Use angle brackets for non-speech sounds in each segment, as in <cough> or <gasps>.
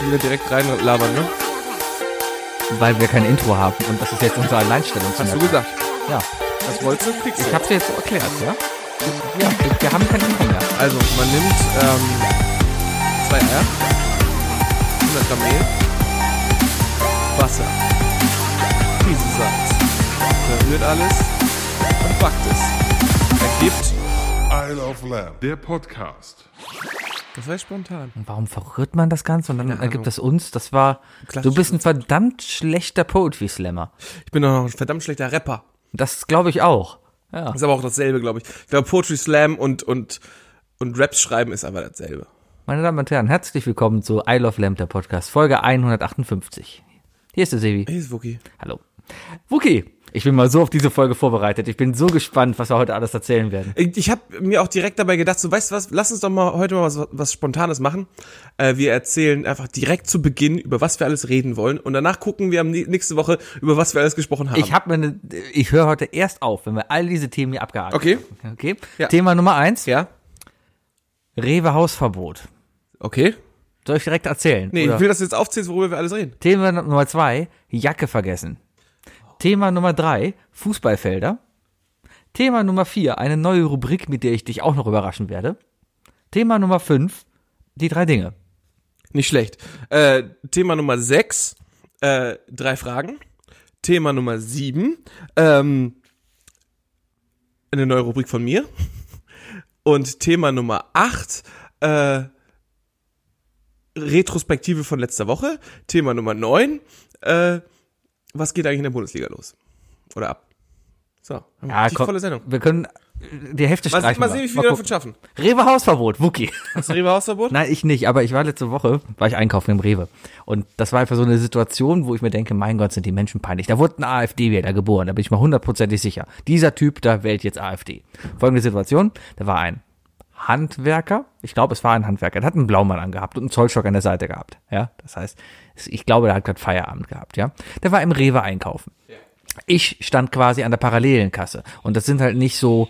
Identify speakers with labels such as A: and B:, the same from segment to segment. A: du wieder direkt reinlabern, ne?
B: Weil wir kein Intro haben und das ist jetzt unser Alleinstellungsmerkmal.
A: Hast du gesagt.
B: Ja.
A: Das wolltest du, kriegst
B: Ich
A: du.
B: hab's dir jetzt so erklärt, ja? Ja, wir- wir haben kein Intro mehr.
A: Also, man nimmt ähm, zwei R, 100 Gramm Mehl, Wasser, Riesensalz, verrührt alles und backt es. Ergibt.
C: Isle of Lamb, der Podcast.
A: Das war spontan.
B: Und warum verrührt man das Ganze und dann
A: Ahnung.
B: ergibt das uns? Das war, du
A: Klassisches
B: bist ein verdammt schlechter Poetry Slammer.
A: Ich bin doch noch ein verdammt schlechter Rapper.
B: Das glaube ich auch. Ja.
A: Das ist aber auch dasselbe, glaube ich. Ich glaube, Poetry Slam und, und, und Raps schreiben ist aber dasselbe.
B: Meine Damen und Herren, herzlich willkommen zu I Love Lamp, der Podcast, Folge 158. Hier ist der Sebi.
A: Hey, Wookie.
B: Hallo. Wookie, ich bin mal so auf diese Folge vorbereitet. Ich bin so gespannt, was wir heute alles erzählen werden.
A: Ich, ich habe mir auch direkt dabei gedacht, so weißt du was, lass uns doch mal heute mal was, was Spontanes machen. Äh, wir erzählen einfach direkt zu Beginn, über was wir alles reden wollen und danach gucken wir am nä- nächste Woche, über was wir alles gesprochen haben.
B: Ich habe mir, ne, ich höre heute erst auf, wenn wir all diese Themen hier abgehakt
A: Okay.
B: haben. Okay.
A: Ja.
B: Thema Nummer eins.
A: ja,
B: Rewe Hausverbot.
A: okay.
B: Soll ich direkt erzählen?
A: Nee,
B: oder?
A: ich will das jetzt aufzählen, worüber wir alles reden.
B: Thema Nummer zwei, Jacke vergessen. Thema Nummer drei, Fußballfelder. Thema Nummer vier, eine neue Rubrik, mit der ich dich auch noch überraschen werde. Thema Nummer fünf, die drei Dinge.
A: Nicht schlecht. Äh, Thema Nummer sechs, äh, drei Fragen. Thema Nummer sieben, ähm, eine neue Rubrik von mir. Und Thema Nummer acht, äh, Retrospektive von letzter Woche. Thema Nummer neun, äh, was geht eigentlich in der Bundesliga los? Oder ab? So, haben wir richtig volle Sendung.
B: Wir können äh, die Hälfte
A: Mal,
B: streichen.
A: mal
B: wir.
A: sehen, wie
B: Mal
A: viel wir davon
B: gucken.
A: schaffen.
B: Rewe Hausverbot, Wookie.
A: Hast du Rewe Hausverbot?
B: Nein, ich nicht, aber ich war letzte Woche, war ich einkaufen im Rewe. Und das war einfach so eine Situation, wo ich mir denke, mein Gott, sind die Menschen peinlich. Da wurde ein AfD-Wähler geboren, da bin ich mir hundertprozentig sicher. Dieser Typ, da wählt jetzt AfD. Folgende Situation, da war ein Handwerker, ich glaube, es war ein Handwerker, der hat einen Blaumann angehabt und einen Zollstock an der Seite gehabt. Ja, das heißt, ich glaube, der hat gerade Feierabend gehabt, ja. Der war im Rewe einkaufen ich stand quasi an der parallelen Kasse. Und das sind halt nicht so,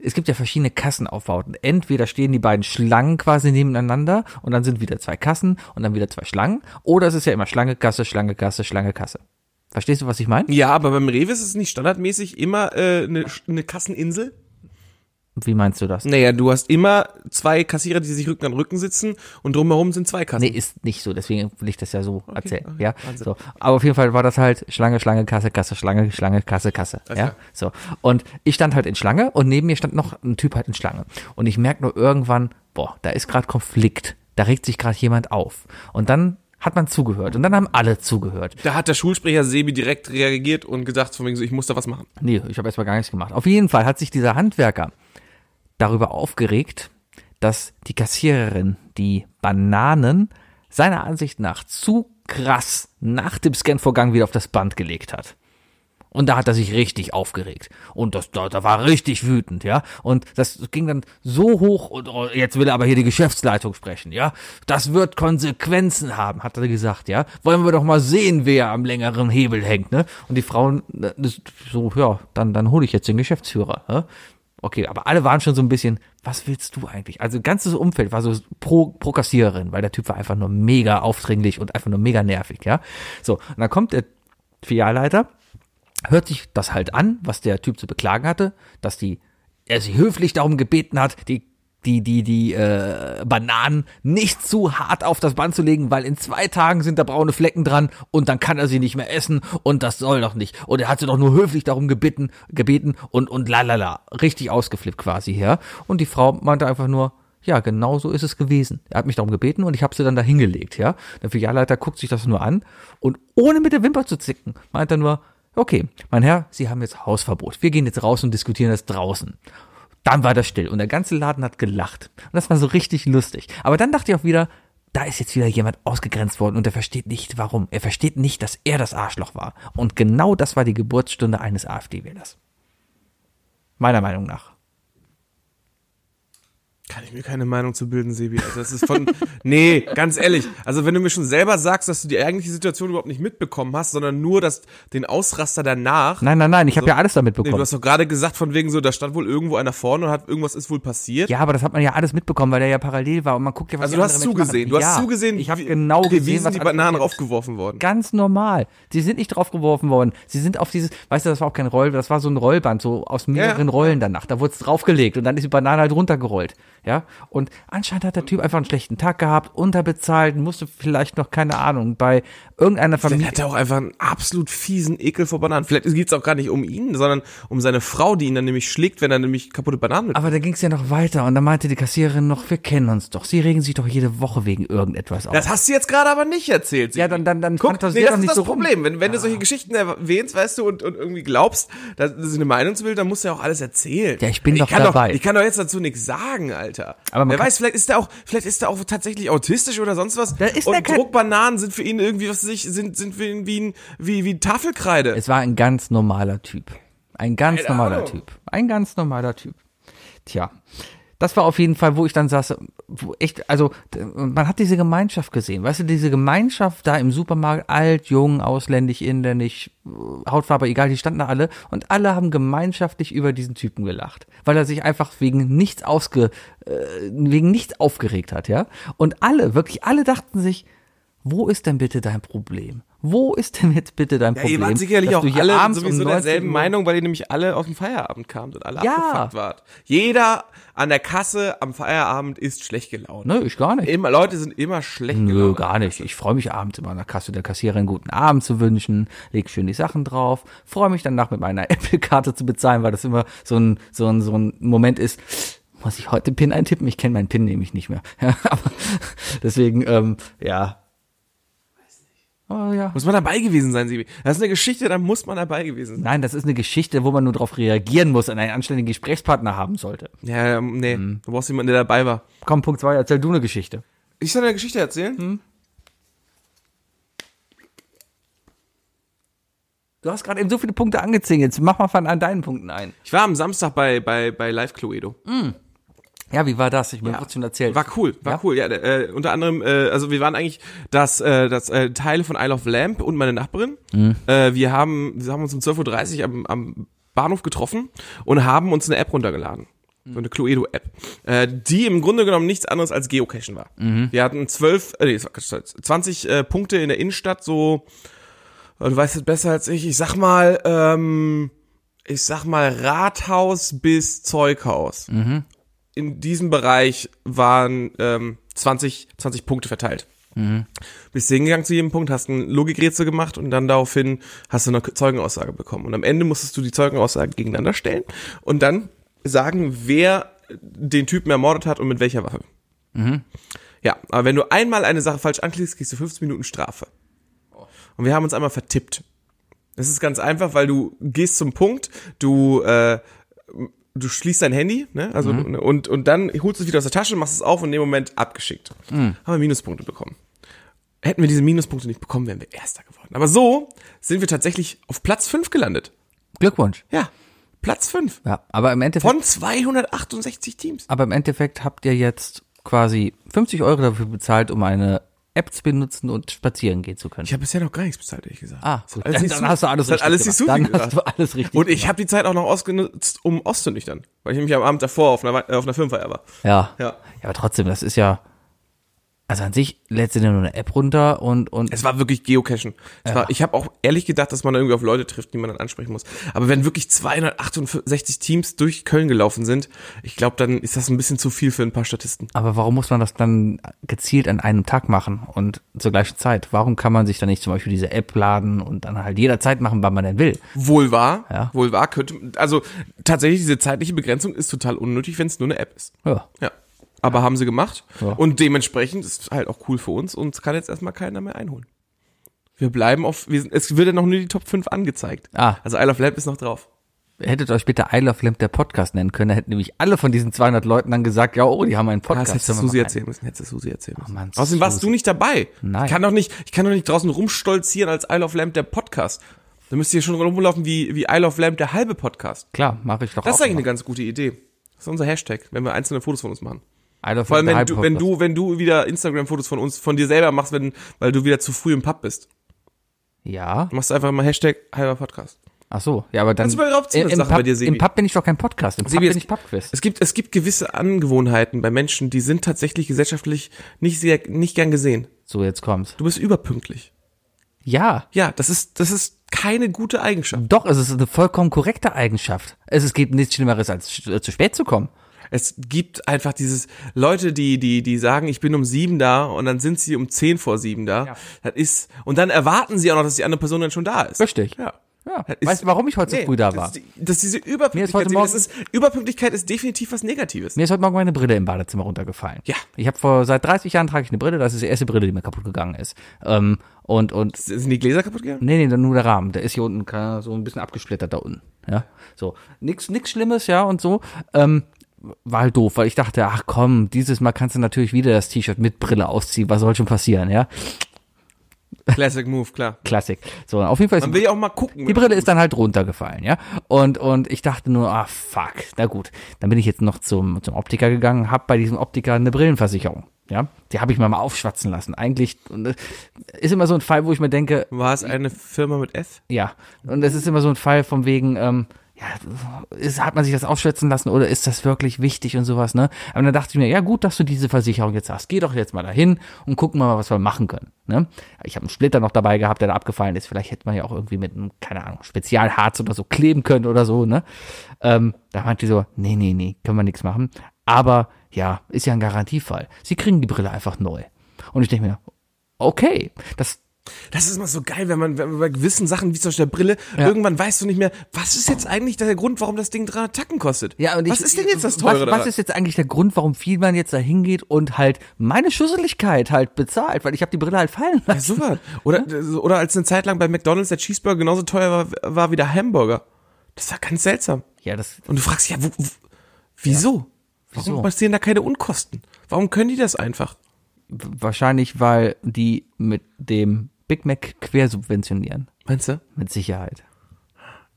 B: es gibt ja verschiedene Kassenaufbauten. Entweder stehen die beiden Schlangen quasi nebeneinander und dann sind wieder zwei Kassen und dann wieder zwei Schlangen. Oder es ist ja immer Schlange, Kasse, Schlange, Kasse, Schlange, Kasse. Verstehst du, was ich meine?
A: Ja, aber beim Rewe ist es nicht standardmäßig immer äh, eine, eine Kasseninsel.
B: Wie meinst du das?
A: Naja, du hast immer zwei Kassierer, die sich Rücken an Rücken sitzen und drumherum sind zwei Kassen.
B: Nee, ist nicht so, deswegen will ich das ja so erzählen.
A: okay,
B: ja,
A: Wahnsinn.
B: so. Aber auf jeden Fall war das halt Schlange, Schlange, Kasse, Kasse, Schlange, Schlange, Kasse, Kasse. Ja,
A: klar.
B: so. Und ich stand halt in Schlange und neben mir stand noch ein Typ halt in Schlange. Und ich merke nur irgendwann, boah, da ist gerade Konflikt. Da regt sich gerade jemand auf. Und dann hat man zugehört und dann haben alle zugehört.
A: Da hat der Schulsprecher Sebi direkt reagiert und gesagt, von wegen so, ich muss da was machen.
B: Nee, ich habe erstmal gar nichts gemacht. Auf jeden Fall hat sich dieser Handwerker darüber aufgeregt, dass die Kassiererin die Bananen seiner Ansicht nach zu krass nach dem Scanvorgang wieder auf das Band gelegt hat. Und da hat er sich richtig aufgeregt. Und das, da, da war er richtig wütend, ja. Und das ging dann so hoch und oh, jetzt will er aber hier die Geschäftsleitung sprechen, ja. Das wird Konsequenzen haben, hat er gesagt, ja. Wollen wir doch mal sehen, wer am längeren Hebel hängt, ne? Und die Frauen, äh, das, so, ja, dann, dann hole ich jetzt den Geschäftsführer, ja? Okay, aber alle waren schon so ein bisschen, was willst du eigentlich? Also ganzes Umfeld war so pro, pro Kassiererin, weil der Typ war einfach nur mega aufdringlich und einfach nur mega nervig, ja. So, und dann kommt der Filialleiter hört sich das halt an, was der Typ zu beklagen hatte, dass die er sie höflich darum gebeten hat, die die die die äh, Bananen nicht zu hart auf das Band zu legen, weil in zwei Tagen sind da braune Flecken dran und dann kann er sie nicht mehr essen und das soll doch nicht und er hat sie doch nur höflich darum gebeten gebeten und und lalala richtig ausgeflippt quasi her und die Frau meinte einfach nur ja, genau so ist es gewesen. Er hat mich darum gebeten und ich habe sie dann da hingelegt, ja. Der Filialleiter guckt sich das nur an und ohne mit der Wimper zu zicken, meint er nur, okay, mein Herr, Sie haben jetzt Hausverbot. Wir gehen jetzt raus und diskutieren das draußen. Dann war das still und der ganze Laden hat gelacht. Und das war so richtig lustig. Aber dann dachte ich auch wieder, da ist jetzt wieder jemand ausgegrenzt worden und er versteht nicht warum. Er versteht nicht, dass er das Arschloch war. Und genau das war die Geburtsstunde eines AfD-Wählers. Meiner Meinung nach.
A: kann ich mir keine Meinung zu bilden, Sebi. Also das ist <laughs> von. nee, ganz ehrlich. Also wenn du mir schon selber sagst, dass du die eigentliche Situation überhaupt nicht mitbekommen hast, sondern nur das, den Ausraster danach.
B: Nein, nein, nein, ich habe ja alles damit
A: Also, Nee, du
B: bekommen.
A: hast doch gerade gesagt, von wegen so, da stand wohl irgendwo einer vorne und hat irgendwas ist wohl passiert.
B: ja, aber das hat man ja alles mitbekommen, weil der ja parallel war und man guckt ja, was
A: also
B: die
A: du hast
B: anderen Menschen
A: zugesehen. Du
B: machen.
A: hast
B: ja,
A: zugesehen,
B: Ich habe
A: wie-
B: genau
A: wie
B: gesehen,
A: sind
B: was
A: die
B: andere-
A: Bananen raufgeworfen worden.
B: Ganz normal. Sie sind nicht draufgeworfen worden. Sie sind auf dieses, weißt du, das war auch kein Roll, das war so ein Rollband, so aus mehreren Rollen danach. Da wurde es draufgelegt und dann ist die Banane halt runtergerollt. Ja. Und anscheinend hat der Typ einfach einen schlechten Tag gehabt, unterbezahlt, musste vielleicht noch, keine Ahnung, bei irgendeiner
A: Dann
B: Familie.
A: hat er auch einfach einen absolut fiesen Ekel vor Bananen. Vielleicht geht's auch gar nicht um ihn, sondern um seine Frau, die ihn dann nämlich schlägt, wenn er nämlich kaputte Bananen mit.
B: Aber dann ging es ja noch weiter und dann meinte die Kassiererin noch, wir kennen uns doch. Sie regen sich doch jede Woche wegen irgendetwas auf.
A: Das hast du jetzt gerade aber nicht erzählt.
B: Ja,
A: Sigi.
B: dann- dann- dann
A: Guck,
B: fantasier
A: nee, das
B: doch
A: ist
B: nicht
A: das
B: so rum.
A: Problem. Wenn, wenn du solche Geschichten erwähnst, weißt du, und, und irgendwie glaubst, dass das ist eine Meinungsbild, dann musst du ja auch alles erzählen.
B: Ja, ich bin doch
A: kann
B: dabei.
A: ich kann doch jetzt dazu nichts sagen, Alter.
B: Aber man
A: Wer
B: kann-
A: weiß, vielleicht ist er auch, vielleicht ist er auch tatsächlich autistisch oder sonst was.
B: Da ist der
A: und
B: kein-
A: Druckbananen sind für ihn irgendwie, was weiß ich, sind, sind für ihn wie, ein, wie, wie Tafelkreide.
B: Es war ein ganz normaler Typ. Ein ganz
A: Keine
B: normaler
A: Ahnung.
B: Typ. Ein ganz normaler Typ. Tja. Das war auf jeden Fall, wo ich dann saß, wo echt, also d- man hat diese Gemeinschaft gesehen, weißt du, diese Gemeinschaft da im Supermarkt, alt, jung, ausländisch, inländisch, Hautfarbe, egal, die standen da alle und alle haben gemeinschaftlich über diesen Typen gelacht, weil er sich einfach wegen nichts ausge, äh, wegen nichts aufgeregt hat, ja. Und alle, wirklich alle dachten sich, wo ist denn bitte dein Problem? Wo ist denn jetzt bitte dein
A: Ja,
B: Problem?
A: ihr wart sicherlich
B: dass
A: auch
B: du hier
A: alle
B: abends
A: sowieso
B: um 19
A: derselben
B: Uhr-
A: Meinung, weil ihr nämlich alle aus dem Feierabend kamt und alle
B: Ja.
A: abgefuckt wart. Jeder an der Kasse am Feierabend ist schlecht gelaunt.
B: Nö, ich gar nicht.
A: Immer, Leute sind immer schlecht
B: Ne? Nö,
A: gelaunt.
B: gar nicht. Ich freue mich abends immer an der Kasse der Kassiererin guten Abend zu wünschen, leg schön die Sachen drauf, freue mich danach mit meiner <laughs> Apple-Karte zu bezahlen, weil das immer so ein, so ein, so ein Moment ist, muss ich heute PIN eintippen? Ich kenne meinen PIN nämlich nicht mehr. <laughs> Ja, aber deswegen, ähm, ja. Oh ja.
A: Muss man dabei gewesen sein, Sibi. Das ist eine Geschichte, da muss man dabei gewesen sein.
B: Nein, das ist eine Geschichte, wo man nur darauf reagieren muss und einen anständigen Gesprächspartner haben sollte.
A: Ja, ja, nee,
B: Mhm.
A: du brauchst jemanden, der dabei war.
B: Komm, Punkt zwei, erzähl du eine Geschichte.
A: Ich soll eine Geschichte erzählen?
B: Mhm. Du hast gerade eben so viele Punkte angezingelt. Mach mal von an deinen Punkten ein.
A: Ich war am Samstag bei, bei, bei Live Cluedo.
B: Ja, wie war das? Ich bin ja. schon erzählt.
A: War cool, war
B: Ja?
A: cool. Ja, äh, unter anderem, äh, also wir waren eigentlich das, äh, das äh, Teile von Isle of Lamp und meine Nachbarin.
B: Mhm.
A: Äh, wir haben, wir haben uns um 12.30 Uhr am, am Bahnhof getroffen und haben uns eine App runtergeladen.
B: Mhm.
A: So eine Cluedo-App, äh, die im Grunde genommen nichts anderes als Geocachen war.
B: Mhm.
A: Wir hatten zwölf, äh, nee, es war- 20 äh, Punkte in der Innenstadt, so, äh, du weißt es besser als ich, ich sag mal, ähm, ich sag mal Rathaus bis Zeughaus in diesem Bereich waren ähm, 20, 20 Punkte verteilt. Bist hingegangen zu jedem Punkt, hast ein Logikrätsel gemacht und dann daraufhin hast du eine Zeugenaussage bekommen. Und am Ende musstest du die Zeugenaussagen gegeneinander stellen und dann sagen, wer den Typen ermordet hat und mit welcher Waffe. Ja, aber wenn du einmal eine Sache falsch anklickst, kriegst du 15 Minuten Strafe. Und wir haben uns einmal vertippt. Das ist ganz einfach, weil du gehst zum Punkt, du äh, du schließt dein Handy, ne? Also
B: Mhm.
A: ne, und und dann holst du es wieder aus der Tasche, machst es auf und in dem Moment abgeschickt.
B: Mhm.
A: Haben wir Minuspunkte bekommen. Hätten wir diese Minuspunkte nicht bekommen, wären wir Erster geworden. Aber so sind wir tatsächlich auf Platz 5 gelandet.
B: Glückwunsch.
A: Ja, Platz 5
B: Ja, aber im Endeffekt,
A: von 268 Teams.
B: aber im Endeffekt habt ihr jetzt quasi 50 Euro dafür bezahlt, um eine App zu benutzen und spazieren gehen zu können.
A: Ich habe bisher noch gar nichts bezahlt, ehrlich gesagt.
B: ah,
A: Das
B: gut.
A: hat alles
B: Dann,
A: nicht
B: dann
A: zu-
B: hast du alles
A: das hat alles
B: richtig gemacht.
A: nicht so viel
B: Dann hast
A: gebracht.
B: du alles richtig
A: Und ich
B: gemacht.
A: habe die Zeit auch noch ausgenutzt, um auszunüchtern, weil ich nämlich am Abend davor auf einer, äh, auf einer Firmenfeier war.
B: Ja.
A: Ja.
B: ja. aber trotzdem, das ist ja, also an sich lädst du dir nur eine App runter und, und
A: Es war wirklich Geocachen. Es war, ich habe auch ehrlich gedacht, dass man irgendwie auf Leute trifft, die man dann ansprechen muss. Aber wenn wirklich 268 Teams durch Köln gelaufen sind, ich glaube, dann ist das ein bisschen zu viel für ein paar Statisten.
B: aber warum muss man das dann gezielt an einem Tag machen und zur gleichen Zeit? Warum kann man sich dann nicht zum Beispiel diese App laden und dann halt jederzeit machen, wann man denn will?
A: Wohl wahr,
B: Ja.
A: wohl wahr könnte, also tatsächlich diese zeitliche Begrenzung ist total unnötig, wenn es nur eine App ist.
B: Ja.
A: Ja. Aber haben sie gemacht.
B: Ja.
A: Und dementsprechend ist halt auch cool für uns und kann jetzt erstmal keiner mehr einholen. Wir bleiben auf, wir sind, es wird ja noch nur die Top 5 angezeigt.
B: Ah.
A: Also Isle of Lamp ist noch drauf.
B: hättet euch bitte I Love Lamp der Podcast nennen können. Da hätten nämlich alle von diesen 200 Leuten dann gesagt, ja, oh, die haben einen
A: Ah,
B: Podcast.
A: das hättest du
B: Sollen wir
A: Susi
B: mal
A: erzählen müssen. Hättest du Susi erzählen müssen.
B: Mann,
A: Außerdem warst
B: Susi.
A: du nicht dabei.
B: Nein.
A: Ich kann doch nicht, ich kann doch nicht draußen rumstolzieren als Isle of Lamp der Podcast. Da müsst ihr schon rumlaufen wie, wie Isle of Lamp der halbe Podcast.
B: rein? Klar, mache ich doch
A: Das
B: auch.
A: ist eigentlich
B: immer.
A: eine ganz gute Idee. Das ist unser Hashtag, wenn wir einzelne Fotos von uns machen.
B: I love
A: Vor allem,
B: the
A: wenn
B: Hype
A: du, wenn
B: Podcast.
A: du, wenn du wieder Instagram-Fotos von uns, von dir selber machst, wenn, weil du wieder zu früh im Pub bist.
B: Ja.
A: Du machst einfach mal Hashtag halber Podcast.
B: Ach so, ja, aber dann.
A: Kannst du mal drauf ziehen,
B: Im-
A: das
B: im,
A: Sache
B: Pub,
A: bei dir, Sebi.
B: Im Pub bin ich doch kein Podcast. Im Pub
A: Sebi,
B: bin
A: es-
B: ich Pubquiz.
A: Es gibt, es gibt gewisse Angewohnheiten bei Menschen, die sind tatsächlich gesellschaftlich nicht sehr, nicht gern gesehen.
B: So, jetzt kommt's.
A: Du bist überpünktlich.
B: Ja.
A: Ja, das ist, das ist keine gute Eigenschaft.
B: Doch, es ist eine vollkommen korrekte Eigenschaft. Es, es gibt nichts Schlimmeres, als sch- äh, zu spät zu kommen.
A: Es gibt einfach dieses Leute, die, die, die sagen, ich bin um sieben da und dann sind sie um zehn vor sieben da.
B: Ja.
A: Das ist, und dann erwarten sie auch noch, dass die andere Person dann schon da ist.
B: Richtig.
A: Ja.
B: Ja.
A: Das ist-
B: Weißt du, warum ich heute so
A: Nee,
B: früh da
A: das-
B: war?
A: Dass diese Überpünktlichkeit,
B: heute Morgen-
A: das ist, Überpünktlichkeit ist definitiv was Negatives.
B: Mir ist heute Morgen meine Brille im Badezimmer runtergefallen.
A: Ja.
B: Ich habe vor seit 30 Jahren trage ich eine Brille, das ist die erste Brille, die mir kaputt gegangen ist. Ähm, und und
A: Sind die Gläser kaputt gegangen?
B: Nee, nee, nur der Rahmen. Der ist hier unten keine- so ein bisschen abgesplittert da unten. Ja, so. Nix, nix Schlimmes, ja, und so. Ähm, war halt doof, weil ich dachte, ach komm, dieses Mal kannst du natürlich wieder das T-Shirt mit Brille ausziehen. Was soll schon passieren, ja?
A: Classic Move, klar.
B: Klassik. So, auf jeden Fall ist
A: Man will ja auch mal gucken.
B: die Brille ist dann halt runtergefallen, ja. Und, und ich dachte nur, ah, fuck, na gut. Dann bin ich jetzt noch zum, zum Optiker gegangen, hab bei diesem Optiker eine Brillenversicherung, ja. Die habe ich mir mal aufschwatzen lassen. Eigentlich und, äh, ist immer so ein Fall, wo ich mir denke,
A: War es eine Firma mit F?
B: Ja, und es ist immer so ein Fall von wegen, ähm, ja, ist, hat man sich das aufschätzen lassen oder ist das wirklich wichtig und sowas, ne? Aber dann dachte ich mir, ja gut, dass du diese Versicherung jetzt hast. Geh doch jetzt mal dahin und gucken wir mal, was wir machen können, ne? Ich habe einen Splitter noch dabei gehabt, der da abgefallen ist. Vielleicht hätte man ja auch irgendwie mit einem, keine Ahnung, Spezialharz oder so kleben können oder so, ne? Ähm, da meinte die so, nee, nee, nee, können wir nichts machen. Aber ja, ist ja ein Garantiefall. Sie kriegen die Brille einfach neu. Und ich denke mir, okay, das,
A: Das ist mal so geil, wenn man, wenn man bei gewissen Sachen, wie zum Beispiel der Brille, irgendwann weißt du nicht mehr, was ist jetzt eigentlich der Grund, warum das Ding 300 Tacken kostet?
B: Ja, und ich,
A: was ist denn jetzt das
B: Was,
A: Teure
B: was ist jetzt eigentlich der Grund, warum Fielmann jetzt da hingeht und halt meine Schusseligkeit halt bezahlt, weil ich habe die Brille halt fallen
A: ja,
B: lassen.
A: super. Oder, oder als eine Zeit lang bei McDonalds der Cheeseburger genauso teuer war, war wie der Hamburger. Das war ganz seltsam.
B: Ja, das
A: Und du fragst dich, ja, wo, wo, wieso? Warum
B: Wieso?
A: passieren da keine Unkosten? Warum können die das einfach?
B: wahrscheinlich, weil die mit dem Big Mac quersubventionieren.
A: Meinst du?
B: Mit Sicherheit.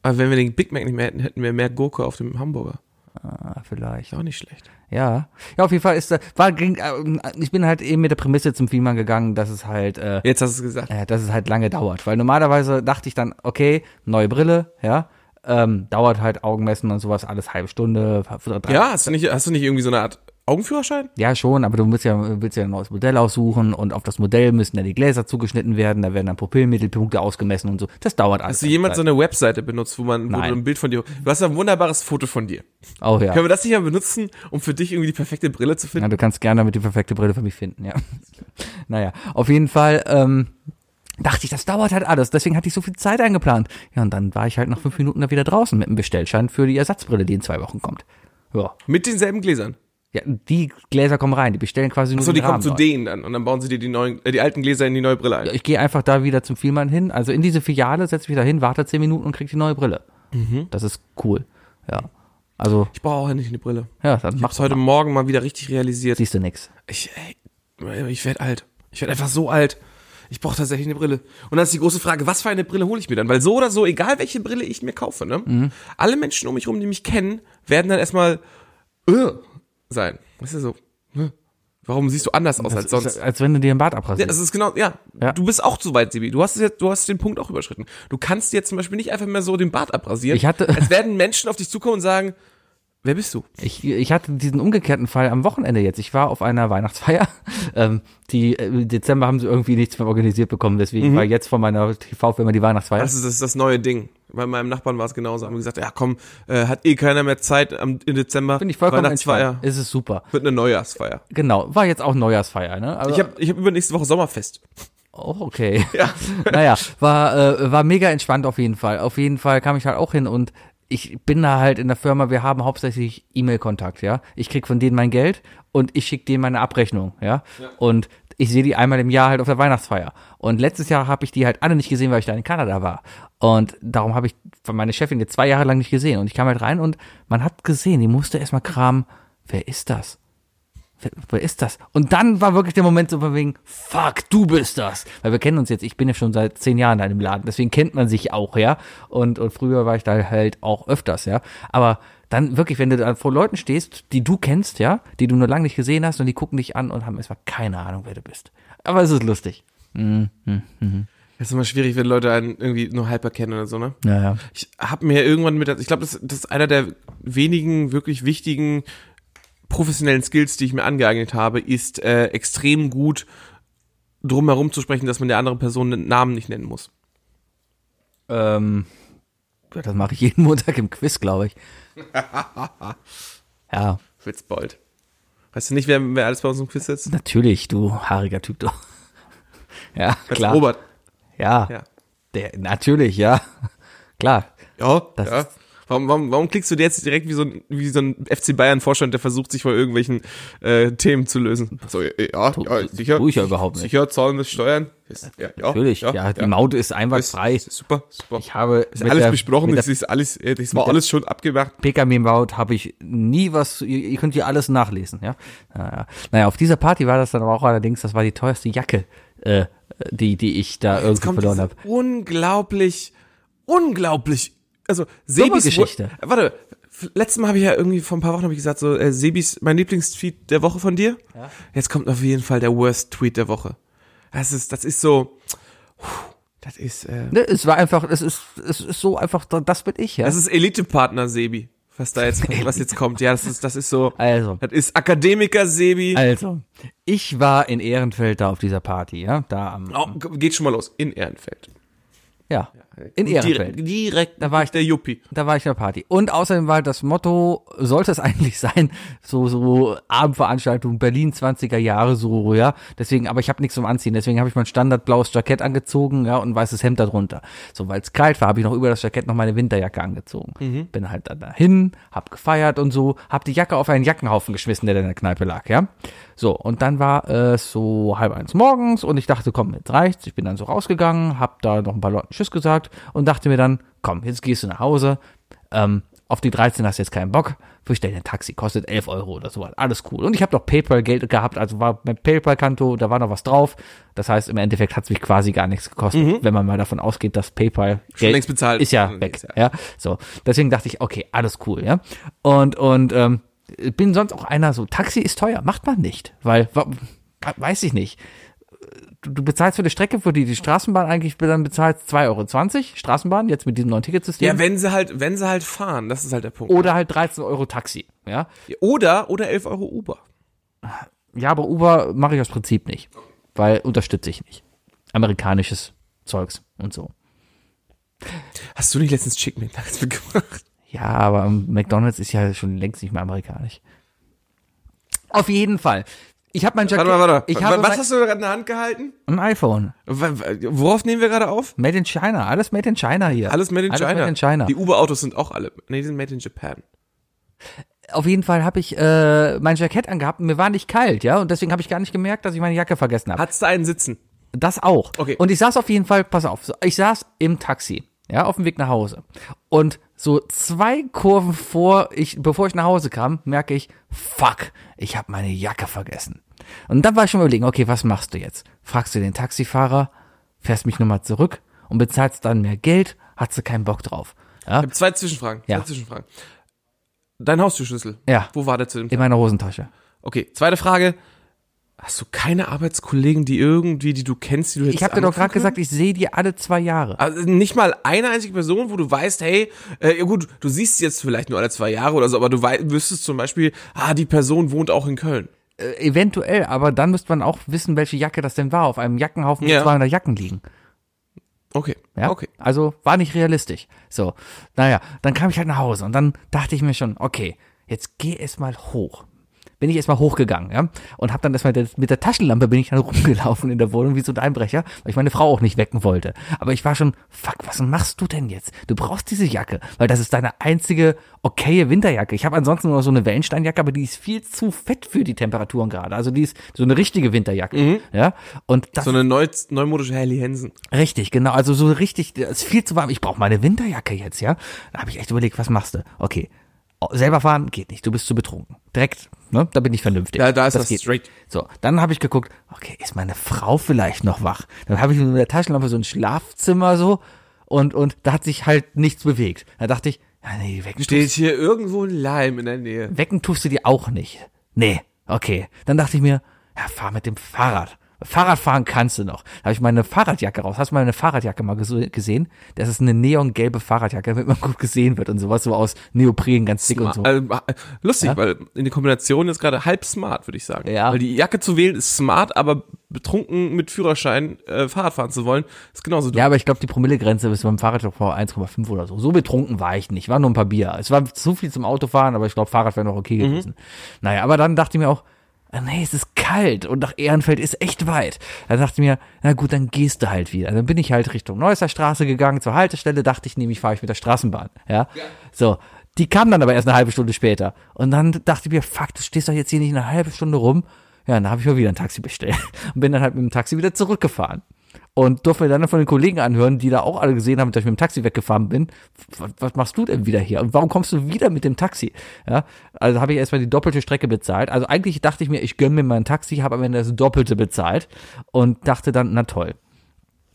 A: Aber wenn wir den Big Mac nicht mehr hätten, hätten wir mehr Gurke auf dem Hamburger.
B: Ah, vielleicht.
A: Ist auch nicht schlecht.
B: Ja. Ja, auf jeden Fall ist da, war, ging, ähm, ich bin halt eben mit der Prämisse zum Fielmann gegangen, dass es halt, äh,
A: Jetzt hast du es gesagt.
B: äh, dass es halt lange dauert. Weil normalerweise dachte ich dann, okay, neue Brille, ja, ähm, dauert halt Augenmessen und sowas, alles halbe Stunde, drei,
A: Ja, hast du nicht, hast du nicht irgendwie so eine Art Augenführerschein?
B: Ja, schon, aber du willst ja, willst ja ein neues Modell aussuchen und auf das Modell müssen dann die Gläser zugeschnitten werden, da werden dann Pupillenmittelpunkte ausgemessen und so. Das dauert alles.
A: Hast du jemand so eine Webseite benutzt, wo man wo
B: Nein.
A: du ein Bild von dir. Du hast ein wunderbares Foto von dir.
B: Oh ja.
A: Können wir das nicht mal benutzen, um für dich irgendwie die perfekte Brille zu
B: ja.
A: finden?
B: Du kannst gerne damit die perfekte Brille für mich finden, ja. <laughs> naja, auf jeden Fall ähm, dachte ich, das dauert halt alles, deswegen hatte ich so viel Zeit eingeplant. Ja, und dann war ich halt nach fünf Minuten da wieder draußen mit dem Bestellschein für die Ersatzbrille, die in zwei Wochen kommt. Ja.
A: Mit denselben Gläsern.
B: ja die Gläser kommen rein, die bestellen quasi nur
A: So, die
B: den
A: kommen
B: Rahmen
A: zu
B: neu.
A: denen dann und dann bauen sie dir die neuen, äh, die alten Gläser in die neue Brille ein.
B: ich gehe einfach da wieder zum Vielmann hin, also in diese Filiale, setze mich da hin, warte zehn Minuten und krieg die neue Brille.
A: Mhm.
B: Das ist cool. Ja. Also,
A: Ich brauche auch endlich eine Brille.
B: ja, dann
A: Ich hab's
B: machst
A: heute Morgen mal wieder richtig realisiert.
B: siehst du nix.
A: Ich, ey, ich werde alt. Ich werde einfach so alt. Ich brauche tatsächlich eine Brille. Und dann ist die große Frage, was für eine Brille hole ich mir dann? Weil so oder so, egal welche Brille ich mir kaufe, ne?
B: Mhm.
A: Alle Menschen um mich rum, die mich kennen, werden dann erstmal äh, sein. Das ist so, äh, warum siehst du anders aus als Also sonst?
B: Ist, als wenn du dir den Bart abrasierst.
A: Das ist genau, ja,
B: Ja.
A: Du bist auch zu weit, Sibi. Du hast, es jetzt, du hast den Punkt auch überschritten. Du kannst dir jetzt zum Beispiel nicht einfach mehr so den Bart abrasieren.
B: Ich hatte-
A: es werden Menschen auf dich zukommen und sagen, wer bist du?
B: Ich, ich hatte diesen umgekehrten Fall am Wochenende jetzt. Ich war auf einer Weihnachtsfeier. <laughs> Ähm, die äh, im Dezember haben sie irgendwie nichts mehr organisiert bekommen, deswegen
A: Mhm.
B: war jetzt von meiner TV-Firma die Weihnachtsfeier.
A: Das ist das, ist das neue Ding. Bei meinem Nachbarn war es genauso. Haben gesagt, ja komm, äh, hat eh keiner mehr Zeit am, im Dezember.
B: Bin ich vollkommen
A: Weihnachtsfeier.
B: entspannt. Es ist super.
A: Wird eine Neujahrsfeier.
B: Genau, war jetzt auch Neujahrsfeier, ne? Aber-
A: Ich habe ich hab übernächste Woche Sommerfest.
B: Oh, okay. naja, war, äh, war mega entspannt auf jeden Fall. Auf jeden Fall kam ich halt auch hin und ich bin da halt in der Firma, wir haben hauptsächlich E-Mail-Kontakt, ja. Ich krieg von denen mein Geld und ich schicke denen meine Abrechnung, ja. Und ich sehe die einmal im Jahr halt auf der Weihnachtsfeier. Und letztes Jahr habe ich die halt alle nicht gesehen, weil ich da in Kanada war. Und darum habe ich von meiner Chefin jetzt zwei Jahre lang nicht gesehen. Und ich kam halt rein und man hat gesehen, die musste erstmal kramen, wer ist das? wer, wer ist das? Und dann war wirklich der Moment so von wegen, fuck, du bist das. Weil wir kennen uns jetzt, ich bin ja schon seit zehn Jahren da im Laden, deswegen kennt man sich auch, ja. Und, und früher war ich da halt auch öfters, ja. Aber dann wirklich, wenn du da vor Leuten stehst, die du kennst, ja, die du nur lange nicht gesehen hast und die gucken dich an und haben erstmal keine Ahnung, wer du bist. Aber es ist lustig.
A: Das ist immer schwierig, wenn Leute einen irgendwie nur halb erkennen oder so, ne?
B: Naja.
A: Ich habe mir irgendwann mit, ich glaube, das, das ist einer der wenigen wirklich wichtigen professionellen Skills, die ich mir angeeignet habe, ist äh, extrem gut drum herum zu sprechen, dass man der anderen Person den Namen nicht nennen muss.
B: Ähm, ja, das mache ich jeden Montag im Quiz, glaube ich. ja,
A: Witzbold. Weißt du nicht, wer, wer alles bei uns im Quiz sitzt?
B: natürlich, du haariger Typ, du. <laughs> ja,
A: Ganz
B: klar.
A: Robert.
B: Ja,
A: Ja.
B: Der, natürlich, ja. <laughs> klar.
A: Ja,
B: Das
A: ja.
B: ist-
A: Warum, warum, warum klickst du dir jetzt direkt wie so ein, wie so ein FC Bayern-Vorstand, der versucht, sich vor irgendwelchen äh, Themen zu lösen? So, ja, ja, ja, sicher.
B: tue ich ja überhaupt nicht.
A: Sicher, zahlen wir Steuern. Ist, ja, ja,
B: Natürlich, ja, die Maut ist einwandfrei.
A: Ist, ist super, super.
B: Ich habe
A: ist
B: mit
A: alles
B: der-
A: besprochen,
B: mit
A: das
B: der-
A: ist alles, äh, das war alles schon abgemacht.
B: Pkw-Maut habe ich nie was, zu- ihr, ihr könnt hier alles nachlesen, ja. Naja. naja, auf dieser Party war das dann aber auch allerdings, das war die teuerste Jacke, äh, die, die ich da irgendwie verloren
A: diese
B: habe.
A: unglaublich, unglaublich, also Sebis
B: Geschichte.
A: Wo- Warte, f- letztes Mal habe ich ja irgendwie vor ein paar Wochen habe ich gesagt so äh, Sebis mein Lieblingstweet der Woche von dir. Jetzt kommt auf jeden Fall der Worst Tweet der Woche. Das ist das ist so puh, das ist äh,
B: Ne, es war einfach, es ist, es ist so einfach, da- das bin ich, ja.
A: das ist Elitepartner Sebi, was da
B: <laughs>
A: jetzt was jetzt kommt. Ja, das ist das ist so
B: also.
A: das ist Akademiker Sebi.
B: Also, ich war in Ehrenfeld da auf dieser Party, ja, da am,
A: Oh, geht schon mal los in Ehrenfeld.
B: ja, in Ehrenfeld.
A: Direkt, direkt
B: Da war ich
A: der Juppie.
B: Da war ich auf der Party. Und außerdem war das Motto, sollte es <laughs> eigentlich sein, so, so Abendveranstaltung Berlin 20er Jahre, so, ja. Deswegen, aber ich habe nichts zum Anziehen. Deswegen habe ich mein standardblaues Jackett angezogen, ja, und ein weißes Hemd darunter. So, weil es kalt war, habe ich noch über das Jackett noch meine Winterjacke angezogen. Bin halt dann dahin, hab gefeiert und so, hab die Jacke auf einen Jackenhaufen geschmissen, der da in der Kneipe lag, ja. So, und dann war es so halb eins morgens und ich dachte, komm, jetzt reicht's. Ich bin dann so rausgegangen, hab da noch ein paar Leuten Tschüss gesagt und dachte mir dann, komm, jetzt gehst du nach Hause. Ähm, auf die 13 hast du jetzt keinen Bock. Bestell dir ein Taxi, kostet 11 Euro oder sowas. Alles cool. Und ich habe noch PayPal-Geld gehabt, also war mein PayPal-Konto, da war noch was drauf. Das heißt, im Endeffekt hat's mich quasi gar nichts gekostet, wenn man mal davon ausgeht, dass PayPal
A: Mhm. Schon längst bezahlt.
B: ist ja
A: Mhm,
B: weg.
A: ist ja-
B: Ja, so. Deswegen dachte ich, okay, alles cool, ja. Und, und, ähm, bin sonst auch einer so, Taxi ist teuer, macht man nicht, weil, wa- weiß ich nicht. Du, du bezahlst für eine Strecke, für die die Straßenbahn eigentlich dann bezahlst 2,20 Euro, Straßenbahn, jetzt mit diesem neuen Ticketsystem.
A: Ja, wenn sie halt, wenn sie halt fahren, das ist halt der Punkt.
B: oder halt 13 Euro Taxi, ja.
A: Oder, oder 11 Euro Uber.
B: Ja, aber Uber mache ich aus Prinzip nicht, weil unterstütze ich nicht. Amerikanisches Zeugs und so.
A: Hast du nicht letztens Chicken <laughs> McNuggets gemacht?
B: Ja, aber McDonalds ist ja schon längst nicht mehr amerikanisch. Auf jeden Fall. Ich habe mein Jackett.
A: Warte mal, warte.
B: Ich
A: Wa-
B: habe
A: was
B: mein,
A: hast du gerade in der Hand gehalten?
B: ein iPhone.
A: Wa- wa- Worauf nehmen wir gerade auf?
B: Made in China. Alles made in China hier.
A: Alles made in China.
B: Made in China.
A: Die Uber-Autos sind auch alle. Nee, die sind made in Japan.
B: Auf jeden Fall habe ich äh, mein Jackett angehabt und mir war nicht kalt, ja. Und deswegen habe ich gar nicht gemerkt, dass ich meine Jacke vergessen habe.
A: Hattest du einen sitzen?
B: Das auch.
A: Okay.
B: Und ich saß auf jeden Fall, pass auf, so- ich saß im Taxi, ja, auf dem Weg nach Hause. Und so zwei Kurven vor, ich, bevor ich nach Hause kam, merke ich, fuck, ich habe meine Jacke vergessen. Und dann war ich schon mal überlegen, okay, was machst du jetzt? Fragst du den Taxifahrer, fährst mich nochmal zurück und bezahlst dann mehr Geld, hast du keinen Bock drauf. Ja,
A: Ich hab zwei Zwischenfragen.
B: Ja.
A: Zwei Zwischenfragen. Dein Haustürschlüssel.
B: Ja.
A: Wo war der zu dem
B: in meiner Hosentasche.
A: Okay, zweite Frage. Hast du keine Arbeitskollegen, die irgendwie, die du kennst, die du jetzt
B: Ich habe dir doch
A: anrufen
B: gerade
A: können?
B: gesagt, ich sehe die alle zwei Jahre.
A: Also nicht mal eine einzige Person, wo du weißt, hey, äh, ja gut, du siehst sie jetzt vielleicht nur alle zwei Jahre oder so, aber du wei- wüsstest zum Beispiel, ah, die Person wohnt auch in Köln.
B: Äh, eventuell, aber dann müsste man auch wissen, welche Jacke das denn war. Auf einem Jackenhaufen, wo
A: Ja.
B: 200 Jacken liegen.
A: Okay,
B: Ja?
A: okay.
B: Also war nicht realistisch. So, naja, dann kam ich halt nach Hause und dann dachte ich mir schon, okay, jetzt geh es mal hoch. Bin ich erstmal hochgegangen, ja, und habe dann erstmal der- mit der Taschenlampe bin ich dann <laughs> rumgelaufen in der Wohnung wie so ein Einbrecher, weil ich meine Frau auch nicht wecken wollte. Aber ich war schon, fuck, was machst du denn jetzt? Du brauchst diese Jacke, weil das ist deine einzige okaye Winterjacke. Ich habe ansonsten nur noch so eine Wellensteinjacke, aber die ist viel zu fett für die Temperaturen gerade. Also die ist so eine richtige Winterjacke, ja. Und das
A: Mhm. So eine neu, neumodische Helly Hansen.
B: Richtig, genau. Also so richtig, es ist viel zu warm. Ich brauche meine Winterjacke jetzt, ja. Da habe ich echt überlegt, was machst du? Okay, au- selber fahren geht nicht. Du bist zu betrunken. Direkt, ne? Da bin ich vernünftig.
A: Da- da ist das straight.
B: So, dann habe ich geguckt, okay, ist meine Frau vielleicht noch wach? Dann habe ich mit der Taschenlampe so ein Schlafzimmer so und und da hat sich halt nichts bewegt. Da dachte ich, Ja, nee, wecken,
A: Steht
B: tust,
A: hier irgendwo ein Leim in der Nähe.
B: wecken tust du die auch nicht. Nee, okay. Dann dachte ich mir, ja, fahr mit dem Fahrrad. Fahrradfahren kannst du noch. Da habe ich meine Fahrradjacke raus. Hast du meine Fahrradjacke mal gesu- gesehen? Das ist eine neongelbe Fahrradjacke, damit man gut gesehen wird und sowas, so aus Neopren, ganz dick und so.
A: Ähm, äh, lustig, weil in der Kombination ist gerade halb smart, würde ich sagen.
B: Ja.
A: Weil die Jacke zu wählen ist smart, aber betrunken mit Führerschein äh, Fahrrad fahren zu wollen, ist genauso dumm.
B: Ja, aber ich glaube, die Promillegrenze ist beim Fahrrad doch vor 1,5 oder so. So betrunken war ich nicht. War nur ein paar Bier. Es war zu viel zum Autofahren, aber ich glaube, Fahrrad wäre noch okay gewesen. Naja, aber dann dachte ich mir auch, ah, nee, es ist kalt und nach Ehrenfeld ist echt weit. Dann dachte ich mir, na gut, dann gehst du halt wieder. Dann bin ich halt Richtung Neusser Straße gegangen, zur Haltestelle, dachte ich nämlich, fahre ich mit der Straßenbahn. Ja? So. Die kam dann aber erst eine halbe Stunde später. Und dann dachte ich mir, fuck, du stehst doch jetzt hier nicht eine halbe Stunde rum. Ja, dann habe ich mir wieder ein Taxi bestellt <laughs> und bin dann halt mit dem Taxi wieder zurückgefahren und durfte mir dann von den Kollegen anhören, die da auch alle gesehen haben, dass ich mit dem Taxi weggefahren bin. Was, was machst du denn wieder hier? Und warum kommst du wieder mit dem Taxi? Ja, also habe ich erstmal die doppelte Strecke bezahlt. Also eigentlich dachte ich mir, ich gönne mir mein Taxi, habe am Ende das Doppelte bezahlt und dachte dann, na toll.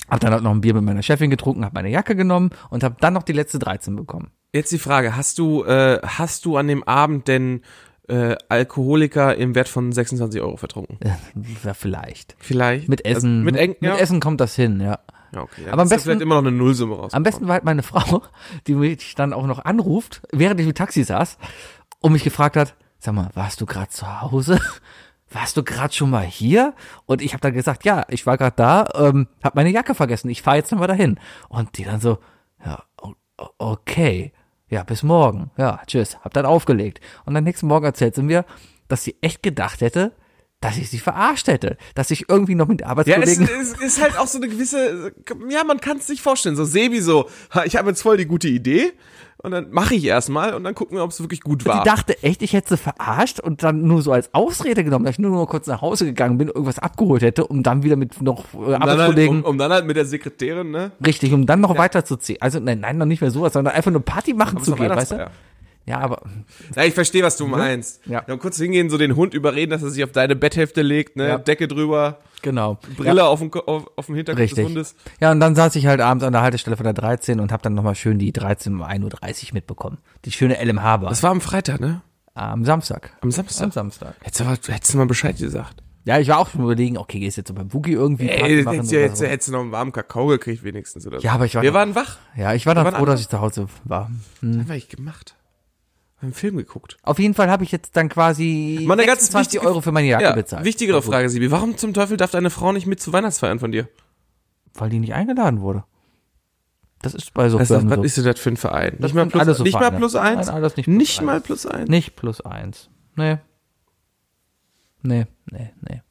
B: Hab dann auch noch ein Bier mit meiner Chefin getrunken, habe meine Jacke genommen und habe dann noch die letzte 13 bekommen. <laughs>
A: Jetzt die Frage, hast du, äh, hast du an dem Abend denn äh, Alkoholiker im Wert von 26 Euro vertrunken?
B: Ja, vielleicht.
A: Vielleicht.
B: Mit
A: Also,
B: Essen.
A: mit, Eng, ja.
B: mit Essen kommt das hin, ja.
A: Ja, okay, ja.
B: Aber am
A: Hast du
B: besten-
A: vielleicht immer noch eine Nullsumme raus.
B: Am besten war halt meine <laughs> Frau, die mich dann auch noch anruft, während ich im Taxi saß und mich gefragt hat, sag mal, warst du gerade zu Hause? <laughs> Warst du gerade schon mal hier? Und ich habe dann gesagt, ja, ich war gerade da, ähm, habe meine Jacke vergessen, ich fahre jetzt nochmal dahin. Und die dann so, ja, o- o- okay, ja, bis morgen, ja, tschüss, hab dann aufgelegt. Und am nächsten Morgen erzählt sie mir, dass sie echt gedacht hätte, dass ich sie verarscht hätte, dass ich irgendwie noch mit
A: Ja, es,
B: Arbeitskollegen...
A: es ist halt auch so eine gewisse, ja, man kann es nicht vorstellen. So Sebi so, ha, ich habe jetzt voll die gute Idee und dann mache ich erstmal und dann gucken wir, ob es wirklich gut war.
B: Die dachte echt, ich hätte sie verarscht und dann nur so als Ausrede genommen, dass ich nur, noch kurz nach Hause gegangen bin, irgendwas abgeholt hätte, um dann wieder mit noch äh,
A: um, dann halt,
B: Arbeitskollegen,
A: um, um dann halt mit der Sekretärin, ne?
B: richtig, um dann noch weiterzuziehen. Also nein, nein, noch nicht mehr sowas, sondern einfach nur Party machen zu
A: noch
B: gehen, weißt du?
A: Weihnachtsfeier.
B: Ja, aber
A: Ja, ich verstehe, was du meinst.
B: Mhm. Ja.
A: Dann kurz hingehen, so den Hund überreden, dass er sich auf deine Betthälfte legt, ne?
B: Ja.
A: Decke drüber,
B: genau.
A: Brille auf, dem, Ko- auf, auf dem Hinterkopf
B: Richtig.
A: des Hundes.
B: Ja, und dann saß ich halt abends an der Haltestelle von der 13 und habe dann nochmal schön die 13 um 1.30 Uhr mitbekommen. Die schöne LMH war.
A: Das war am Freitag, ne?
B: Am Samstag.
A: Am Samstag.
B: Am Samstag.
A: Hättest du, aber- hättest du mal Bescheid gesagt.
B: Ja, ich war auch schon überlegen, okay, gehst jetzt so beim Boogie irgendwie
A: Ey, hättest, du-
B: oder
A: hättest,
B: so.
A: du- hättest du noch einen warmen Kakao gekriegt wenigstens oder so.
B: Ja, aber ich war
A: Wir
B: noch-
A: waren wach.
B: Ja, ich war dann
A: waren
B: froh, dass ich zu Hause war.
A: Was Hm. haben wir eigentlich gemacht? Wir haben einen Film geguckt.
B: Auf jeden Fall habe ich jetzt dann quasi
A: Mal eine ganz
B: 20
A: wichtige-
B: Euro für meine Jacke
A: Ja,
B: bezahlt.
A: wichtigere Frage, Sibi. Warum zum Teufel darf deine Frau nicht mit zu Weihnachtsfeiern von dir?
B: Weil die nicht eingeladen wurde. Das ist bei so
A: Was,
B: Firmen
A: was
B: so.
A: ist denn das für ein Verein?
B: Das
A: nicht mal
B: sind
A: plus,
B: alles so
A: nicht mal
B: Vereine.
A: plus eins?
B: Nein, alles nicht plus
A: nicht
B: eins.
A: mal plus eins?
B: nicht plus eins. Nee. Nee, nee, nee.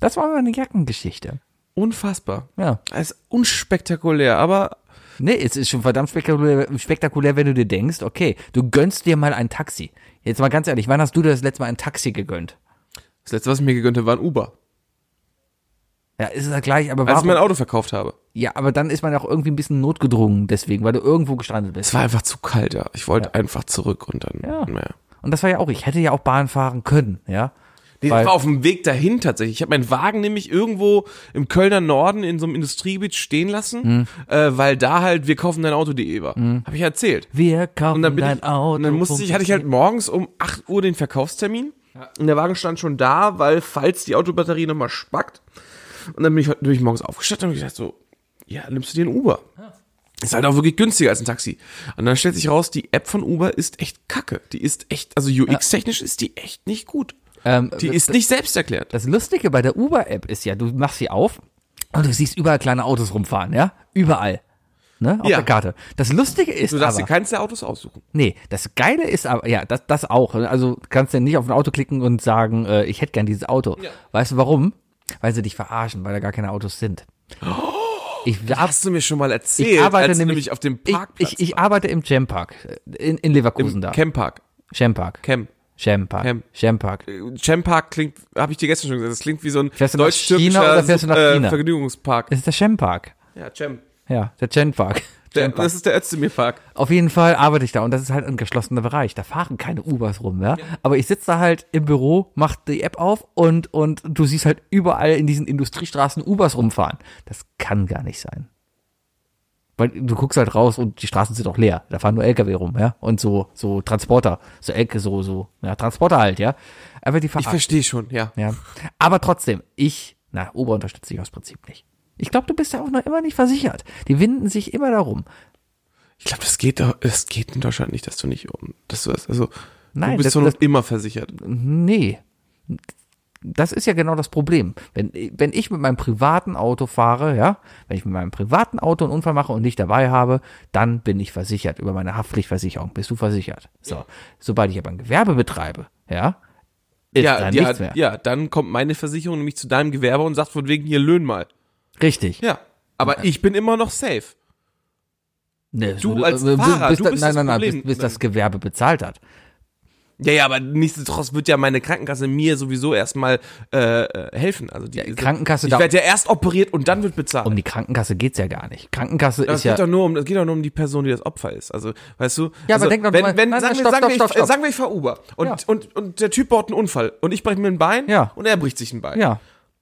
B: Das war meine Jackengeschichte.
A: Unfassbar.
B: Ja.
A: Das ist unspektakulär, aber
B: Nee, es ist schon verdammt spektakulär, spektakulär, wenn du dir denkst, okay, du gönnst dir mal ein Taxi. Jetzt mal ganz ehrlich, wann hast du dir das letzte Mal ein Taxi gegönnt?
A: das letzte, was ich mir gegönnt habe, war ein Uber.
B: Ja, ist es ja gleich, aber
A: Als ich
B: warum?
A: mein Auto verkauft habe.
B: ja, aber dann ist man auch irgendwie ein bisschen notgedrungen deswegen, weil du irgendwo gestrandet bist.
A: Es war einfach zu kalt, ja. Ich wollte einfach zurück und dann.
B: Ja.
A: Naja.
B: Und das war ja auch, ich hätte ja auch Bahn fahren können, ja.
A: Nee,
B: Weil-
A: das war auf dem Weg dahin tatsächlich. Ich habe meinen Wagen nämlich irgendwo im Kölner Norden in so einem Industriegebiet stehen lassen, äh, weil da halt wir kaufen dein Auto.de war. Hab ich erzählt.
B: Wir kaufen
A: Und dann bin
B: dein
A: ich,
B: Auto.
A: und dann musste ich, hatte ich halt morgens um 8 Uhr den Verkaufstermin. Und der Wagen stand schon da, weil falls die Autobatterie nochmal spackt. Und dann bin ich, heute- bin ich morgens aufgestanden und hab gesagt so, ja, nimmst du dir einen Uber. Ist halt auch wirklich günstiger als ein Taxi. Und dann stellt sich raus, die App von Uber ist echt kacke. Die ist echt, also UX-technisch ist die echt nicht gut.
B: Ähm,
A: Die ist nicht selbsterklärend.
B: das Lustige bei der Uber-App ist ja, du machst sie auf und du siehst überall kleine Autos rumfahren, ja? Überall. Ne? Auf
A: Ja.
B: der Karte. Das Lustige ist
A: Du darfst dir
B: aber,
A: keins der Autos aussuchen.
B: nee, das Geile ist aber, ja, das, das auch. ne? Also kannst ja nicht auf ein Auto klicken und sagen, äh, ich hätte gern dieses Auto. Weißt du warum? Weil sie dich verarschen, weil da gar keine Autos sind.
A: Oh,
B: Ich darf
A: Hast du mir schon mal erzählt,
B: ich arbeite
A: als du
B: nämlich,
A: nämlich auf dem
B: ich-
A: Parkplatz
B: Ich, ich, arbeite im Gempark in, in Leverkusen da.
A: Camppark.
B: Gempark.
A: Camp.
B: Gempark.
A: Chem.
B: Gempark.
A: Champark klingt, habe ich dir gestern schon gesagt, das klingt wie so ein
B: Fährst du nach China oder fährst du nach
A: äh,
B: China?
A: Vergnügungspark.
B: Das ist der Gempark.
A: Ja, Cem.
B: Ja, der Gempark.
A: Der, das ist der Özdemir-Park.
B: Auf jeden Fall arbeite ich da und das ist halt ein geschlossener Bereich. Da fahren keine Ubers rum, ja. Aber ich sitze da halt im Büro, mach die App auf und, und du siehst halt überall in diesen Industriestraßen Ubers rumfahren. Das kann gar nicht sein. Weil du guckst halt raus und die Straßen sind auch leer. Da fahren nur LKW rum, ja. Und so, so Transporter. So LKW, so, so, ja, Transporter halt, ja. Aber die
A: Ich
B: verarschen.
A: verstehe schon, ja.
B: Ja. Aber trotzdem, ich, na, Uber unterstütze ich aus Prinzip nicht. Ich glaube, du bist ja auch noch immer nicht versichert. Die winden sich immer darum.
A: Ich glaube, das geht doch- das geht in Deutschland nicht, dass du nicht um, dass du das, also
B: Nein,
A: du bist
B: das-
A: doch
B: das-
A: noch immer versichert.
B: Nee. Das ist ja genau das Problem. Wenn, wenn ich mit meinem privaten Auto fahre, ja, wenn ich mit meinem privaten Auto einen Unfall mache und dich dabei habe, dann bin ich versichert. Über meine Haftpflichtversicherung bist du versichert. So. Sobald ich aber ein Gewerbe betreibe, ja, ist
A: Ja,
B: dann
A: ja,
B: nichts mehr.
A: ja, dann kommt meine Versicherung nämlich zu deinem Gewerbe und sagt von wegen hier löhn mal.
B: Richtig.
A: Ja, aber ich bin immer noch safe.
B: Nee, äh,
A: Du als
B: bis-
A: Fahrer,
B: bis,
A: du
B: da-
A: bist
B: nein,
A: das
B: nein, nein, bis,
A: Problem.
B: bis das Gewerbe bezahlt hat.
A: Ja, ja, aber nichtsdestotrotz wird ja meine Krankenkasse mir sowieso erstmal äh, äh, helfen. Also die
B: Krankenkasse
A: Ich
B: da-
A: werde ja erst operiert und dann wird bezahlt.
B: Um die Krankenkasse geht's ja gar nicht. Krankenkasse
A: Das
B: ist ja.
A: geht doch nur um, das geht doch nur um die Person, die das Opfer ist. Also, weißt du?
B: Ja, aber
A: also,
B: denk doch
A: wenn,
B: mal-
A: wenn,
B: nein,
A: sagen,
B: nein,
A: wir,
B: stopp,
A: sagen,
B: stopp,
A: wir,
B: stopp,
A: ich,
B: stopp.
A: sagen wir, ich fahr Uber und,
B: Ja.
A: und, und der Typ baut einen Unfall und ich breche mir ein Bein
B: Ja.
A: und er bricht sich ein Bein.
B: Ja.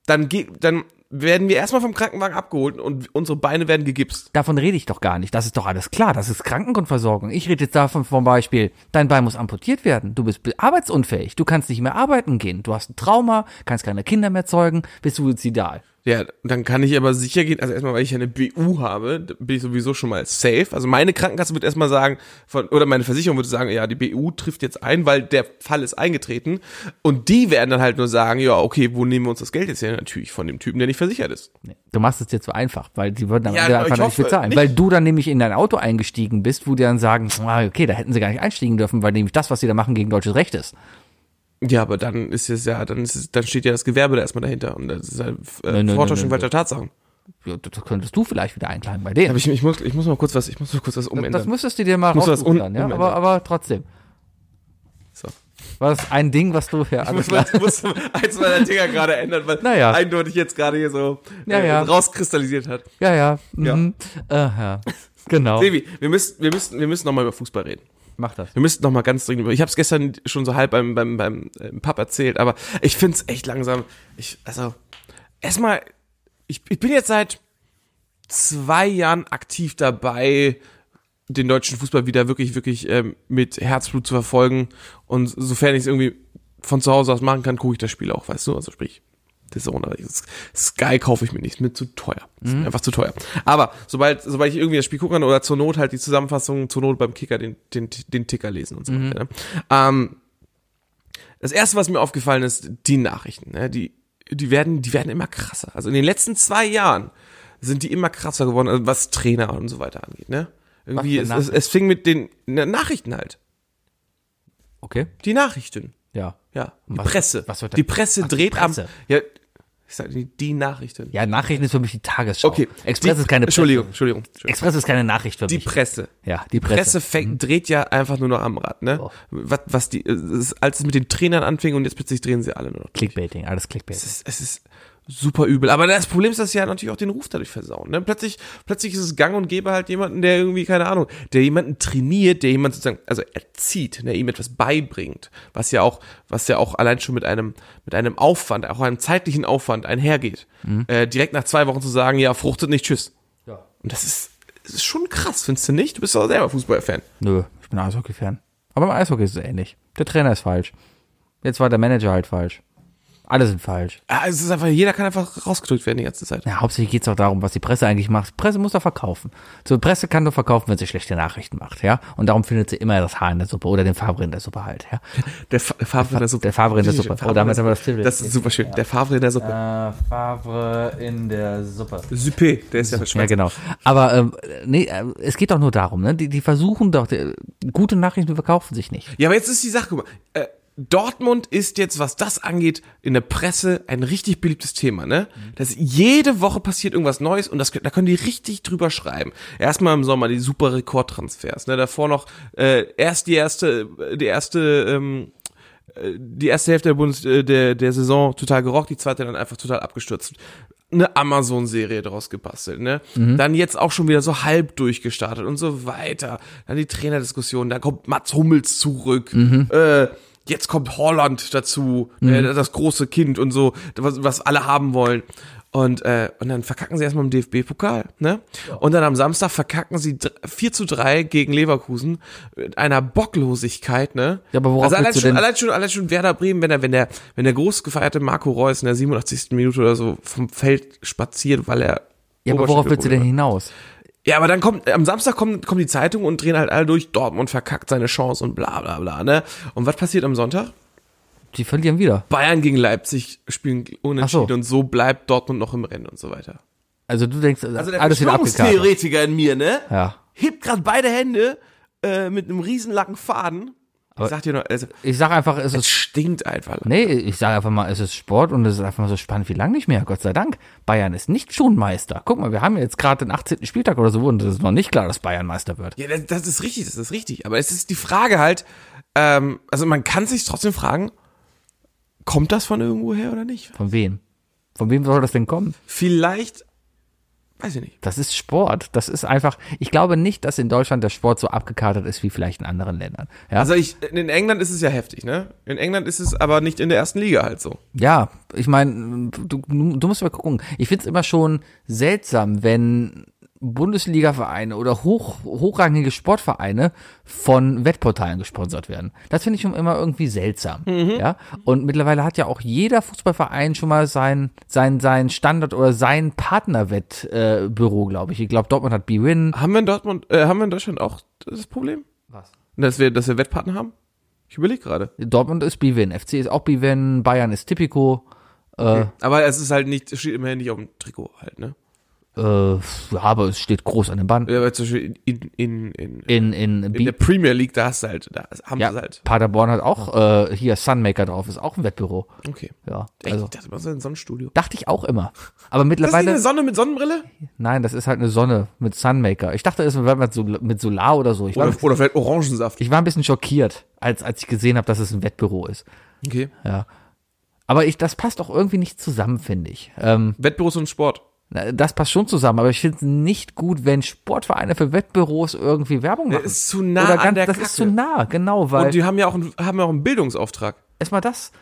A: Dann, ge- dann werden wir erstmal vom Krankenwagen abgeholt und unsere Beine werden gegipst.
B: Davon rede ich doch gar nicht. Das ist doch alles klar. Das ist Krankengrundversorgung. Ich rede jetzt davon vom Beispiel, dein Bein muss amputiert werden. Du bist be- arbeitsunfähig. Du kannst nicht mehr arbeiten gehen. Du hast ein Trauma, kannst keine Kinder mehr zeugen, bist suizidal.
A: Ja, dann kann ich aber sicher gehen, also erstmal, weil ich ja eine BU habe, bin ich sowieso schon mal safe. Also meine Krankenkasse wird erstmal sagen, von, oder meine Versicherung würde sagen, ja, die BU trifft jetzt ein, weil der Fall ist eingetreten. Und die werden dann halt nur sagen, ja, okay, wo nehmen wir uns das Geld jetzt her? Natürlich von dem Typen, der nicht versichert ist.
B: Nee. Du machst es dir zu einfach, weil die würden am
A: Ja,
B: Ende
A: ich
B: einfach nicht
A: hoffe
B: bezahlen.
A: nicht.
B: Weil du dann nämlich in dein Auto eingestiegen bist, wo die dann sagen, ah, okay, da hätten sie gar nicht einstiegen dürfen, weil nämlich das, was sie da machen, gegen deutsches Recht ist.
A: Ja, aber dann ist es ja, dann ist es, dann steht ja das Gewerbe da erstmal dahinter und das ist halt
B: Nö,
A: äh,
B: nö,
A: Vortäuschung
B: nö, nö,
A: weiter Tatsachen.
B: Ja, das könntest du vielleicht wieder einklagen bei denen.
A: Aber ich, ich muss, ich muss mal kurz was, ich muss mal kurz was umändern.
B: das müsstest du dir mal
A: muss das
B: raussuchen,
A: un-
B: dann, ja?
A: umändern.
B: aber, aber trotzdem.
A: <laughs> so.
B: War das ein Ding, was du ja
A: Ich
B: alles klar.
A: muss, muss eins meiner Dinger gerade ändern, weil
B: Naja.
A: eindeutig jetzt gerade hier so äh,
B: Ja, ja.
A: rauskristallisiert hat.
B: Ja, ja. Mhm. Aha. Genau.
A: Sebi, wir müssen, wir müssen, wir müssen nochmal über Fußball reden.
B: Mach das.
A: Wir müssen nochmal ganz dringend über. Ich habe es gestern schon so halb beim, beim, beim äh, Pub erzählt, aber ich find's echt langsam. Ich, also, erstmal, ich, ich bin jetzt seit zwei Jahren aktiv dabei, den deutschen Fußball wieder wirklich, wirklich ähm, mit Herzblut zu verfolgen. Und sofern ich es irgendwie von zu Hause aus machen kann, gucke ich das Spiel auch, weißt du? Also sprich, das ist ohne Sky kaufe ich mir nicht, ist mir zu teuer. Ist
B: Mhm.
A: mir einfach zu teuer. Aber sobald, sobald ich irgendwie das Spiel gucken kann oder zur Not halt die Zusammenfassung, zur Not beim Kicker den, den, den Ticker lesen und so
B: Mhm.
A: weiter. Ne? Ähm, das erste, was mir aufgefallen ist, die Nachrichten. Ne? Die, die, werden, die werden immer krasser. Also in den letzten zwei Jahren sind die immer krasser geworden, also was Trainer und so weiter angeht. Ne? Irgendwie,
B: Was
A: es,
B: für
A: es, es fing mit den na, Nachrichten halt.
B: Okay.
A: Die Nachrichten.
B: Ja.
A: Ja. Die
B: Was-
A: Presse.
B: was wird da-
A: die Presse
B: Ach, die
A: dreht
B: Presse.
A: am. Ja, ich sag die, die Nachrichten.
B: Ja, Nachrichten ist für mich die Tagesschau.
A: Okay.
B: Express
A: die,
B: ist keine Presse.
A: Entschuldigung, Entschuldigung. Entschuldigung.
B: Express ist keine Nachricht für
A: Die
B: mich.
A: Presse.
B: Ja, die Presse. Mhm.
A: Presse fängt, dreht ja einfach nur noch am Rad, ne?
B: Oh.
A: Was, was die, es ist- als es mit den Trainern anfing und jetzt plötzlich drehen sie alle nur noch.
B: Clickbaiting, alles Clickbaiting.
A: Es ist, es ist super übel. Aber das Problem ist, dass sie ja natürlich auch den Ruf dadurch versauen. Ne? Plötzlich, plötzlich ist es gang und gäbe halt jemanden, der irgendwie, keine Ahnung, der jemanden trainiert, der jemand sozusagen, also erzieht, ne, ihm etwas beibringt, was ja auch, was ja auch allein schon mit einem, mit einem Aufwand, auch einem zeitlichen Aufwand einhergeht. Äh, direkt nach zwei Wochen zu sagen, ja, fruchtet nicht, tschüss.
B: Ja.
A: Und das ist, das ist schon krass, findest du nicht? Du bist doch selber Fußballfan.
B: Nö, ich bin Eishockey-Fan. Aber beim Eishockey ist es ähnlich. Der Trainer ist falsch. Jetzt war der Manager halt falsch. Alle sind falsch.
A: Ja, Ah, es ist einfach, jeder kann einfach rausgedrückt werden die ganze Zeit.
B: Ja, hauptsächlich geht's auch darum, was die Presse eigentlich macht. Presse muss doch verkaufen. So, Presse kann nur verkaufen, wenn sie schlechte Nachrichten macht, ja. Und darum findet sie immer das Haar in der Suppe oder den Farbe in der Suppe halt, ja.
A: Der, Fa der Favre in der Suppe.
B: der Favre in der Suppe. Oh, damit haben wir das Titel.
A: Das ist super schön. Der Favre in der Suppe.
B: Äh, Favre in der Suppe.
A: Süppé, der ist ja verschwunden.
B: Ja, genau. Aber ähm, nee, äh, es geht doch nur darum, ne? Die, die versuchen doch, die, gute Nachrichten verkaufen sich nicht.
A: Ja, aber jetzt ist die Sache, guck mal, äh, Dortmund ist jetzt, was das angeht, in der Presse ein richtig beliebtes Thema, ne?
B: Mhm.
A: Dass jede Woche passiert irgendwas Neues und das, da können die richtig drüber schreiben. Erstmal im Sommer die super Rekordtransfers, ne? Davor noch äh, erst die erste, die erste, ähm, äh, die erste Hälfte der Bundes äh, der, der Saison total gerockt, die zweite dann einfach total abgestürzt. Eine Amazon-Serie draus gebastelt, ne?
B: Mhm.
A: Dann jetzt auch schon wieder so halb
B: Mhm.
A: durchgestartet und so weiter. Dann die Trainerdiskussion, dann kommt Mats Hummels zurück. Äh, jetzt kommt Holland dazu, äh, das große Kind und so, was, was alle haben wollen. Und, äh, und dann verkacken sie erstmal im DFB-Pokal, ne? Und dann am Samstag verkacken sie dr- 4 zu 3 gegen Leverkusen mit einer Bocklosigkeit, ne?
B: Ja, aber worauf
A: also allein
B: willst du
A: schon,
B: denn-
A: allein schon, allein schon Werder Bremen, wenn der, wenn der, wenn der großgefeierte Marco Reus in der 87. Minute oder so vom Feld spaziert, weil er
B: Ja, aber worauf willst du denn
A: hin?
B: hinaus?
A: Ja, aber dann kommt, am Samstag kommen, kommen die Zeitungen und drehen halt alle durch, Dortmund verkackt seine Chance und bla bla bla, ne? Und was passiert am Sonntag?
B: Die verlieren wieder.
A: Bayern gegen Leipzig spielen unentschieden
B: Ach so.
A: und so bleibt Dortmund noch im Rennen und so weiter.
B: Also du denkst, alles wieder abgekartet.
A: Verschwörungstheoretiker in mir, ne?
B: Ja.
A: Hebt gerade beide Hände äh, mit einem riesen langen Faden. ich sag dir noch, also,
B: Ich sag einfach, es
A: es
B: ist
A: stinkt einfach.
B: Nee, ich sage einfach mal, es ist Sport und es ist einfach mal so spannend wie lange nicht mehr, Gott sei Dank. Bayern ist nicht schon Meister. Guck mal, wir haben ja jetzt gerade den 18. Spieltag oder so und es ist noch nicht klar, dass Bayern Meister wird.
A: Ja, das, das ist richtig, das ist richtig. Aber es ist die Frage halt, ähm, also man kann sich trotzdem fragen, kommt das von irgendwo her oder nicht?
B: Von wem? Von wem soll das denn kommen?
A: Vielleicht, weiß ich nicht.
B: Das ist Sport. Das ist einfach, ich glaube nicht, dass in Deutschland der Sport so abgekartet ist wie vielleicht in anderen Ländern. Ja,
A: Also ich, in England ist es ja heftig, ne? In England ist es aber nicht in der ersten Liga halt so.
B: ja ich meine, du, du musst mal gucken. Ich find's immer schon seltsam, wenn Bundesliga-Vereine oder hoch, hochrangige Sportvereine von Wettportalen gesponsert werden. Das finde ich schon immer irgendwie seltsam. Ja? Und mittlerweile hat ja auch jeder Fußballverein schon mal sein, sein, sein Standard oder sein Partnerwettbüro, äh, Büro, glaube ich. Ich glaube, Dortmund hat B-Win.
A: Haben wir in Dortmund, äh, haben wir in Deutschland auch das Problem?
B: Was?
A: Dass wir, dass wir Wettpartner haben? Ich überlege gerade.
B: Dortmund ist B-Win, FC ist auch B-Win, Bayern ist Tipico.
A: Aber es ist halt nicht, es steht immerhin nicht auf dem Trikot halt, ne?
B: Äh, ja, aber es steht groß an dem Band.
A: Ja, aber zum Beispiel in, in, in, in,
B: In, in,
A: Äh, in der
B: B
A: Premier League, da hast du halt, da haben
B: ja,
A: sie halt.
B: Paderborn hat auch äh, hier Sunmaker drauf, ist auch ein Wettbüro.
A: Okay.
B: Ja,
A: Echt?
B: also
A: Ich dachte immer so ein Sonnenstudio.
B: dachte ich auch immer. Aber
A: Das ist nicht eine
B: mittlerweile,
A: Sonne mit Sonnenbrille?
B: nein, das ist halt eine Sonne mit Sunmaker. Ich dachte, es wäre mit Sol- mit Solar oder so. Ich war,
A: Oder, oder vielleicht Orangensaft.
B: ich war ein bisschen schockiert, als als ich gesehen habe, dass es ein Wettbüro ist.
A: Okay.
B: Aber ich, das passt auch irgendwie nicht zusammen, finde ich. Ähm,
A: Wettbüros und Sport.
B: Na, Das passt schon zusammen, aber ich finde es nicht gut, wenn Sportvereine für Wettbüros irgendwie Werbung machen.
A: ist zu nah an der
B: Das
A: Kacke.
B: ist zu nah, genau, weil
A: Und die haben ja auch einen, haben ja auch einen Bildungsauftrag.
B: erstmal das.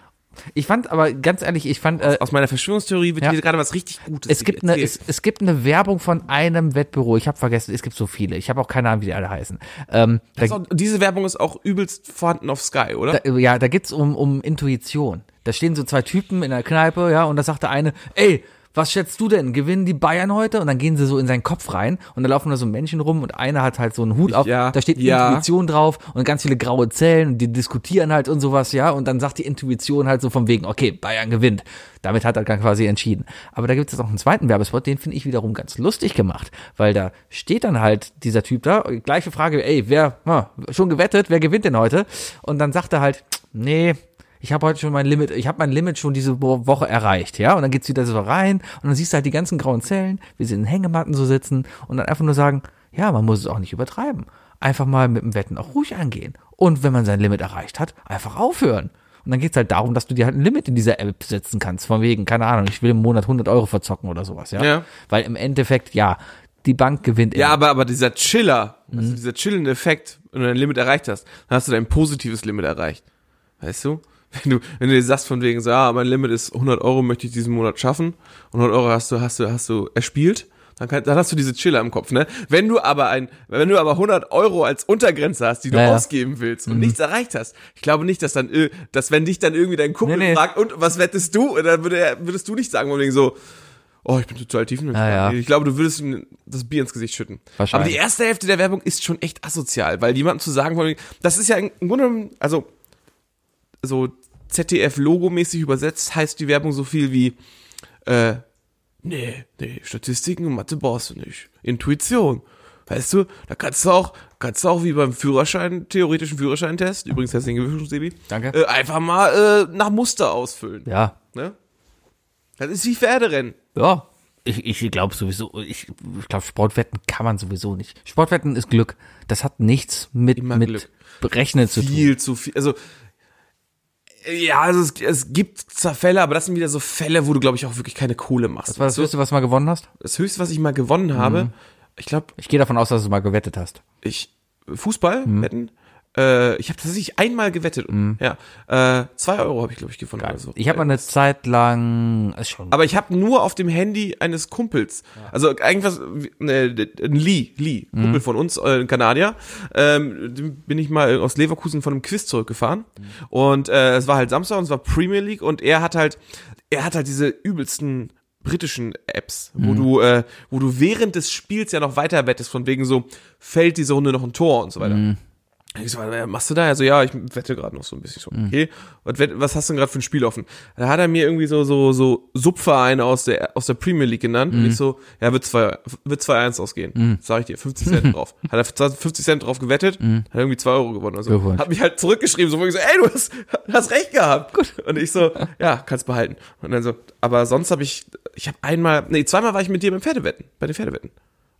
B: Ich fand aber ganz ehrlich, ich fand äh,
A: Aus meiner Verschwörungstheorie wird
B: Ja.
A: hier gerade was richtig Gutes.
B: es gibt eine es, es gibt eine Werbung von einem Wettbüro. Ich habe vergessen, es gibt so viele. Ich habe auch keine Ahnung, wie die alle heißen. Ähm, da,
A: Ist auch, diese Werbung ist auch übelst vorhanden auf Sky, oder?
B: da, ja, da geht's um um Intuition. Da stehen so zwei Typen in der Kneipe, ja, und da sagt der eine, ey was schätzt du denn? Gewinnen die Bayern heute? Und dann gehen sie so in seinen Kopf rein und da laufen da so Menschen rum und einer hat halt so einen Hut auf,
A: Ja,
B: da steht
A: ja.
B: Intuition. Intuition drauf und ganz viele graue Zellen und die diskutieren halt und sowas, ja, und dann sagt die Intuition halt so von wegen, okay, Bayern gewinnt. Damit hat er dann quasi entschieden. Aber da gibt es jetzt auch einen zweiten Werbespot, den finde ich wiederum ganz lustig gemacht, weil da steht dann halt dieser Typ da, gleiche Frage, ey, wer, ha, schon gewettet, wer gewinnt denn heute? Und dann sagt er halt, nee, ich habe heute schon mein Limit, ich habe mein Limit schon diese Wo- Woche erreicht, ja. Und dann geht's wieder so rein und dann siehst du halt die ganzen grauen Zellen, wie sie in Hängematten so sitzen und dann einfach nur sagen, ja, man muss es auch nicht übertreiben. Einfach mal mit dem Wetten auch ruhig angehen. Und wenn man sein Limit erreicht hat, einfach aufhören. Und dann geht's halt darum, dass du dir halt ein Limit in dieser App setzen kannst. Von wegen, keine Ahnung, ich will im Monat 100 Euro verzocken oder sowas, ja.
A: Ja.
B: Weil im Endeffekt, ja, die Bank gewinnt
A: Ja,
B: immer.
A: aber, aber dieser Chiller,
B: Hm.
A: also dieser chillende Effekt, wenn du dein Limit erreicht hast, dann hast du dein positives Limit erreicht. Weißt du? Wenn du, wenn du dir sagst von wegen so, ah, mein Limit ist 100 Euro, möchte ich diesen Monat schaffen, und 100 Euro hast du, hast du, hast du erspielt, dann, kann, dann hast du diese Chiller im Kopf, ne? Wenn du aber ein, wenn du aber 100 Euro als Untergrenze hast, die du
B: Ja, Mhm. ja.
A: ausgeben willst und nichts erreicht hast, ich glaube nicht, dass dann, äh, dass wenn dich dann irgendwie dein Kumpel
B: Nee, nee.
A: fragt, und was wettest du, Und dann würde er, würdest du nicht sagen, von wegen so, oh, ich bin total tief.
B: Ah, Ja, ja.
A: Ich glaube, du würdest ihm das Bier ins Gesicht schütten.
B: Wahrscheinlich.
A: Aber die erste Hälfte der Werbung ist schon echt asozial, weil jemandem zu sagen, von wegen- das ist ja im Grunde, genommen, also so ZDF-Logo-mäßig übersetzt, heißt die Werbung so viel wie, äh, nee, nee, Statistiken und Mathe brauchst du nicht. Intuition. Weißt du, da kannst du auch, kannst du auch wie beim Führerschein, theoretischen Führerscheintest, übrigens herzlichen Glückwunsch, Sebi.
B: Danke.
A: Äh, einfach mal äh, nach Muster ausfüllen.
B: Ja.
A: Ne? Das ist wie Pferderennen.
B: Ja. Ich, ich glaube sowieso, ich, ich glaube, Sportwetten kann man sowieso nicht. Sportwetten ist Glück. Das hat nichts mit,
A: Immer
B: mit
A: Glück.
B: Berechnen zu tun.
A: viel zu viel. Also, ja, also es, es gibt zwar Fälle, aber das sind wieder so Fälle, wo du, glaube ich, auch wirklich keine Kohle machst.
B: Was war das Mhm. Höchste, was du mal gewonnen hast?
A: Das höchste, was ich mal gewonnen habe, ich glaube,
B: Ich gehe davon aus, dass du mal gewettet hast.
A: ich Fußball wetten, Äh, ich habe tatsächlich einmal gewettet. Ja, äh, zwei Euro habe ich, glaube ich, gefunden. Oder so.
B: Mhm. Ich habe mal eine Zeit lang, ist schon,
A: Äh, Aber ich habe nur auf dem Handy eines Kumpels, also irgendwas, äh, ein Lee, Lee, Kumpel von uns, äh, ein Kanadier, ähm, dem bin ich mal aus Leverkusen von einem Quiz zurückgefahren und äh, es war halt Samstag und es war Premier League und er hat halt, er hat halt diese übelsten britischen Apps, wo du, äh, wo du während des Spiels ja noch weiter wettest, von wegen so, fällt diese Runde noch ein Tor und so weiter. Ich so, "Was machst du da? Also ja, ich wette gerade noch so ein bisschen. Ich So,
B: Mhm.
A: okay, was, wett- was hast du denn gerade für ein Spiel offen? Da hat er mir irgendwie so so so Subvereine aus der aus der Premier League genannt
B: Mhm.
A: und ich so, ja, wird 2 wird 2-1 ausgehen. Sag ich dir, 50
B: <laughs>
A: Cent drauf. Hat er 50 Cent drauf gewettet, hat irgendwie 2 Euro gewonnen oder so.
B: Mhm. Glückwunsch.
A: Hat mich halt zurückgeschrieben, so wo ich so, ey, du hast, hast recht gehabt. Gut. Und ich so, ja, kannst behalten. Und dann so, aber sonst habe ich ich habe einmal, nee, zweimal war ich mit dir beim Pferdewetten, bei den Pferdewetten.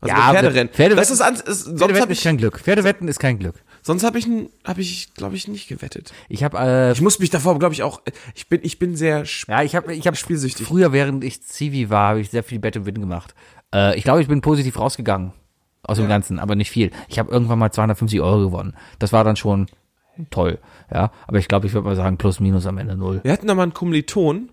A: Also
B: Ja,
A: beim Pferderennen.
B: Pferdewetten-
A: das ist an, ist, sonst
B: Pferdewetten
A: habe
B: ist
A: ich
B: kein Glück. Pferdewetten ist kein Glück.
A: Sonst habe ich, n- hab ich glaube ich, nicht gewettet.
B: Ich habe, äh,
A: Ich muss mich davor, glaube ich, auch. Ich bin, ich bin sehr. sp-
B: ja, ich habe, ich habe
A: Spielsüchtig.
B: Früher, während ich Zivi war, habe ich sehr viel Bet and Win gemacht. Äh, ich glaube, ich bin positiv rausgegangen aus dem Ganzen, aber nicht viel. Ich habe irgendwann mal 250 Euro gewonnen. Das war dann schon toll, ja. Aber ich glaube, ich würde mal sagen plus minus am Ende null.
A: Wir hatten da mal einen Kommiliton.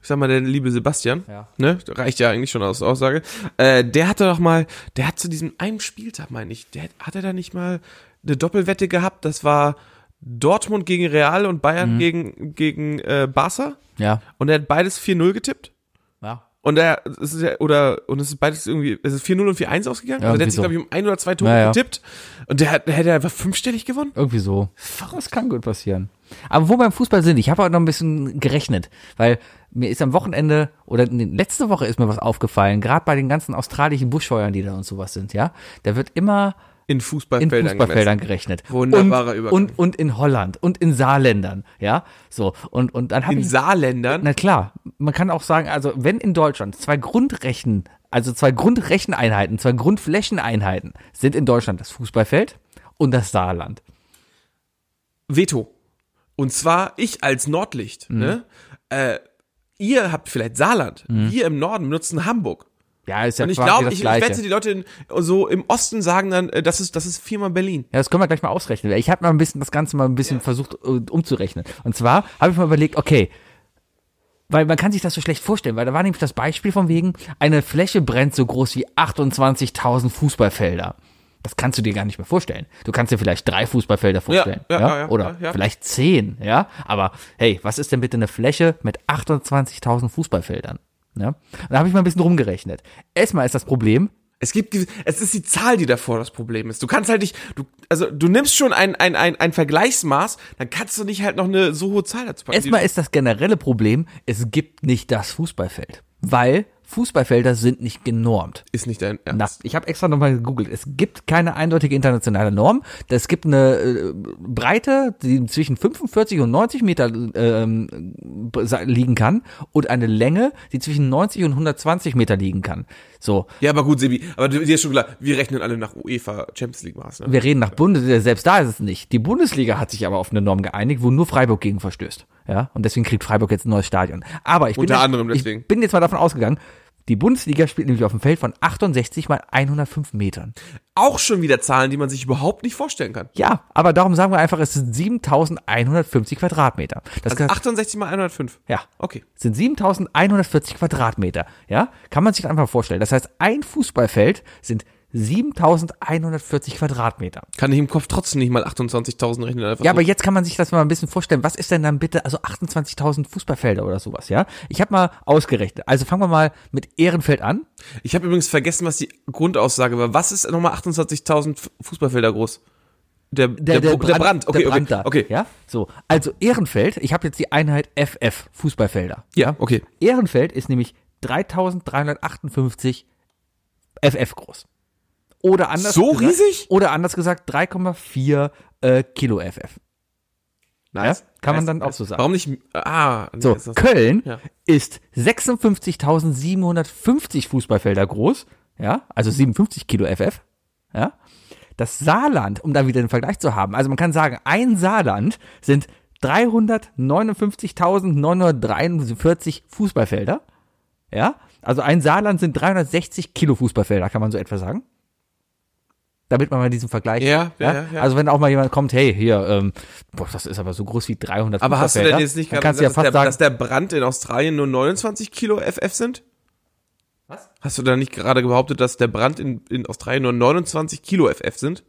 A: Ich sag mal, der liebe Sebastian.
B: Ja.
A: Ne? Reicht ja eigentlich schon aus Aussage. Äh, der hatte doch mal. Der hat zu diesem einen Spieltag, meine ich. Der, hat er da nicht mal eine Doppelwette gehabt? Das war Dortmund gegen Real und
B: Mhm.
A: Bayern gegen, gegen äh, Barca.
B: Ja,
A: Und er hat beides 4-0 getippt.
B: ja.
A: Und er, es ist ja, oder, und es ist beides irgendwie, es ist 4-0 und 4-1 ausgegangen.
B: Ja,
A: also der hat
B: irgendwie
A: sich,
B: so.
A: glaube ich, um ein oder zwei Tore
B: Ja, ja.
A: getippt. Und der hat, der hätte einfach fünfstellig gewonnen.
B: Irgendwie so. Das kann gut passieren. Aber wo wir beim Fußball sind, ich habe heute noch ein bisschen gerechnet, weil mir ist am Wochenende oder nee, letzte Woche ist mir was aufgefallen, gerade bei den ganzen australischen Buschfeuern, die da und sowas sind, ja. Da wird immer
A: In
B: in
A: Fußballfeldern.
B: Fußballfeldern gerechnet.
A: Wunderbarer
B: und,
A: Übergang.
B: und, und in Holland und in Saarländern, ja. So. Und, und dann habe
A: In
B: ich.
A: Saarländern.
B: Na klar, man kann auch sagen, also wenn in Deutschland zwei Grundrechen, also zwei Grundrecheneinheiten, zwei Grundflächeneinheiten sind in Deutschland das Fußballfeld und das Saarland.
A: Veto. Und zwar ich als Nordlicht,
B: Mhm.
A: ne? Äh, ihr habt vielleicht Saarland. Wir im Norden benutzen Hamburg.
B: Ja, ist ja
A: Und ich
B: Mhm. quasi
A: glaube,
B: das
A: ich, ich
B: Gleiche.
A: wette, die Leute in, so im Osten sagen dann, äh, das ist, das ist viermal Berlin.
B: Ja, das können wir gleich mal ausrechnen. Ich habe mal ein bisschen das Ganze mal ein bisschen versucht äh, umzurechnen. Und zwar habe ich mal überlegt, okay, weil man kann sich das so schlecht vorstellen, weil da war nämlich das Beispiel von wegen, eine Fläche brennt so groß wie 28.000 Fußballfelder. Das kannst du dir gar nicht mehr vorstellen. Du kannst dir vielleicht drei Fußballfelder vorstellen.
A: ja,
B: Ja,
A: ja, ja,
B: Oder
A: ja, ja.
B: vielleicht zehn, ja. Aber hey, was ist denn bitte eine Fläche mit 28.000 Fußballfeldern? Ja? Und da habe ich mal ein bisschen rumgerechnet. Erstmal ist das Problem,
A: Es gibt, gew- es ist die Zahl, die davor das Problem ist. Du kannst halt nicht, du, also du nimmst schon ein, ein, ein, ein Vergleichsmaß, dann kannst du nicht halt noch eine so hohe Zahl dazu packen.
B: Erstmal ist das generelle Problem, es gibt nicht das Fußballfeld, weil Fußballfelder sind nicht genormt.
A: ist nicht dein
B: Na,
A: Ernst.
B: ich habe extra nochmal gegoogelt. Es gibt keine eindeutige internationale Norm. Es gibt eine äh, Breite, die zwischen 45 und 90 Meter ähm, sa- liegen kann und eine Länge, die zwischen 90 und 120 Meter liegen kann. So,
A: Ja, aber gut, Sebi, aber du- dir ist schon klar, wir rechnen alle nach UEFA Champions League Maß, ne?
B: wir reden nach Bundesliga, selbst da ist es nicht. Die Bundesliga hat sich aber auf eine Norm geeinigt, wo nur Freiburg gegen verstößt. Ja, und deswegen kriegt Freiburg jetzt ein neues Stadion. Aber ich bin,
A: Unter
B: jetzt,
A: anderem deswegen.
B: ich bin jetzt mal davon ausgegangen, die Bundesliga spielt nämlich auf dem Feld von 68 mal 105 Metern.
A: Auch schon wieder Zahlen, die man sich überhaupt nicht vorstellen kann.
B: Ja, aber darum sagen wir einfach, es sind 7150 Quadratmeter. Das
A: Also
B: heißt,
A: 68 mal 105.
B: ja,
A: Okay.
B: sind 7140 Quadratmeter. Ja, kann man sich einfach vorstellen. Das heißt, ein Fußballfeld sind 7140 Quadratmeter.
A: Kann ich im Kopf trotzdem nicht mal 28.000 rechnen. Einfach
B: Ja,
A: so.
B: aber jetzt kann man sich das mal ein bisschen vorstellen. Was ist denn dann bitte, also 28.000 Fußballfelder oder sowas, ja? Ich habe mal ausgerechnet. Also fangen wir mal mit Ehrenfeld an.
A: Ich habe übrigens vergessen, was die Grundaussage war. Was ist nochmal 28.000 F- Fußballfelder groß? Der, der, Pro- der Brand. Okay,
B: der Brand
A: okay.
B: da,
A: okay.
B: Ja, so. Also Ehrenfeld, ich habe jetzt die Einheit FF, Fußballfelder.
A: ja, okay.
B: Ehrenfeld ist nämlich 3.358 FF groß. Oder anders
A: So
B: gesagt,
A: riesig?
B: Oder anders gesagt 3,4 äh, Kilo FF.
A: Nice.
B: Ja, kann man
A: nice,
B: dann auch
A: nice.
B: so sagen.
A: Warum nicht? Ah, nee,
B: So,
A: ist das-
B: Köln
A: ja.
B: ist 56.750 Fußballfelder groß, ja, also 57 Kilo FF, ja. Das Saarland, um da wieder den Vergleich zu haben, also man kann sagen, ein Saarland sind 359.943 Fußballfelder, ja. Also ein Saarland sind 360 Kilo Fußballfelder, kann man so etwa sagen. damit man mal diesen Vergleich.
A: Ja, ja, ja, ja.
B: Also wenn auch mal jemand kommt, hey, hier, ähm, boah, das ist aber so groß wie 300
A: Aber hast du denn
B: Fußballfelder,
A: jetzt nicht
B: dann
A: gerade
B: kannst
A: gesagt,
B: du ja
A: dass,
B: fast
A: der,
B: sagen,
A: dass der Brand in Australien nur 29 Kilo FF sind?
B: Was?
A: Hast du da nicht gerade behauptet, dass der Brand in, in Australien nur 29 Kilo FF sind?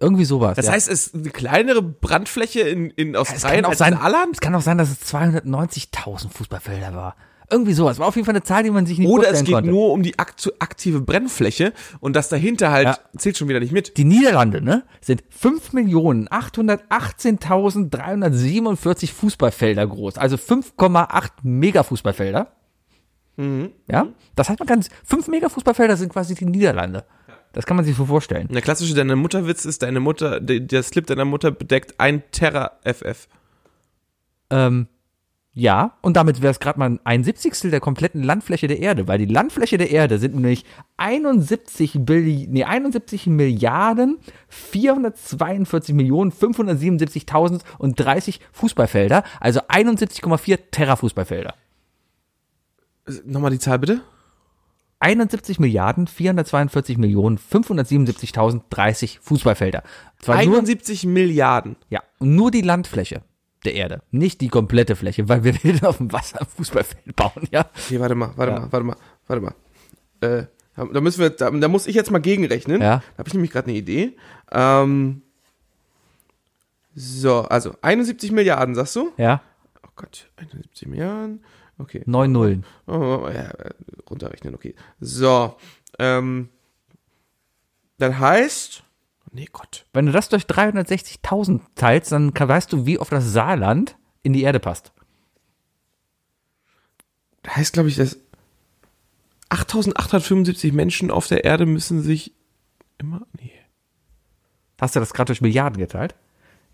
B: irgendwie sowas.
A: Das
B: ja.
A: heißt, es ist eine kleinere Brandfläche in, in
B: es
A: Australien
B: kann, auch
A: als
B: sein,
A: in Alland?
B: es kann auch sein, dass es 290.000 Fußballfelder war. Irgendwie sowas. War auf jeden Fall eine Zahl, die man sich nicht
A: Oder es
B: vorstellen
A: geht
B: konnte.
A: nur um die aktu- aktive Brennfläche und das dahinter halt
B: Ja.
A: zählt schon wieder nicht mit.
B: Die Niederlande ne, sind 5.818.347 Fußballfelder groß, also 5,8 Megafußballfelder.
A: Mhm.
B: Ja, das hat man ganz. Fünf Megafußballfelder sind quasi die Niederlande. Das kann man sich so vorstellen.
A: Der klassische deine Mutterwitz ist, deine Mutter, de- der Slip deiner Mutter bedeckt ein Terra FF.
B: Ähm, ja, und damit wäre es gerade mal ein Siebzigstel der kompletten Landfläche der Erde, weil die Landfläche der Erde sind nämlich 71, Billi nee, 71 Milliarden 442 Millionen 577.000 und 30 Fußballfelder, also 71,4 Terra-Fußballfelder.
A: Nochmal die Zahl bitte.
B: 71 Milliarden 442 Millionen 577.000 30 Fußballfelder. Zwar Also nur,
A: 71 Milliarden.
B: ja, nur die Landfläche der Erde, nicht die komplette Fläche, weil wir <laughs> werden auf dem Wasser ein Fußballfeld bauen, ja.
A: Okay, warte mal, warte mal, warte mal, warte mal. Äh, da- da müssen wir, da, da muss ich jetzt mal gegenrechnen.
B: Ja.
A: Da habe ich nämlich gerade eine Idee. Ähm, so, also 71 Milliarden, sagst du?
B: Ja,
A: Oh Gott, 71 Milliarden. Okay.
B: neun Nullen.
A: Oh, oh, oh, ja, äh, runterrechnen, okay. So, ähm, dann heißt, oh nee Gott,
B: Wenn du das durch 360.000 teilst, dann ka- weißt du, wie oft das Saarland in die Erde passt.
A: da heißt glaube ich, dass 8875 Menschen auf der Erde müssen sich immer, nee.
B: Hast du das gerade durch Milliarden geteilt?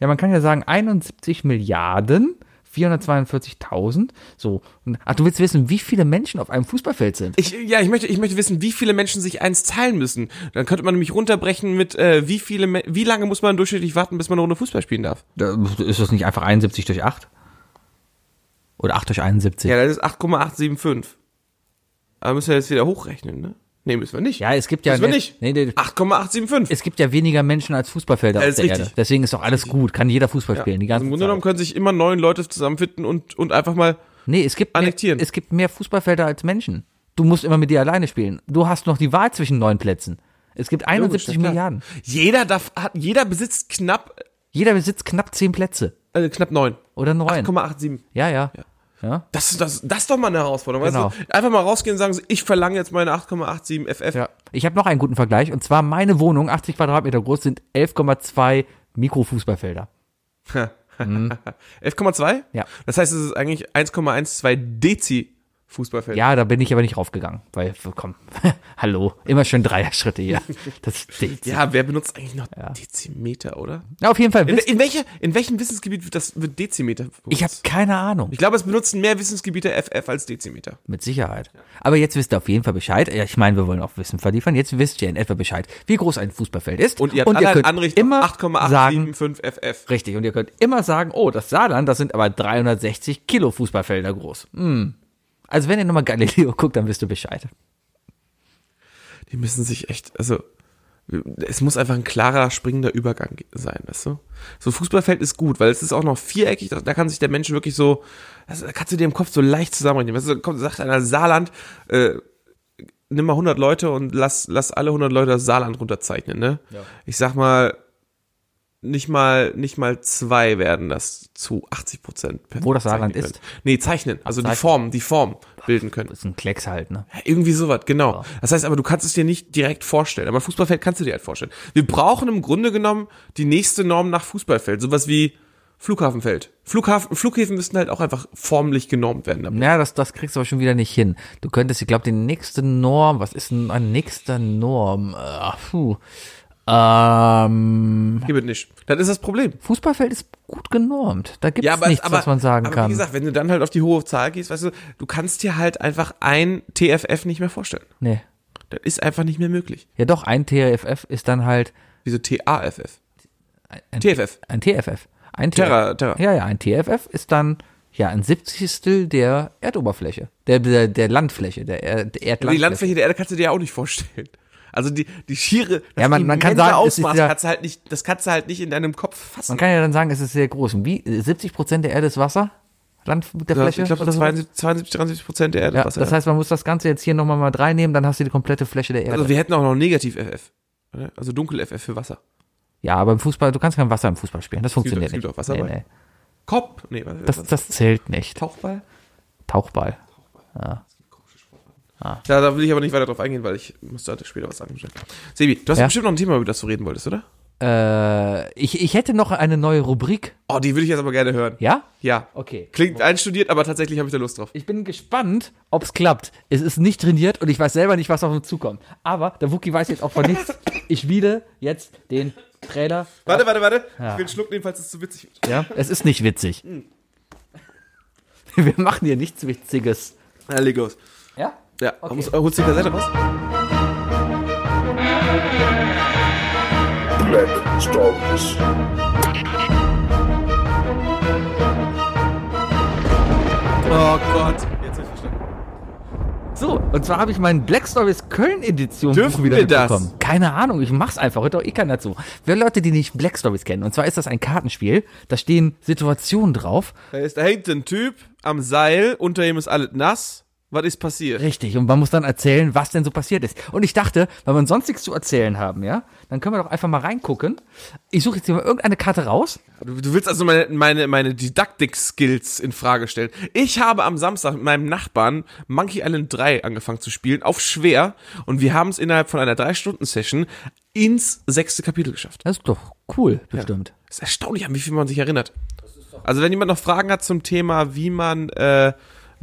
B: Ja, man kann ja sagen 71 Milliarden 442.000. So. Und- Ach, du willst wissen, wie viele Menschen auf einem Fußballfeld sind?
A: Ich, ja, ich möchte, ich möchte wissen, wie viele Menschen sich eins teilen müssen. Dann könnte man nämlich runterbrechen mit, äh, wie viele, Me- wie lange muss man durchschnittlich warten, bis man eine Runde Fußball spielen darf?
B: Da- Ist das nicht einfach 71 durch 8? Oder 8 durch 71?
A: Ja, das ist 8,875. Aber müssen wir jetzt wieder hochrechnen, ne? Nee, müssen wir nicht.
B: Ja, es gibt ja-
A: Müssen wir nicht.
B: Nee, nee.
A: 8,875.
B: Es gibt ja weniger Menschen als Fußballfelder
A: Ja,
B: auf
A: ist
B: der
A: richtig.
B: Erde. Deswegen ist doch alles gut. Kann jeder Fußball
A: Ja.
B: spielen. Die
A: also
B: ganze
A: Im Grunde
B: Zeit.
A: genommen können sich immer neun Leute zusammenfinden und, und einfach mal.
B: Nee, es gibt, mehr,
A: Annektieren.
B: es gibt mehr Fußballfelder als Menschen. Du musst immer mit dir alleine spielen. Du hast noch die Wahl zwischen neun Plätzen. Es gibt 71
A: Logisch, ja, klar.
B: Milliarden.
A: Jeder darf, hat, jeder besitzt knapp,
B: Jeder besitzt knapp zehn Plätze.
A: äh, knapp neun.
B: Oder neun.
A: 8,87.
B: Ja, ja.
A: Das, ist- das, das ist doch mal eine Herausforderung.
B: Genau.
A: Weißt du? Einfach mal rausgehen und sagen, so, ich verlange jetzt meine 8,87 FF.
B: ja. Ich habe noch einen guten Vergleich. Und zwar meine Wohnung, 80 Quadratmeter groß, sind 11,2 Mikrofußballfelder.
A: <laughs> 11,2?
B: Mhm. Ja.
A: Das heißt, es ist eigentlich 1,12 Dezi Fußballfeld.
B: Ja, da bin ich aber nicht raufgegangen. Weil, komm, <laughs> hallo. Immer schön Dreier-Schritte
A: <laughs>
B: hier. Das steht.
A: Ja, wer benutzt eigentlich noch Dezimeter, oder?
B: Na, auf jeden Fall.
A: In,
B: wisst-
A: in, welche, in welchem Wissensgebiet wird, das, wird Dezimeter benutzt?
B: Ich habe keine Ahnung.
A: ich glaube, es benutzen mehr Wissensgebiete FF als Dezimeter.
B: Mit Sicherheit. Aber jetzt wisst ihr auf jeden Fall Bescheid. Ja, ich meine, wir wollen auch Wissen verliefern. Jetzt wisst ihr in etwa Bescheid, wie groß ein Fußballfeld ist.
A: Und ihr habt alle Anrichtung
B: immer sagen,
A: 8,875 FF.
B: richtig. Und ihr könnt immer sagen, oh, das Saarland, das sind aber 360 Kilo Fußballfelder groß. Hm. Also wenn ihr nochmal Galileo guckt, dann wisst ihr Bescheid.
A: Die müssen sich echt, also es muss einfach ein klarer springender Übergang ge- sein, weißt du? So ein Fußballfeld ist gut, weil es ist auch noch viereckig, da, da kann sich der Mensch wirklich so, also, da kannst du dir im Kopf so leicht zusammenrechnen. Weißt du, da kommt, sagt einer Saarland, äh, nimm mal 100 Leute und lass, lass alle 100 Leute das Saarland runterzeichnen, ne? Ich sag mal, nicht mal, nicht mal zwei werden das zu 80 Prozent.
B: Wo das Saarland ist?
A: Nee, zeichnen. Also die
B: zeichnen.
A: Form, die Form bilden können.
B: Das ist ein Klecks halt, ne?
A: Ja, Irgendwie sowas, genau. Das heißt aber, du kannst es dir nicht direkt vorstellen. Aber Fußballfeld kannst du dir halt vorstellen. Wir brauchen im Grunde genommen die nächste Norm nach Fußballfeld. Sowas wie Flughafenfeld. Flughafen, Flughäfen müssten halt auch einfach formlich genormt werden.
B: Ja, das, das kriegst du aber schon wieder nicht hin. Du könntest, ich glaube, die nächste Norm, was ist denn eine nächste Norm? Äh, puh. Ähm,
A: Hier wird nicht. Das ist das Problem.
B: Fußballfeld ist gut genormt. Da gibt es nichts, was man sagen
A: aber
B: kann.
A: wie gesagt, wenn du dann halt auf die hohe Zahl gehst, weißt du, du kannst dir halt einfach ein TFF nicht mehr vorstellen.
B: nee.
A: Das ist einfach nicht mehr möglich.
B: Ja doch, ein TFF ist dann halt
A: Wieso TAFF?
B: ein,
A: TFF.
B: ein TFF. Ein
A: Terra,
B: TFF.
A: Terra.
B: Ja, ja, ein TFF ist dann ja ein Siebzigstel der Erdoberfläche, der, der, der Landfläche, der, er, der
A: Die
B: Erdlandfläche.
A: Landfläche der Erde kannst du dir ja auch nicht vorstellen. Also die, die schiere, das
B: Ja, man- man kann
A: immense
B: sagen, es ist
A: Ausmaß
B: ja-
A: kannst du halt nicht, das kannst du halt nicht in deinem Kopf fassen.
B: Man kann ja dann sagen, es ist sehr groß. Wie 70 Prozent der Erde ist Wasser? Land der
A: Ja,
B: Fläche?
A: Also ich glaube,
B: oder so?
A: 72, 72, 73 Prozent der Erde.
B: ja,
A: was
B: das
A: ja.
B: heißt, man muss das Ganze jetzt hier nochmal mal drei nehmen, dann hast du die komplette Fläche der Erde.
A: also wir hätten auch noch Negativ-FF. oder? Also Dunkel-FF für Wasser.
B: ja, aber im Fußball, du kannst kein Wasser im Fußball spielen. Das
A: gibt-
B: funktioniert
A: es gibt
B: nicht.
A: auch Wasserball. Kopf? Nee, was,
B: Das,
A: was,
B: das zählt nicht.
A: Tauchball?
B: Tauchball.
A: Da, da will ich aber nicht weiter drauf eingehen, weil ich muss da später was sagen. Sebi, du hast
B: Ja?
A: bestimmt noch ein Thema, über das du reden wolltest, oder?
B: Äh, ich, ich hätte noch eine neue Rubrik.
A: Oh, die würde ich jetzt aber gerne hören.
B: Ja?
A: Ja.
B: Okay.
A: Klingt einstudiert, aber tatsächlich habe ich da Lust drauf.
B: Ich bin gespannt, ob es klappt. Es ist nicht trainiert und ich weiß selber nicht, was auf uns zukommt. Aber der Wookie weiß jetzt auch
A: <laughs>
B: von nichts. Ich spiele jetzt den Trailer.
A: Warte, warte, warte. Ich will einen Schluck nehmen, falls es zu witzig wird.
B: Ja, es ist nicht witzig. Wir machen hier nichts Witziges.
A: Na, leg los.
B: Ja?
A: Ja,
B: Okay.
A: muss, holst du die Kassette raus?
D: Black Stories.
A: Oh Gott. Jetzt habe ich verstanden.
B: So, und zwar habe ich meinen Black Stories Köln Edition
A: Dürfen
B: Buch
A: wir das?
B: mitbekommen. Keine Ahnung, ich mach's einfach, hört doch eh keiner zu. Für Leute, die nicht Black Stories kennen, und zwar ist das ein Kartenspiel, da stehen Situationen drauf.
A: Da, ist, da hängt ein Typ am Seil, unter ihm ist alles nass. Was ist passiert?
B: Richtig, und man muss dann erzählen, was denn so passiert ist. Und ich dachte, weil wir uns sonst nichts zu erzählen haben, ja, dann können wir doch einfach mal reingucken. Ich suche jetzt hier mal irgendeine Karte raus.
A: Du, du willst also meine, meine, meine Didaktik-Skills in Frage stellen. Ich habe am Samstag mit meinem Nachbarn Monkey Island 3 angefangen zu spielen, auf schwer. Und wir haben es innerhalb von einer 3-Stunden-Session ins sechste Kapitel geschafft.
B: Das ist doch cool, bestimmt.
A: Es ist erstaunlich, an wie viel man sich erinnert. Also wenn jemand noch Fragen hat zum Thema, wie man, äh,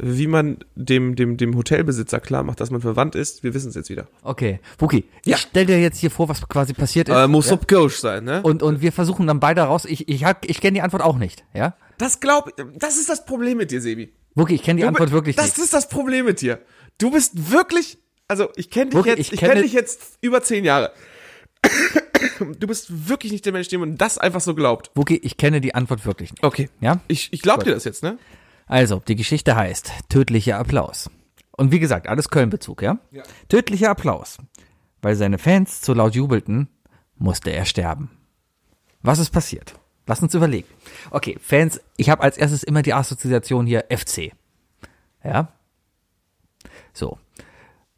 A: wie man dem, dem, dem Hotelbesitzer klar macht, dass man verwandt ist, wir wissen es jetzt wieder.
B: Okay, Buki,
A: Ja.
B: ich stell dir jetzt hier vor, was quasi passiert ist.
A: Äh, muss
B: ja?
A: Subcoach sein, ne?
B: und, und wir versuchen dann beide raus. Ich, ich, hab- ich kenne die Antwort auch nicht, ja?
A: das glaub, das ist das Problem mit dir, Sebi.
B: Buki, ich kenne die
A: Du
B: Antwort
A: bi-
B: wirklich
A: das
B: nicht.
A: ist das Problem mit dir. Du bist wirklich, also ich kenne dich
B: Wirklich,
A: jetzt,
B: ich
A: ich kenne
B: kenne-
A: dich jetzt über zehn Jahre. <coughs> Du bist wirklich nicht der Mensch, dem man das einfach so glaubt.
B: Buki, ich kenne die Antwort wirklich nicht.
A: Okay.
B: Ja?
A: Ich, ich glaub dir das jetzt, ne?
B: Also, die Geschichte heißt Tödlicher Applaus. Und wie gesagt, alles Köln-Bezug, ja? ja? Tödlicher Applaus. Weil seine Fans zu laut jubelten, musste er sterben. Was ist passiert? Lass uns überlegen. Okay, Fans, ich habe als erstes immer die Assoziation hier FC. Ja? So.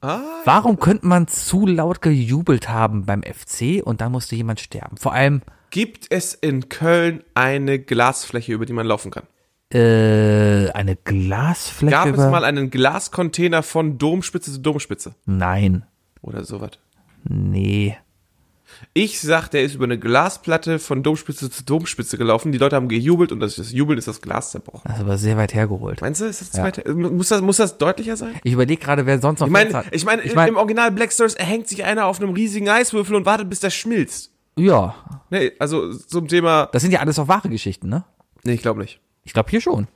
A: Ah.
B: Warum könnte man zu laut gejubelt haben beim FC und dann musste jemand sterben? Vor allem,
A: Gibt es in Köln eine Glasfläche, über die man laufen kann?
B: äh, eine Glasfläche
A: Gab es
B: über...
A: mal einen Glascontainer von Domspitze zu Domspitze?
B: Nein,
A: Oder sowas.
B: nee.
A: Ich sag, der ist über eine Glasplatte von Domspitze zu Domspitze gelaufen. Die Leute haben gejubelt und das, das Jubeln ist das Glas zerbrochen.
B: Das ist aber sehr weit hergeholt.
A: Meinst du, ist das zweite? Muss, das, muss das deutlicher sein?
B: Ich überlege gerade, wer sonst noch
A: Ich
B: Fans
A: meine,
B: hat.
A: ich meine,
B: ich mein,
A: im Original Black Stars hängt sich einer auf einem riesigen Eiswürfel und wartet, bis der schmilzt.
B: ja,
A: Nee, also zum Thema.
B: das sind ja alles auch wahre Geschichten, ne?
A: Nee, ich glaube nicht.
B: Ich glaube hier schon.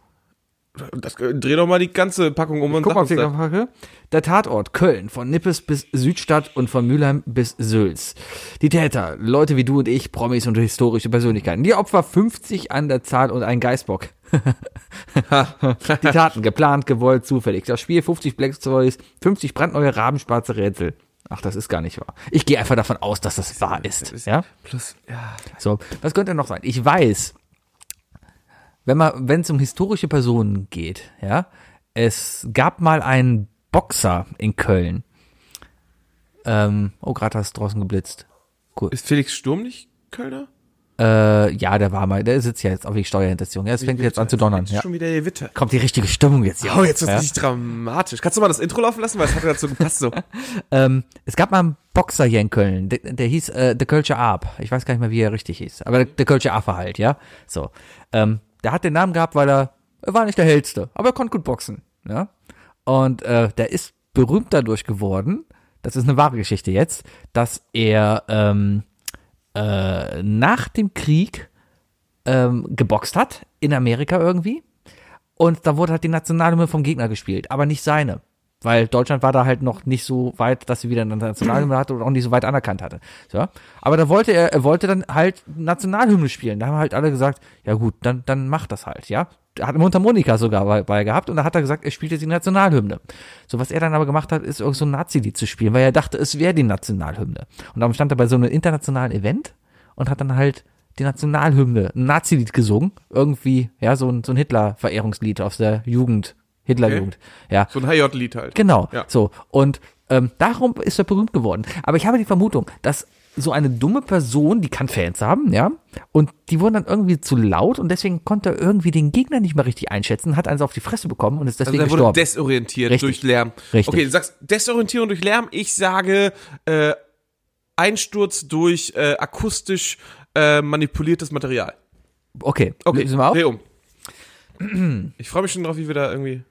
A: Das, äh, dreh doch mal die ganze Packung um und
B: Guck
A: sag
B: mal auf
A: uns
B: die
A: das.
B: Karte. Der Tatort Köln, von Nippes bis Südstadt und von Mülheim bis Sülz. Die Täter, Leute wie du und ich, Promis und historische Persönlichkeiten. Die Opfer 50 an der Zahl und ein Geißbock. <laughs> die Taten geplant, gewollt, zufällig. Das Spiel 50 Black Stories, 50 brandneue rabenschwarze Rätsel. Ach, das ist gar nicht wahr. Ich gehe einfach davon aus, dass das wahr ist. Ja?
A: Plus, ja.
B: So, was könnte noch sein? Ich weiß, wenn man, wenn es um historische Personen geht, ja, es gab mal einen Boxer in Köln. Ähm, oh, gerade hast du draußen geblitzt. Cool.
A: Ist Felix Sturm nicht Kölner?
B: Äh, ja, der war mal, der sitzt ja jetzt auf die Steuerhinterziehung. Ja, es fängt jetzt an zu donnern. Ja.
A: Schon wieder die Witte.
B: Kommt die richtige Stimmung jetzt hier.
A: Oh, jetzt wird's
B: ja?
A: nicht dramatisch. Kannst du mal das Intro laufen lassen, weil es hat ja dazu gepasst so. <laughs>
B: ähm, es gab mal einen Boxer hier in Köln, der, der hieß äh, der Kölsche Ab. Ich weiß gar nicht mehr, wie er richtig hieß, aber der, der Kölsche Affe halt, ja. So, ähm, der hat den Namen gehabt, weil er, er war nicht der hellste, aber er konnte gut boxen, ja. Und äh, der ist berühmt dadurch geworden. Das ist eine wahre Geschichte jetzt, dass er ähm, äh, nach dem Krieg ähm, geboxt hat in Amerika irgendwie. Und da wurde halt die Nationalhymne vom Gegner gespielt, aber nicht seine, Weil Deutschland war da halt noch nicht so weit, dass sie wieder eine Nationalhymne hatte und auch nicht so weit anerkannt hatte. So. Aber da wollte er, er wollte dann halt Nationalhymne spielen. Da haben halt alle gesagt, ja gut, dann, dann macht das halt, ja. Er hat eine Mundharmonika sogar bei, bei gehabt und da hat er gesagt, er spielt jetzt die Nationalhymne. So, was er dann aber gemacht hat, ist irgend so ein Nazi-Lied zu spielen, weil er dachte, es wäre die Nationalhymne. Und darum stand er bei so einem internationalen Event und hat dann halt die Nationalhymne, ein Nazi-Lied gesungen. Irgendwie, ja, so ein, so ein Hitler-Verehrungslied aus der Jugend, Hitlerjugend. Ja.
A: So ein HJ-Lied halt.
B: Genau.
A: Ja.
B: So. Und ähm, darum ist er berühmt geworden. Aber ich habe die Vermutung, dass so eine dumme Person, die kann Fans haben, ja, und die wurden dann irgendwie zu laut und deswegen konnte er irgendwie den Gegner nicht mehr richtig einschätzen, hat eins auf die Fresse bekommen und ist
A: Also
B: deswegen
A: er wurde
B: gestorben.
A: desorientiert
B: Richtig.
A: durch Lärm.
B: Richtig.
A: Okay, du sagst Desorientierung durch Lärm. Ich sage äh, Einsturz durch äh, akustisch äh, manipuliertes Material.
B: okay.
A: Okay,
B: lösen wir auf.
A: dreh um. Ich freue mich schon drauf, wie wir da irgendwie.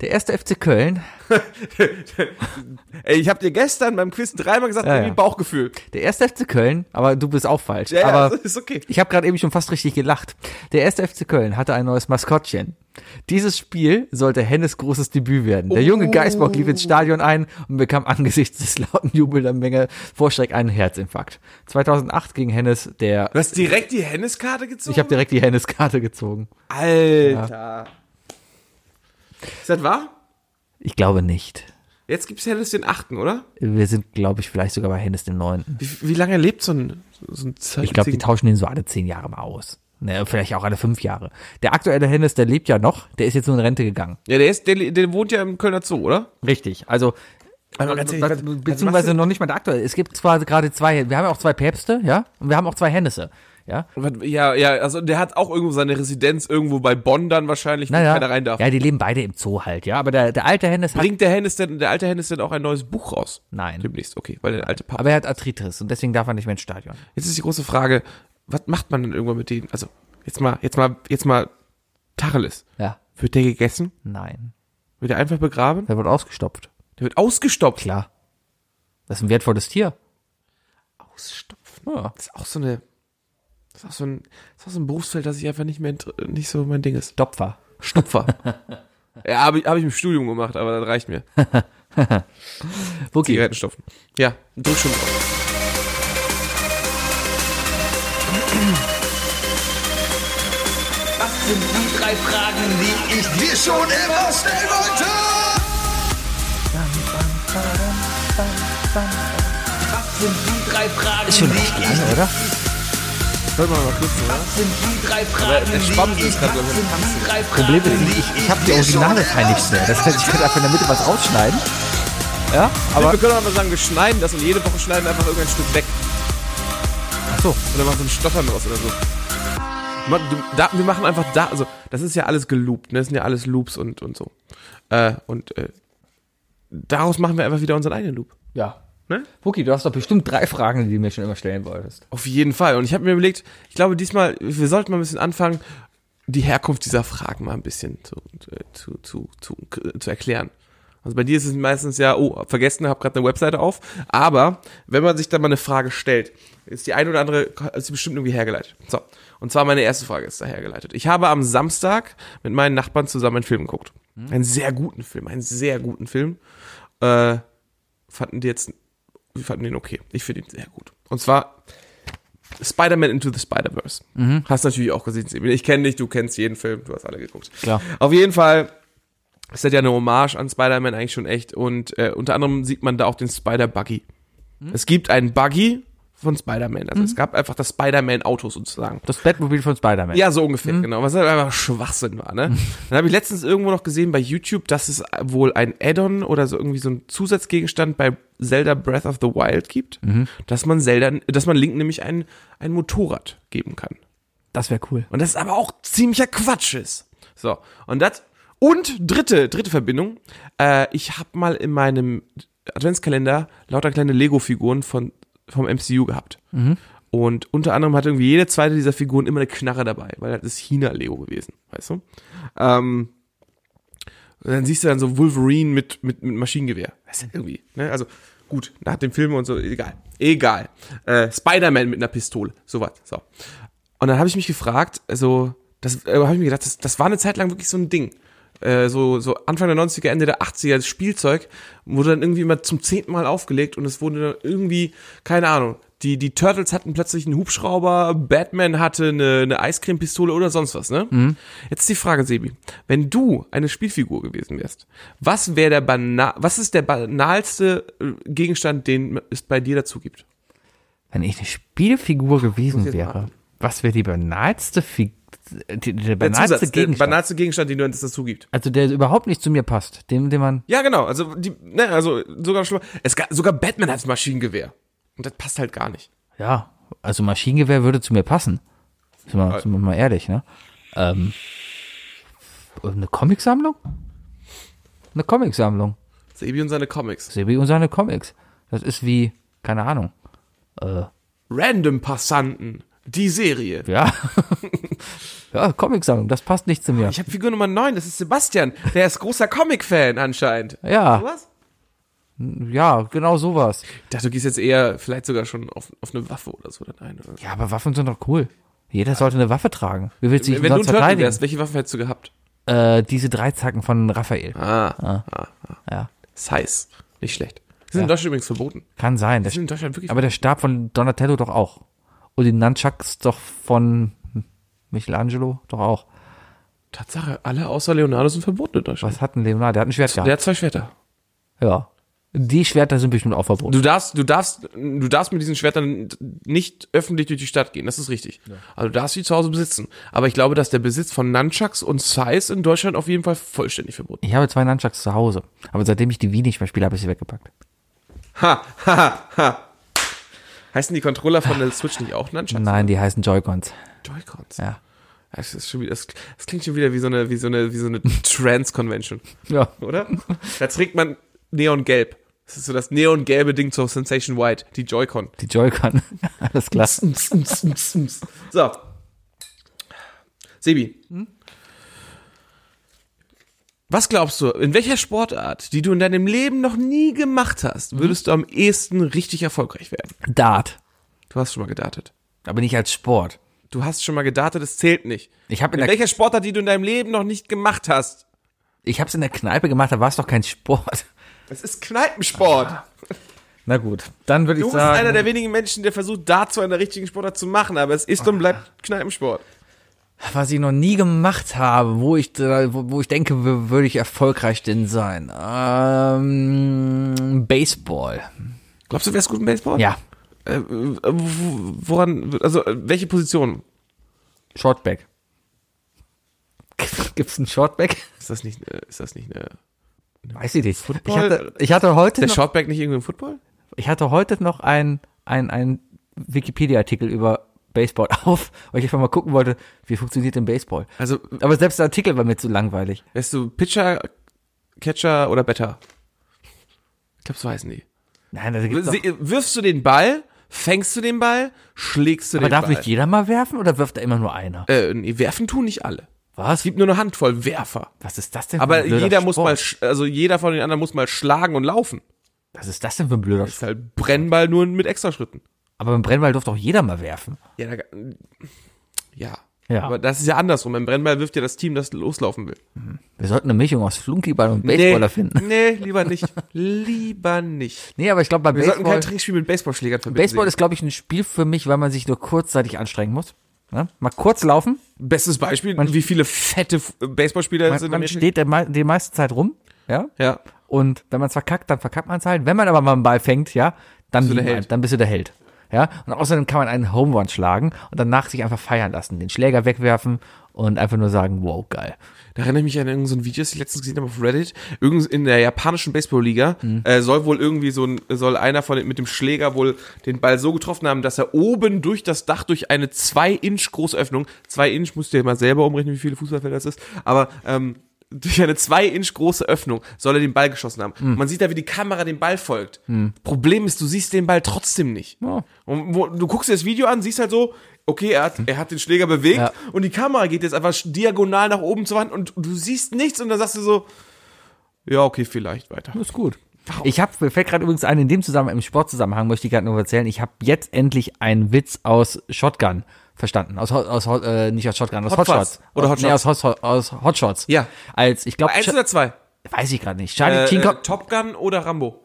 B: Der erste FC Köln,
A: Ey, ich habe dir gestern beim Quiz dreimal gesagt,
B: Ja,
A: irgendwie
B: ja.
A: Bauchgefühl.
B: der erste FC Köln, aber du bist auch falsch.
A: Ja,
B: aber
A: ja, ist okay.
B: Ich habe gerade eben schon fast richtig gelacht. Der erste FC Köln hatte ein neues Maskottchen. Dieses Spiel sollte Hennes großes Debüt werden. Der junge Geißbock lief ins Stadion ein und bekam angesichts des lauten Jubels der Menge vorschreck einen Herzinfarkt. 2008 ging Hennes der...
A: Du hast direkt die Hennis-Karte gezogen?
B: Ich habe direkt die Hennes-Karte gezogen.
A: Alter. Ist das wahr?
B: Ich glaube nicht.
A: Jetzt gibt's Hennis den achten, oder?
B: Wir sind, glaube ich, vielleicht sogar bei Hennes dem Neunten.
A: Wie, wie lange lebt so ein, so ein
B: Ich glaube, die
A: Zeitzing-
B: tauschen den so alle zehn Jahre mal aus. Ne, vielleicht auch alle fünf Jahre. Der aktuelle Hennes, der lebt ja noch. Der ist jetzt nur in Rente gegangen.
A: Ja, der, ist, der, der wohnt ja im Kölner Zoo, oder?
B: Richtig, also
A: Also ganz ehrlich,
B: be-
A: was- was machst
B: beziehungsweise
A: du-
B: noch nicht mal der aktuelle. Es gibt zwar gerade zwei, wir haben ja auch zwei Päpste, ja, und wir haben auch zwei Hennisse, ja.
A: Was- Ja, ja, also der hat auch irgendwo seine Residenz irgendwo bei Bonn dann wahrscheinlich, wo
B: Naja,
A: keiner rein darf.
B: ja, die leben beide im Zoo halt, ja. Aber der, der alte Hennis hat,
A: Bringt der Hennis denn, der alte Hennis denn auch ein neues Buch raus?
B: Nein.
A: Demnächst, okay, weil der alte Papa.
B: aber er hat Arthritis und deswegen darf er nicht mehr ins Stadion.
A: Jetzt ist die große Frage, was macht man denn irgendwann mit denen? Also, jetzt mal, jetzt mal, jetzt mal Tacheles.
B: Ja,
A: Wird der gegessen?
B: nein,
A: Wird der einfach begraben?
B: der wird ausgestopft.
A: Der wird ausgestopft.
B: Klar, das ist ein wertvolles Tier.
A: Ausstopfen.
B: Ja.
A: Das ist auch so eine, das ist auch so ein, das ist auch so ein Berufsfeld, das ich einfach nicht mehr, inter- nicht so mein Ding ist.
B: Stopfer.
A: Stopfer. ja, habe ich, hab ich im Studium gemacht, aber das reicht mir.
B: Wookie,
A: Zigarettenstopfen. Ja, drück schon drauf.
D: Was sind die drei Fragen, die ich dir schon immer stellen wollte? Was sind die drei Fragen, die ich dir
B: gerne, oder?
A: Sollte man mal kurz, oder?
D: sind die drei Fragen,
A: der
D: die
A: er
D: ich
A: Schwamm ist gerade,
D: was
A: glaub ich,
D: sind die drei Fragen,
B: Problem ist, ich, ich habe die Originale nicht mehr. Das heißt, ich könnte einfach in der Mitte was rausschneiden. Ja, aber
A: wir können auch mal sagen, wir schneiden das und jede Woche schneiden wir einfach irgendein Stück weg.
B: ach so,
A: Oder machen so ein Stottern draus oder so. Ma- du- Da, wir machen einfach da, also das ist ja alles geloopt, ne? Das sind ja alles Loops und, und so. Äh, und äh, daraus machen wir einfach wieder unseren eigenen Loop.
B: ja.
A: Ne?
B: Wookie, du hast doch bestimmt drei Fragen, die du mir schon immer stellen wolltest.
A: Auf jeden Fall. Und ich habe mir überlegt, ich glaube diesmal, wir sollten mal ein bisschen anfangen, die Herkunft dieser Fragen mal ein bisschen zu, zu, zu, zu, zu erklären. Also bei dir ist es meistens ja, oh, vergessen, habe gerade eine Webseite auf. Aber wenn man sich dann mal eine Frage stellt, ist die eine oder andere, ist die bestimmt irgendwie hergeleitet. So, und zwar meine erste Frage ist da hergeleitet. Ich habe am Samstag mit meinen Nachbarn zusammen einen Film geguckt. Einen sehr guten Film, einen sehr guten Film. Äh, fanden die jetzt, wir fanden den okay. Ich finde ihn sehr gut. Und zwar Spider-Man Into the Spider-Verse. Hast natürlich auch gesehen. Sebi. Ich kenne dich, du kennst jeden Film, du hast alle geguckt.
B: Klar.
A: Auf jeden Fall ist das ja eine Hommage an Spider-Man eigentlich schon echt. Und äh, unter anderem sieht man da auch den Spider-Buggy. Es gibt einen Buggy von Spider-Man. Also es gab einfach das Spider-Man-Auto sozusagen.
B: Das Batmobil von Spider-Man.
A: Ja, so ungefähr, genau. Was halt einfach Schwachsinn war, ne? Dann habe ich letztens irgendwo noch gesehen bei YouTube, dass es wohl ein Add-on oder so irgendwie so ein Zusatzgegenstand bei Zelda Breath of the Wild gibt, dass man Zelda, dass man Link nämlich ein, ein Motorrad geben kann.
B: Das wäre cool.
A: Und das aber auch ziemlicher Quatsch ist. So, und das. Und dritte, dritte Verbindung. Äh, ich habe mal in meinem Adventskalender lauter kleine Lego-Figuren von, vom MCU gehabt. Und unter anderem hat irgendwie jede zweite dieser Figuren immer eine Knarre dabei, weil das ist China-Lego gewesen, weißt du? Ähm, und dann siehst du dann so Wolverine mit, mit, mit Maschinengewehr. Das ist irgendwie, ne? Also, gut, nach dem Film und so, egal. Egal. Äh, Spider-Man mit einer Pistole, sowas. So. Und dann habe ich mich gefragt, also, das äh, habe ich mir gedacht, das, das war eine Zeit lang wirklich so ein Ding. äh, so, so Anfang der 90er, Ende der 80er, das Spielzeug, wurde dann irgendwie immer zum zehnten Mal aufgelegt und es wurde dann irgendwie, keine Ahnung, die, die Turtles hatten plötzlich einen Hubschrauber, Batman hatte eine, eine Eiscremepistole oder sonst was, ne?
B: Mhm.
A: Jetzt die Frage, Sebi. Wenn du eine Spielfigur gewesen wärst, was wäre der banal, was ist der banalste äh, Gegenstand, den es bei dir dazu gibt?
B: Wenn ich eine Spielfigur gewesen
A: jetzt
B: wäre, was wäre die banalste, Fi die,
A: Der
B: der banalste
A: Zusatz,
B: Gegenstand?
A: Der banalste Gegenstand, den du es dazu gibt.
B: also der überhaupt nicht zu mir passt, dem, den man,
A: Ja, genau. Also, die, ne, also sogar schlimmer. Es gab, sogar Batman hat ein Maschinengewehr. Und das passt halt gar nicht.
B: ja, also Maschinengewehr würde zu mir passen. Sind wir, sind wir mal ehrlich, ne? Ähm, eine Comicsammlung? Eine Comicsammlung.
A: Sebi und seine Comics.
B: Sebi und seine Comics. Das ist wie, keine Ahnung, äh,
A: Random Passanten. Die Serie. <laughs>
B: ja. ja, Comicsammlung, das passt nicht zu mir.
A: Ich habe Figur Nummer 9, das ist Sebastian. Der ist großer Comic-Fan anscheinend.
B: Ja.
A: Was?
B: Ja, genau sowas.
A: Ich dachte, du gehst jetzt eher vielleicht sogar schon auf, auf eine Waffe oder so. Dann ein, oder?
B: Ja, aber Waffen sind doch cool. Jeder sollte eine Waffe tragen. Wie willst du dich
A: Wenn du ein
B: sonst
A: Turtle
B: verteidigen?
A: wärst, welche Waffe hättest du gehabt?
B: Äh, diese Dreizacken von Raphael.
A: Ah.
B: Ah. Ja,
A: Size. ah. Nicht schlecht. Die sind in Deutschland übrigens verboten.
B: kann sein. Der
A: Die sind in Deutschland wirklich
B: aber der Stab von Donatello doch auch. Und die Nunchucks doch von Michelangelo doch auch.
A: Tatsache, alle außer Leonardo sind verboten in Deutschland.
B: Was hat denn Leonardo? Der hat ein Schwert
A: Der
B: gehabt.
A: hat zwei Schwerter.
B: Ja. Die Schwerter sind bestimmt auch verboten.
A: Du darfst, du darfst, du darfst mit diesen Schwertern nicht öffentlich durch die Stadt gehen, das ist richtig. Also du darfst sie zu Hause besitzen. Aber ich glaube, dass der Besitz von Nunchucks und Size in Deutschland auf jeden Fall vollständig verboten
B: Ich habe zwei Nunchucks zu Hause. Aber seitdem ich die Wii nicht mehr spiele, habe ich sie weggepackt.
A: ist. Ha, ha, ha. Heißen die Controller von der Switch nicht auch Nunchucks?
B: Nein, die heißen Joy-Cons.
A: Joy-Cons.
B: Ja.
A: Das, ist schon wieder, das, das klingt schon wieder wie so eine, wie so eine, wie so eine Trans-Convention,
B: Ja.
A: <laughs> oder? Da trägt man Neongelb. Das ist so das neongelbe Ding zur Sensation White, die Joy-Con.
B: Die Joy-Con. <laughs> Alles klar.
A: So. Sebi. Was glaubst du, in welcher Sportart, die du in deinem Leben noch nie gemacht hast, würdest du am ehesten richtig erfolgreich werden?
B: Dart.
A: Du hast schon mal gedartet.
B: Aber nicht als Sport.
A: Du hast schon mal gedartet, es zählt nicht.
B: Ich habe in
A: In
B: der
A: welcher Sportart, die du in deinem Leben noch nicht gemacht hast?
B: Ich hab's in der Kneipe gemacht, da war es doch kein Sport.
A: Es ist Kneipensport.
B: <laughs> Na gut, dann würde
A: Du bist einer der wenigen Menschen, der versucht, Dart zu einer richtigen Sportart zu machen, aber es ist und bleibt Kneipensport.
B: was ich noch nie gemacht habe, wo ich da- wo, wo ich denke, w- würde ich erfolgreich denn sein? Ähm, Baseball.
A: Glaubst du, wärst gut im Baseball?
B: Ja,
A: Äh, w- w- woran, also äh, welche Position?
B: Shortback. <laughs> Gibt's einen Shortback?
A: Ist das nicht, äh, ist das nicht eine,
B: Weiß ich nicht.
A: Football?
B: ich hatte, ich hatte heute
A: der
B: noch,
A: Shortback nicht irgendwie im Football?
B: ich hatte heute noch ein ein ein Wikipedia Artikel über Baseball <laughs> auf, weil ich einfach mal gucken wollte, wie funktioniert denn Baseball?
A: Also äh,
B: Aber selbst der Artikel war mir zu langweilig.
A: wärst du Pitcher, Catcher oder Better? Ich glaube, so heißen die.
B: Nein, da gibt's doch-
A: Se- Wirfst du den Ball, fängst du den Ball, schlägst du
B: Aber
A: den
B: darf
A: Ball?
B: nicht jeder mal werfen oder wirft da immer nur einer?
A: äh, nee, werfen tun nicht alle. Es
B: Was?
A: gibt nur eine Handvoll Werfer.
B: Was ist das denn für
A: Aber
B: ein blöder
A: jeder muss
B: Sport?
A: mal, sch- also jeder von den anderen muss mal schlagen und laufen.
B: Was ist das denn für ein blöder
A: Ist
B: Sport?
A: halt Brennball nur mit Extraschritten.
B: Aber im Brennball durfte auch jeder mal werfen.
A: Ja, da, ja.
B: Ja.
A: Aber das ist ja andersrum. Im Brennball wirft ja das Team, das loslaufen will.
B: Wir sollten eine Mischung aus Flunkyball und
A: <laughs>
B: Baseballer finden.
A: Nee, lieber nicht. lieber nicht.
B: Nee, aber ich glaube, bei
A: Wir sollten kein
B: Baseball,
A: Trinkspiel mit Baseballschlägern verbinden.
B: Baseball ist, glaube ich, ein Spiel für mich, weil man sich nur kurzzeitig anstrengen muss. Ne? Mal kurz laufen,
A: bestes Beispiel, wie viele fette F- Baseballspieler
B: man,
A: sind
B: man
A: Amerika.
B: steht der, mei- die meiste Zeit rum, ja,
A: Ja.
B: und wenn man es verkackt, dann verkackt man es halt. Wenn man aber mal einen Ball fängt, ja, dann,
A: du der
B: liegt man-
A: Held.
B: dann bist du der Held. Ja, und außerdem kann man einen Home Run schlagen und danach sich einfach feiern lassen, den Schläger wegwerfen und einfach nur sagen, wow, geil.
A: Da erinnere ich mich an irgendein so ein Video, das ich letztens gesehen habe auf Reddit. Irgend in der japanischen Baseballliga
B: Mhm.
A: äh, soll wohl irgendwie so ein, soll einer von den- mit dem Schläger wohl den Ball so getroffen haben, dass er oben durch das Dach durch eine 2 Inch große Öffnung, 2 Inch musst du ja mal selber umrechnen, wie viele Fußballfelder das ist, aber ähm, durch eine 2 Inch große Öffnung soll er den Ball geschossen haben.
B: Mhm.
A: Man sieht da, wie die Kamera dem Ball folgt. Problem ist, du siehst den Ball trotzdem nicht.
B: Ja.
A: Und wo, du guckst dir das Video an, siehst halt so, okay, er hat, er hat den Schläger bewegt
B: Ja.
A: und die Kamera geht jetzt einfach sch- diagonal nach oben zur Wand und du siehst nichts und dann sagst du so, ja, okay, vielleicht weiter.
B: Ist gut. Ich habe, mir fällt gerade übrigens ein, in dem Zusammenhang, im Sportzusammenhang möchte ich gerade nur erzählen, ich habe jetzt endlich einen Witz aus Shotgun verstanden. Aus, Hot- aus Hot- äh, nicht aus Shotgun, aus
A: Hot
B: Hotshots.
A: Fuzz oder Hot
B: Nee, aus, Hot, aus Hotshots.
A: Ja.
B: Als ich glaube,
A: Eins oder zwei?
B: weiß ich gerade nicht. Charlie
A: Äh,
B: Sheen
A: äh,
B: kommt,
A: Top Gun oder Rambo?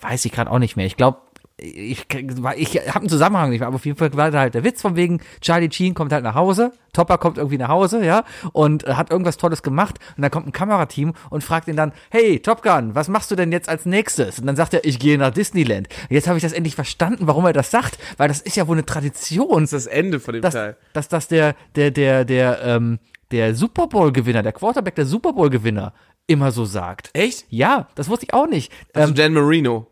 B: weiß ich gerade auch nicht mehr. Ich glaube ich, ich habe einen Zusammenhang nicht mehr, aber auf jeden Fall war da halt der Witz von wegen, Charlie Sheen kommt halt nach Hause, Topper kommt irgendwie nach Hause, ja, und äh, hat irgendwas Tolles gemacht und dann kommt ein Kamerateam und fragt ihn dann, hey, Top Gun, was machst du denn jetzt als nächstes? Und dann sagt er, ich gehe nach Disneyland. Jetzt habe ich das endlich verstanden, warum er das sagt, weil das ist ja wohl eine Tradition,
A: Das ist das Ende von dem
B: dass,
A: Teil.
B: dass, dass der, der, der, der, ähm, der Super Bowl-Gewinner, der Quarterback der Super Bowl-Gewinner immer so sagt.
A: Echt?
B: Ja, das wusste ich auch nicht.
A: Also
B: Ähm,
A: Dan Marino.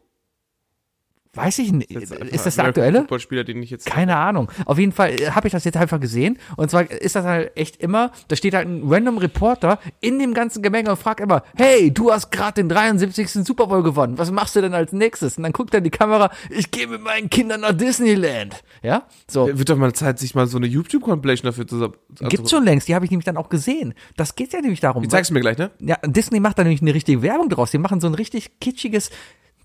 B: weiß ich nicht.
A: Das einfach
B: Ist das der
A: American
B: aktuelle?
A: Footballspieler, den ich jetzt.
B: Keine Ahnung. Auf jeden Fall habe ich das jetzt einfach gesehen. Und zwar ist das halt echt immer, da steht halt ein random Reporter in dem ganzen Gemenge und fragt immer, hey, du hast gerade den 73. Super Bowl gewonnen. Was machst du denn als nächstes? Und dann guckt er in die Kamera, ich gehe mit meinen Kindern nach Disneyland. Ja? So.
A: Wird doch mal Zeit, sich mal so eine YouTube-Compilation dafür zusammen.
B: Gibt's schon längst, die habe ich nämlich dann auch gesehen. Das geht ja nämlich darum.
A: Ich zeig's mir gleich, ne?
B: Ja, Disney macht da nämlich eine richtige Werbung draus. Die machen so ein richtig kitschiges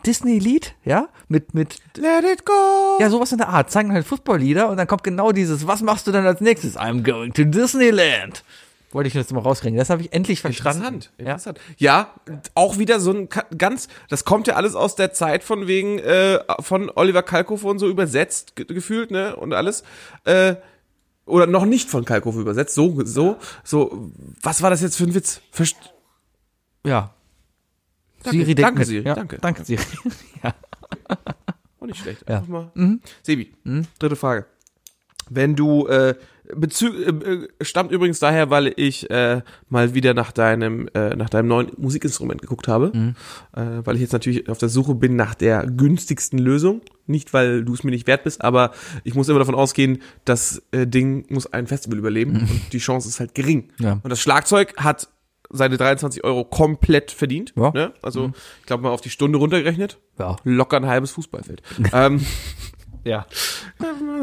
B: Disney-Lied, ja, mit, mit,
A: Let it go!
B: ja, sowas in der Art. Zeigen halt Football-Lieder und dann kommt genau dieses, was machst du denn als nächstes? I'm going to Disneyland. Wollte ich jetzt mal rauskriegen. Das habe ich endlich verstanden.
A: Interessant, interessant. Ja. auch wieder so ein Ka- ganz, das kommt ja alles aus der Zeit von wegen äh, von Oliver Kalkofe und so übersetzt ge gefühlt, ne? Und alles. Äh, oder noch nicht von Kalkofe übersetzt. So, so, so, was war das jetzt für ein Witz? Verst
B: Ja. ja.
A: Danke,
B: Siri denkt
A: danke,
B: mit.
A: Siri,
B: Ja,
A: danke. <laughs>
B: Danke, Siri.
A: Auch nicht schlecht. Einfach mal.
B: Mhm.
A: Sebi, dritte Frage. Wenn du äh, Bezü äh, äh, stammt übrigens daher, weil ich äh, mal wieder nach deinem äh, nach deinem neuen Musikinstrument geguckt habe,
B: Mhm.
A: äh, weil ich jetzt natürlich auf der Suche bin nach der günstigsten Lösung. Nicht weil du es mir nicht wert bist, aber ich muss immer davon ausgehen, das äh, Ding muss ein Festival überleben und die Chance ist halt gering.
B: Mhm. Ja.
A: Und das Schlagzeug hat seine 23 Euro komplett verdient.
B: Ja. Mhm.
A: Ne? Also ich glaube mal auf die Stunde runtergerechnet
B: Ja.
A: locker ein halbes
B: <laughs>
A: Fußballfeld. ähm,
B: Ja.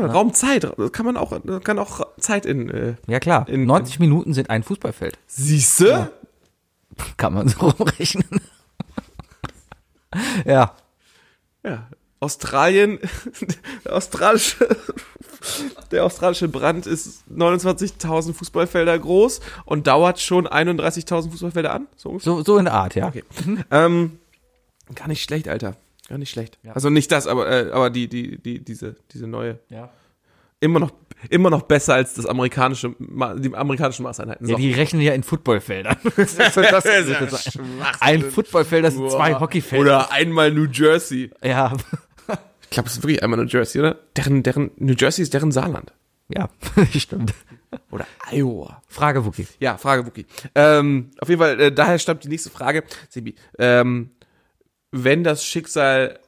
A: Raum Zeit, das kann man auch, das kann auch Zeit in. Äh,
B: Ja, klar.
A: In-
B: 90 Minuten sind ein Fußballfeld.
A: Siehste?
B: Kann man so <laughs> rumrechnen. ja.
A: Ja. Australien, <laughs> der australische, der australische Brand ist 29.000 Fußballfelder groß und dauert schon 31.000 Fußballfelder an. So ungefähr.
B: So, so in der Art, ja.
A: Okay. ähm, gar nicht schlecht, Alter. Gar nicht schlecht. Also nicht das, aber, äh, aber die, die, die, diese, diese neue.
B: Ja.
A: Immer noch, immer noch besser als das amerikanische, Ma- die amerikanischen Maßeinheiten. So.
B: Ja, die rechnen ja in Footballfeldern. Das ist
A: <laughs>
B: ja <laughs> das-
A: Das ist ja
B: das ist ein Footballfeld, das sind zwei
A: Boah.
B: Hockeyfelder.
A: Oder einmal New Jersey.
B: Ja. <laughs>
A: Ich glaube, es ist wirklich einmal New Jersey, oder? Deren, deren, New Jersey ist deren Saarland.
B: Ja, <laughs> stimmt.
A: Oder Iowa.
B: Frage, Wookie.
A: Ja, Frage, Wookie. Ähm, auf jeden Fall, äh, daher stammt die nächste Frage. Sebi, ähm, wenn das Schicksal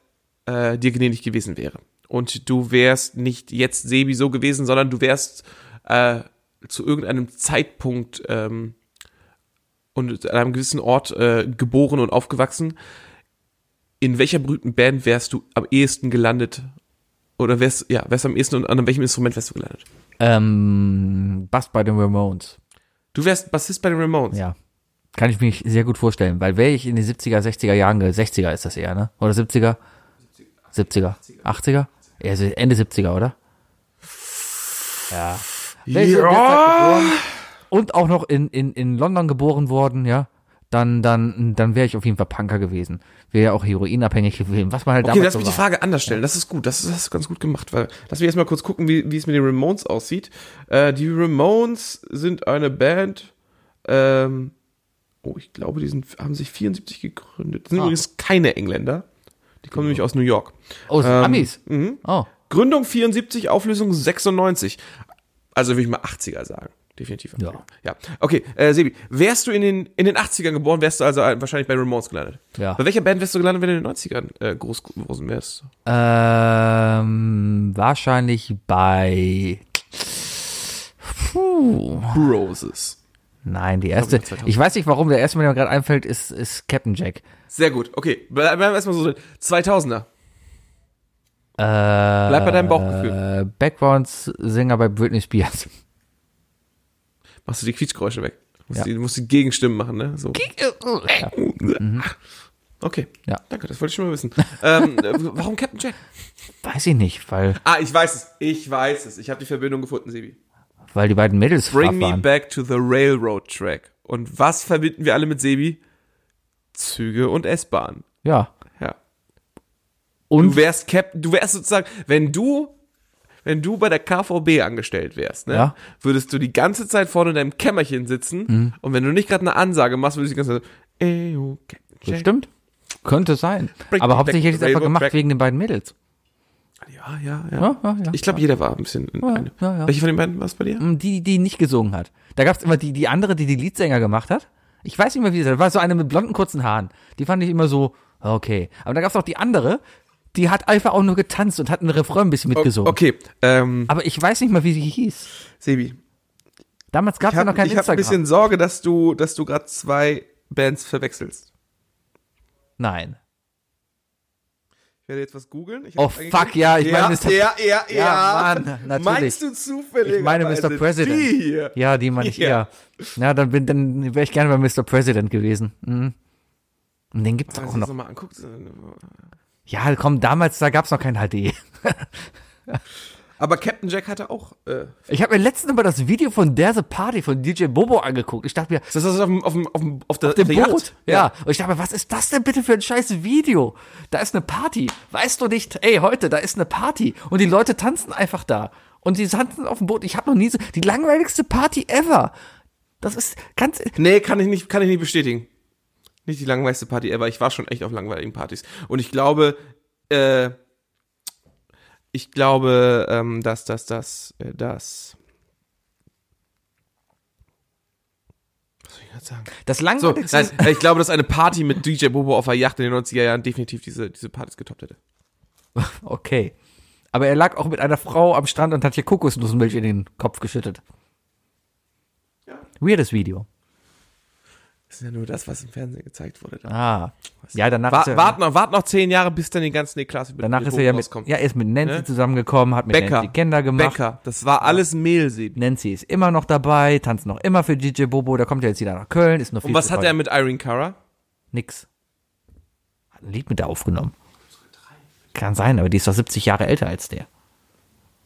A: äh, dir gnädig gewesen wäre und du wärst nicht jetzt Sebi so gewesen, sondern du wärst äh, zu irgendeinem Zeitpunkt ähm, und an einem gewissen Ort äh, geboren und aufgewachsen, in welcher berühmten Band wärst du am ehesten gelandet? Oder wärst, ja, wärst du am ehesten und an welchem Instrument wärst du gelandet?
B: Ähm, Bass bei den Ramones.
A: Du wärst Bassist bei den Ramones.
B: Ja. Kann ich mich sehr gut vorstellen, weil wäre ich in den 70er, 60er Jahren, ge- 60er ist das eher, ne? Oder 70er? 70er. 80er? Ja, also Ende 70er, oder? Ja. Wäre ich in der Zeit geboren Und auch noch in, in, in London geboren worden, ja? Dann, dann, dann wäre ich auf jeden Fall Punker gewesen. Wäre ja auch heroinabhängig gewesen, was man halt
A: Okay,
B: damals
A: lass
B: so
A: mich die
B: war.
A: Frage anders stellen. Das ist gut, das, ist, das hast du ganz gut gemacht, weil lass mich erstmal kurz gucken, wie, wie es mit den Ramones aussieht. Äh, die Ramones sind eine Band, ähm, oh, ich glaube, die sind, haben sich 74 gegründet. Das sind
B: Ah.
A: übrigens keine Engländer. Die kommen nämlich aus New York.
B: Oh, sind
A: Ähm,
B: Amis.
A: Mhm.
B: Oh.
A: Gründung 74, Auflösung 96. Also würde ich mal 80er sagen. Definitiv. 80er.
B: Ja.
A: ja. Okay, äh, Sebi, wärst du in den, in den 80ern geboren, wärst du also äh, wahrscheinlich bei Ramones gelandet.
B: Ja.
A: Bei welcher Band wärst du gelandet, wenn du in den 90ern äh, groß geworden wärst?
B: Ähm, wahrscheinlich bei. Puh.
A: Roses.
B: Nein, die erste.
A: Ich glaub,
B: Ich weiß nicht warum, der erste, der mir gerade einfällt, ist, ist Captain Jack.
A: Sehr gut, okay. Bleib bleib erstmal so drin. 2000er.
B: Äh, Bleib
A: bei deinem Bauchgefühl.
B: Äh, Background-Sänger bei Britney Spears.
A: Machst du die Quietschgeräusche weg. Musst,
B: Ja.
A: die, musst die Gegenstimmen machen, ne? So.
B: Ja.
A: Okay.
B: Ja.
A: Danke, das wollte ich schon mal wissen. ähm, <laughs> äh, warum Captain Jack?
B: Weiß ich nicht, weil,
A: Ah, ich weiß es. Ich weiß es. Ich habe die Verbindung gefunden, Sebi.
B: weil die beiden Mädels
A: Bring
B: Bring
A: me
B: waren.
A: back to the railroad track. Und was verbinden wir alle mit Sebi? Züge und S-Bahn.
B: Ja.
A: Ja. Du
B: Und
A: wärst Cap, du wärst sozusagen, wenn du, wenn du bei der KVB angestellt wärst, ne,
B: Ja. Mhm.
A: würdest du die ganze Zeit vorne in deinem Kämmerchen sitzen und wenn du nicht gerade eine Ansage machst, würdest du die ganze Zeit, ey, oh, Captain Jack.
B: Bestimmt. Könnte sein.
A: Bring
B: Aber
A: me
B: hauptsächlich
A: back
B: hätte ich
A: to
B: es einfach
A: railroad
B: gemacht
A: track.
B: wegen den beiden Mädels.
A: Ja, ja, ja.
B: Ja, ja, ja.
A: ich glaube, jeder war ein bisschen in
B: Ja,
A: eine.
B: ja, ja.
A: Welche von den beiden war es bei dir?
B: Mm, Die, die nicht gesungen hat. Da gab es immer die, die andere, die die Leadsänger gemacht hat. Ich weiß nicht mehr, wie sie das war. so eine mit blonden, kurzen Haaren. Die fand ich immer so, okay. Aber da gab es auch die andere, die hat einfach auch nur getanzt und hat einen Refrain ein bisschen mitgesungen.
A: Okay, ähm,
B: Aber ich weiß nicht mal, wie sie hieß.
A: Sebi,
B: Damals gab es
A: ich
B: ja
A: habe
B: noch kein
A: hab ein
B: Instagram.
A: bisschen Sorge, dass du, dass du gerade zwei Bands verwechselst.
B: Nein.
A: Ich werde jetzt was googeln. Ich
B: Oh,
A: hab's eingegeben.
B: fuck, ja, ich meine,
A: Ja,
B: Mr.
A: ja, ja,
B: Ja,
A: ja.
B: Mann, natürlich.
A: Meinst du zufällig? also
B: Ich meine Mr. President.
A: Die hier.
B: Ja, die meine ich
A: Ja.
B: eher. Ja, dann, bin- dann wäre ich gerne bei Mr. President gewesen. Mhm. Und den gibt's
A: Wenn
B: auch
A: du das
B: noch.
A: nochmal anguckst. äh,
B: Ja, komm, damals, da gab's noch kein E. HD.
A: Aber Captain Jack hatte auch. Äh,
B: Ich habe mir letztens mal das Video von There's a Party von DJ Bobo angeguckt. Ich dachte mir,
A: das ist auf dem, auf dem, auf dem, auf der,
B: dem
A: der Yacht.
B: Boot. Ja. Und ich dachte mir, was ist das denn bitte für ein scheiß Video? Da ist eine Party. Weißt du nicht, ey, heute, da ist eine Party. Und die Leute tanzen einfach da. Und die tanzen auf dem Boot. Ich habe noch nie so, die langweiligste Party ever. Das ist ganz,
A: Nee, kann ich nicht, kann ich nicht bestätigen. Nicht die langweiligste Party ever. Ich war schon echt auf langweiligen Partys. Und ich glaube, äh, ich glaube, ähm, dass, dass, dass, äh, dass. Was soll ich gerade sagen?
B: das
A: So,
B: langweiligste.
A: nein, äh, ich glaube, dass eine Party mit DJ Bobo auf einer Yacht in den 90er Jahren definitiv diese, diese Partys getoppt hätte.
B: Okay. Aber er lag auch mit einer Frau am Strand und hat hier Kokosnussmilch in den Kopf geschüttet. Weirdes Video.
A: Das ist ja nur das, was im Fernsehen gezeigt wurde. Da.
B: Ah. Ja, danach
A: Wa
B: ist er,
A: wart noch, wart noch zehn Jahre, bis dann die ganzen Eklas über
B: danach
A: den
B: ist
A: Hof
B: er ja mit,
A: rauskommen.
B: ja, er ist mit Nancy
A: Ne?
B: zusammengekommen, hat mit
A: Becker.
B: Nancy Kinder gemacht.
A: Becker. Das war alles Mehlseben.
B: Nancy ist immer noch dabei, tanzt noch immer für DJ Bobo, da kommt er jetzt wieder nach Köln, ist noch viel
A: Und was
B: zu
A: hat
B: teuer.
A: er mit Irene Cara?
B: Nix. Hat ein Lied mit der aufgenommen. Kann sein, aber die ist doch 70 Jahre älter als der.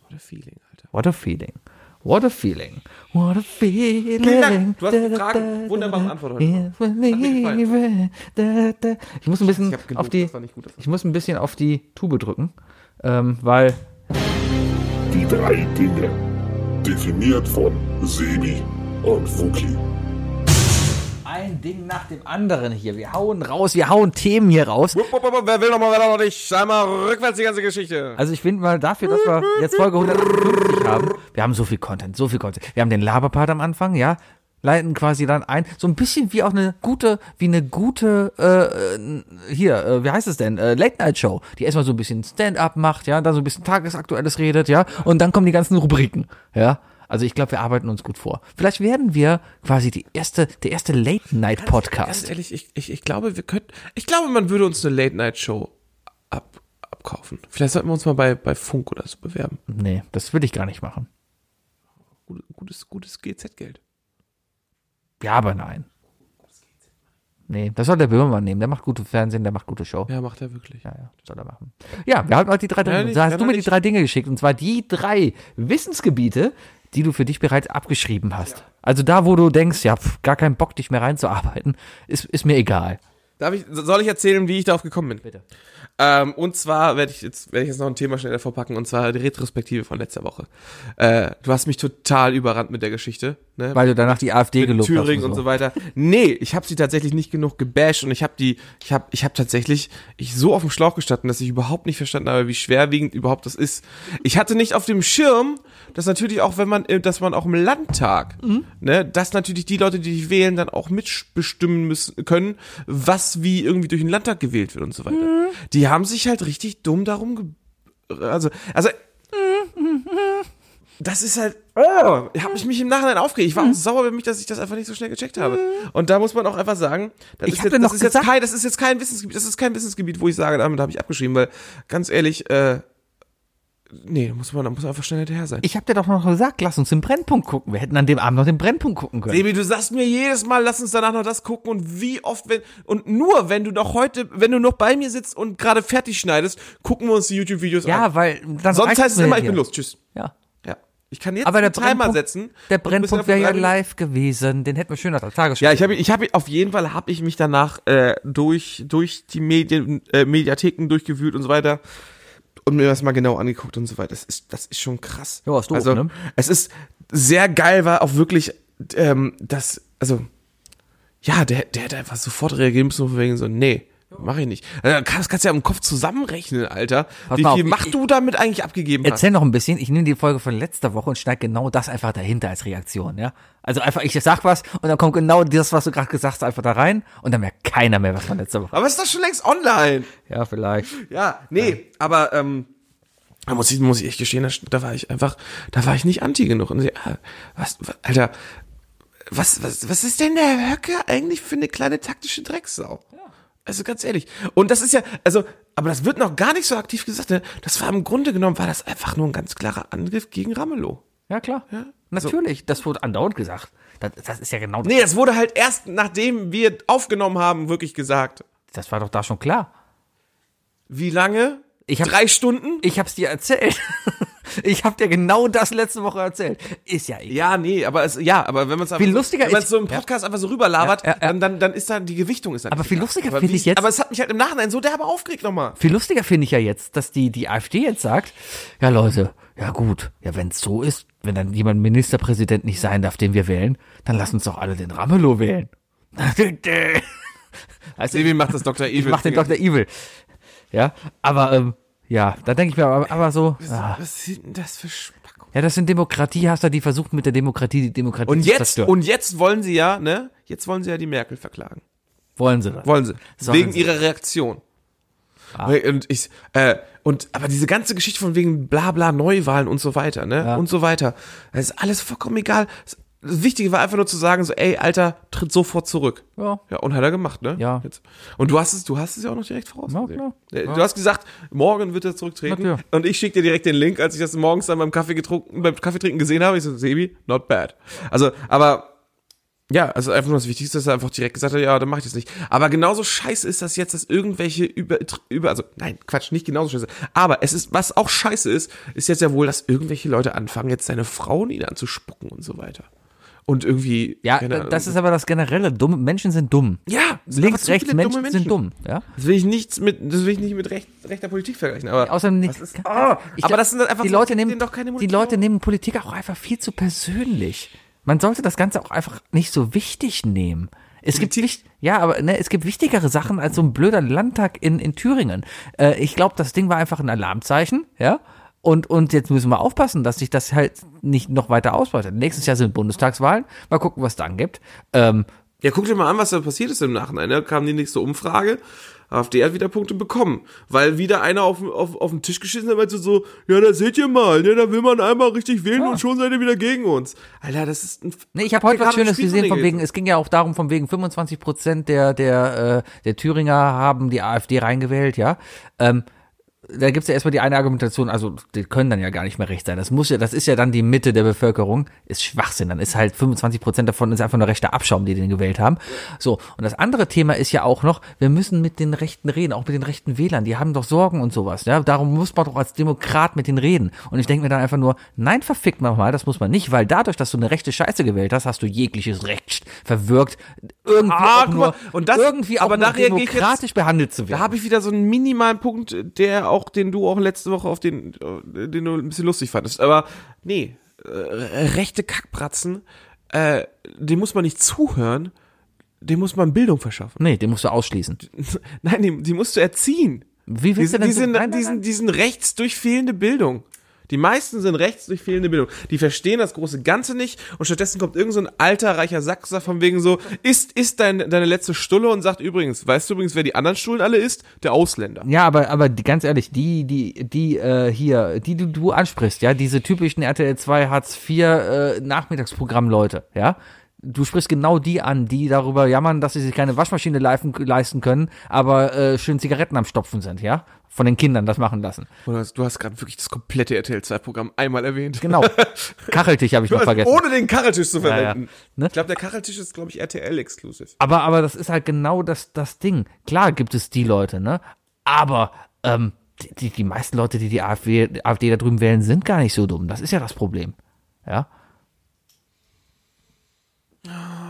A: What a feeling, Alter.
B: What a feeling. What a feeling. What a feeling.
A: Vielen Dank. Du hast die Fragen wunderbar beantwortet heute.
B: Ich muss ein bisschen
A: Ich hab gelobt,
B: auf die,
A: das war nicht gut, das war-
B: ich muss ein bisschen auf die Tube drücken, ähm, weil
E: Die drei Dinge. Definiert von Sebi und Fuki.
B: ein Ding nach dem anderen hier. Wir hauen raus, wir hauen Themen hier raus.
A: Wupp, wupp, wupp, Wer will nochmal, wer noch nicht? Einmal rückwärts die ganze Geschichte.
B: Also ich finde mal dafür, dass wir jetzt Folge 150 haben. Wir haben so viel Content, so viel Content. Wir haben den Laberpart am Anfang, ja, leiten quasi dann ein, so ein bisschen wie auch eine gute, wie eine gute, äh, äh, hier, äh, wie heißt es denn, äh, Late Night Show, die erstmal so ein bisschen Stand-up macht, ja, dann so ein bisschen Tagesaktuelles redet, ja, und dann kommen die ganzen Rubriken, ja. Also ich glaube, wir arbeiten uns gut vor. Vielleicht werden wir quasi die erste, der erste Late Night
A: Ganz
B: Podcast.
A: ehrlich, ich, ich, ich glaube, wir könnten. Ich glaube, man würde uns eine Late-Night-Show ab, abkaufen. Vielleicht sollten wir uns mal bei, bei Funk oder so bewerben.
B: Nee, das will ich gar nicht machen.
A: Gut- Gutes, gutes GZ-Geld.
B: Ja, aber nein. Nee, das soll der Böhmermann nehmen. Der macht gute Fernsehen, der macht gute Show. Ja,
A: Ja, macht er wirklich.
B: ja, soll er machen. Ja, wir haben heute die drei Dinge.
A: nicht,
B: da
A: kann
B: hast du
A: er
B: mir die
A: nicht.
B: drei Dinge geschickt. Und zwar die drei Wissensgebiete, die du für dich bereits abgeschrieben hast. Also da, wo du denkst, ja, pf, gar keinen Bock, dich mehr reinzuarbeiten, ist, ist mir egal.
A: Darf ich, soll ich erzählen, wie ich darauf gekommen bin?
B: Bitte.
A: Ähm, und zwar werde ich jetzt werde ich jetzt noch ein Thema schnell davor packen und zwar die Retrospektive von letzter Woche. Äh, du hast mich total überrannt mit der Geschichte, ne?
B: Weil du danach die AfD gelobt hast.
A: Thüringen und so. weiter. Nee, ich habe sie tatsächlich nicht genug gebasht und ich habe die, ich habe, ich habe tatsächlich, ich so auf dem Schlauch gestanden, dass ich überhaupt nicht verstanden habe, wie schwerwiegend überhaupt das ist. Ich hatte nicht auf dem Schirm, dass natürlich auch, wenn man, äh, dass man auch im Landtag, ne, dass natürlich die Leute, die dich wählen, dann auch mitbestimmen müssen können, was wie irgendwie durch den Landtag gewählt wird und so weiter. Die haben sich halt richtig dumm darum, ge also, also das ist halt, oh, ich habe mich, mich im Nachhinein aufgeregt.
B: Mhm.
A: Ich war auch sauer über mich, dass ich das einfach nicht so schnell gecheckt habe. Und da muss man auch einfach sagen, das,
B: Ich
A: ist,
B: hab
A: jetzt,
B: dir
A: das,
B: noch
A: ist, jetzt
B: gesagt-
A: kein, das ist jetzt kein Wissensgebiet, das ist kein Wissensgebiet, wo ich sage, damit habe ich abgeschrieben, weil ganz ehrlich, äh, Nee, muss man, da muss einfach schnell hinterher sein.
B: Ich habe dir doch noch gesagt, lass uns den Brennpunkt gucken. Wir hätten an dem Abend noch den Brennpunkt gucken können.
A: Sebi, du sagst mir jedes Mal, lass uns danach noch das gucken und wie oft, wenn, und nur wenn du doch heute, wenn du noch bei mir sitzt und gerade fertig schneidest, gucken wir uns die YouTube-Videos an.
B: ja, weil dann
A: Sonst
B: reicht's
A: heißt es
B: mir
A: immer, ich
B: hier.
A: bin los, tschüss.
B: Ja.
A: Ja. Ich kann jetzt
B: Aber der
A: einen Timer
B: Brennpunkt,
A: setzen.
B: der
A: und ein bisschen
B: Brennpunkt wäre ja
A: davon bleiben.
B: live gewesen. Den hätten wir schön nach der Tagesschau.
A: Ja, ich habe, ich habe, auf jeden Fall habe ich mich danach äh, durch durch die Medien, äh, Mediatheken durchgewühlt und so weiter und mir das mal genau angeguckt und so weiter. Das ist, das ist schon krass.
B: Ja, ist doof,
A: also,
B: ne?
A: Es ist sehr geil, war auch wirklich ähm, das, also ja, der, der hätte einfach sofort reagieren müssen von wegen so, nee. Mach ich nicht. Also, Das kannst du ja im Kopf zusammenrechnen, Alter.
B: Pass
A: Wie
B: mal
A: viel
B: auf,
A: Macht
B: ich-
A: du damit eigentlich abgegeben hast.
B: Erzähl noch ein bisschen. Ich nehme die Folge von letzter Woche und schneide genau das einfach dahinter als Reaktion. Ja, also einfach ich sag was und dann kommt genau das, was du gerade gesagt hast, einfach da rein und dann merkt keiner mehr was von letzter Woche.
A: Aber es ist doch schon längst online.
B: Ja, vielleicht.
A: Ja, nee, aber ähm, da muss ich, muss ich echt gestehen, da, da war ich einfach, da war ich nicht anti genug. Und, ja, was, was, Alter, was, was, was ist denn der Höcke eigentlich für eine kleine taktische Drecksau? Also ganz ehrlich. Und das ist ja, also, aber das wird noch gar nicht so aktiv gesagt. Ne? Das war im Grunde genommen, war das einfach nur ein ganz klarer Angriff gegen Ramelow.
B: Ja klar. Natürlich. Das wurde andauernd gesagt. Das, das ist ja genau.
A: Nee, das wurde halt erst, nachdem wir aufgenommen haben, wirklich gesagt.
B: Das war doch da schon klar.
A: Wie lange?
B: Ich hab-
A: Drei Stunden?
B: Ich hab's dir erzählt. <laughs> Ich hab dir genau das letzte Woche erzählt. Ist ja egal.
A: Ja, nee, aber es, ja, aber wenn man es
B: Viel lustiger
A: wenn man's
B: ist-
A: so im Podcast einfach so rüberlabert,
B: Ja, ja, ja.
A: Dann, dann, dann ist da die Gewichtung ist dann
B: Aber
A: nicht
B: viel
A: egal.
B: lustiger
A: Aber
B: find
A: wie-
B: ich jetzt-
A: Aber es hat mich halt im Nachhinein so derbe aufgeregt nochmal.
B: Viel lustiger finde ich ja jetzt, dass die, die AfD jetzt sagt, ja Leute, ja gut, ja wenn's so ist, wenn dann jemand Ministerpräsident nicht sein darf, den wir wählen, dann lass uns doch alle den Ramelow wählen. <laughs> also,
A: Sebi macht das Dr. Evil.
B: ich mach den Dr. Evil. Ja, aber, ähm, ja, da denke ich mir aber, aber so, ah,
A: Was sind denn das für Spackung?
B: ja, das sind Demokratiehasser, die versuchen mit der Demokratie die Demokratie
A: Und
B: zu
A: jetzt,
B: zerstören.
A: und jetzt wollen sie ja, ne? Jetzt wollen sie ja die Merkel verklagen.
B: wollen sie das?
A: Wollen sie.
B: Sollen
A: wegen
B: sie. Ah.
A: ihrer Reaktion. Und ich, äh, und, aber diese ganze Geschichte von wegen Blabla Neuwahlen und so weiter, ne? Und so weiter. Das ist alles vollkommen egal. Das Wichtige war einfach nur zu sagen, so, ey, Alter, tritt sofort zurück.
B: Ja.
A: Ja, und hat er gemacht, ne?
B: Ja.
A: Jetzt. Und du hast es, du hast es ja auch noch direkt vorausgesehen.
B: Na klar.
A: Äh, Du hast gesagt, morgen wird er zurücktreten.
B: Na klar.
A: Und ich schicke dir direkt den Link, als ich das morgens dann beim Kaffee getrunken, beim Kaffeetrinken gesehen habe. Ich so, Sebi, not bad. Also, aber ja, also einfach nur das Wichtigste, dass er einfach direkt gesagt hat, ja, dann mach ich das nicht. Aber genauso scheiße ist das jetzt, dass irgendwelche über, über, also nein, Quatsch, nicht genauso scheiße. Aber es ist, was auch scheiße ist, ist jetzt ja wohl, dass irgendwelche Leute anfangen, jetzt seine Frauen ihn anzuspucken und so weiter. Und irgendwie.
B: Ja,
A: keine Ahnung.
B: das ist aber das generelle. Dumme Menschen sind dumm.
A: genau. Ja, es sind einfach
B: Links,
A: zu
B: rechts,
A: viele
B: Menschen,
A: dumme
B: sind dumm. Ja?
A: Das will ich nichts mit, das will ich nicht mit recht, rechter Politik vergleichen. Aber
B: Außerdem nicht.
A: das ist, ah,
B: Ich
A: aber
B: glaub,
A: das sind einfach
B: die
A: so,
B: Leute
A: denen
B: nehmen,
A: doch keine
B: die
A: Motivation.
B: Leute nehmen Politik auch einfach viel zu persönlich. Man sollte das Ganze auch einfach nicht so wichtig nehmen. Es gibt wicht- ja, aber ne, es gibt wichtigere Sachen als so ein blöder Landtag in, in Thüringen. Äh, ich glaube, das Ding war einfach ein Alarmzeichen, ja. Und, und jetzt müssen wir aufpassen, dass sich das halt nicht noch weiter ausbreitet. Nächstes Jahr sind Bundestagswahlen. Mal gucken, was dann gibt. Ähm,
A: Ja, guck dir mal an, was da passiert ist im Nachhinein. Da kam die nächste Umfrage. AfD hat wieder Punkte bekommen, weil wieder einer auf, auf, auf den Tisch geschissen hat, weil so, so, ja, da seht ihr mal, ne, da will man einmal richtig wählen und schon seid ihr wieder gegen uns. Alter, das ist ein.
B: Ah. Nee, ich habe heute was
A: gerade
B: Schönes
A: Spiel
B: gesehen, von wegen,
A: drin
B: es ging ja auch darum, von wegen 25 Prozent der, der, äh, der Thüringer haben die AfD reingewählt, ja. Ähm, da gibt's ja erstmal die eine Argumentation, also die können dann ja gar nicht mehr recht sein. Das muss ja, das ist ja dann die Mitte der Bevölkerung, ist Schwachsinn. Dann ist halt 25 Prozent davon ist einfach nur rechter Abschaum, die den gewählt haben. So, und das andere Thema ist ja auch noch, wir müssen mit den Rechten reden, auch mit den rechten Wählern, die haben doch Sorgen und sowas. Ja? Darum muss man doch als Demokrat mit denen reden. Und ich denke mir dann einfach nur, nein, verfickt man mal, das muss man nicht, weil dadurch, dass du eine rechte Scheiße gewählt hast, hast du jegliches Recht verwirkt, irgendwie
A: Ah,
B: auch
A: guck
B: nur,
A: mal, und das-
B: irgendwie auch
A: aber
B: nur
A: da reagiere ich jetzt-
B: demokratisch behandelt zu
A: Da
B: werden.
A: habe ich wieder so einen minimalen Punkt, der auch, den du auch letzte Woche auf den, äh, den du ein bisschen lustig fandest. Aber nee, äh, rechte Kackpratzen, äh, dem muss man nicht zuhören, dem muss man Bildung verschaffen. <laughs>
B: Nee, den musst du ausschließen.
A: Nein, die, die musst du erziehen.
B: Wie willst
A: Die, sind-
B: du denn
A: die
B: so-
A: sind,
B: Nein, nein,
A: die
B: nein.
A: sind, die sind rechts durch fehlende Bildung. Die meisten sind rechts durch fehlende Bildung. Die verstehen das große Ganze nicht und stattdessen kommt irgend so ein alter, reicher Sachser von wegen so, ist, ist dein, deine letzte Stulle und sagt übrigens, weißt du übrigens, wer die anderen Stullen alle ist? Der Ausländer.
B: Ja, aber, aber die, ganz ehrlich, die, die, die äh, hier, die du, du ansprichst, ja, diese typischen RTL 2 Hartz 4 äh, Nachmittagsprogramm-Leute, ja, du sprichst genau die an, die darüber jammern, dass sie sich keine Waschmaschine leifen, leisten können, aber äh, schön Zigaretten am Stopfen sind, ja? Von den Kindern das machen lassen.
A: Du hast, du hast gerade wirklich das komplette RTL 2-Programm einmal erwähnt.
B: Genau.
A: <laughs>
B: <laughs> Kacheltisch habe ich noch vergessen.
A: Ohne den Kacheltisch zu
B: ja.
A: verwenden.
B: Ne?
A: Ich glaube, der Kacheltisch ist, glaube ich, RTL-exklusiv.
B: Aber, aber das ist halt genau das, das Ding. Klar gibt es die Leute, ne? Aber ähm, die- die, die meisten Leute, die die AfD, AfD da drüben wählen, sind gar nicht so dumm. Das ist ja das Problem. Ja.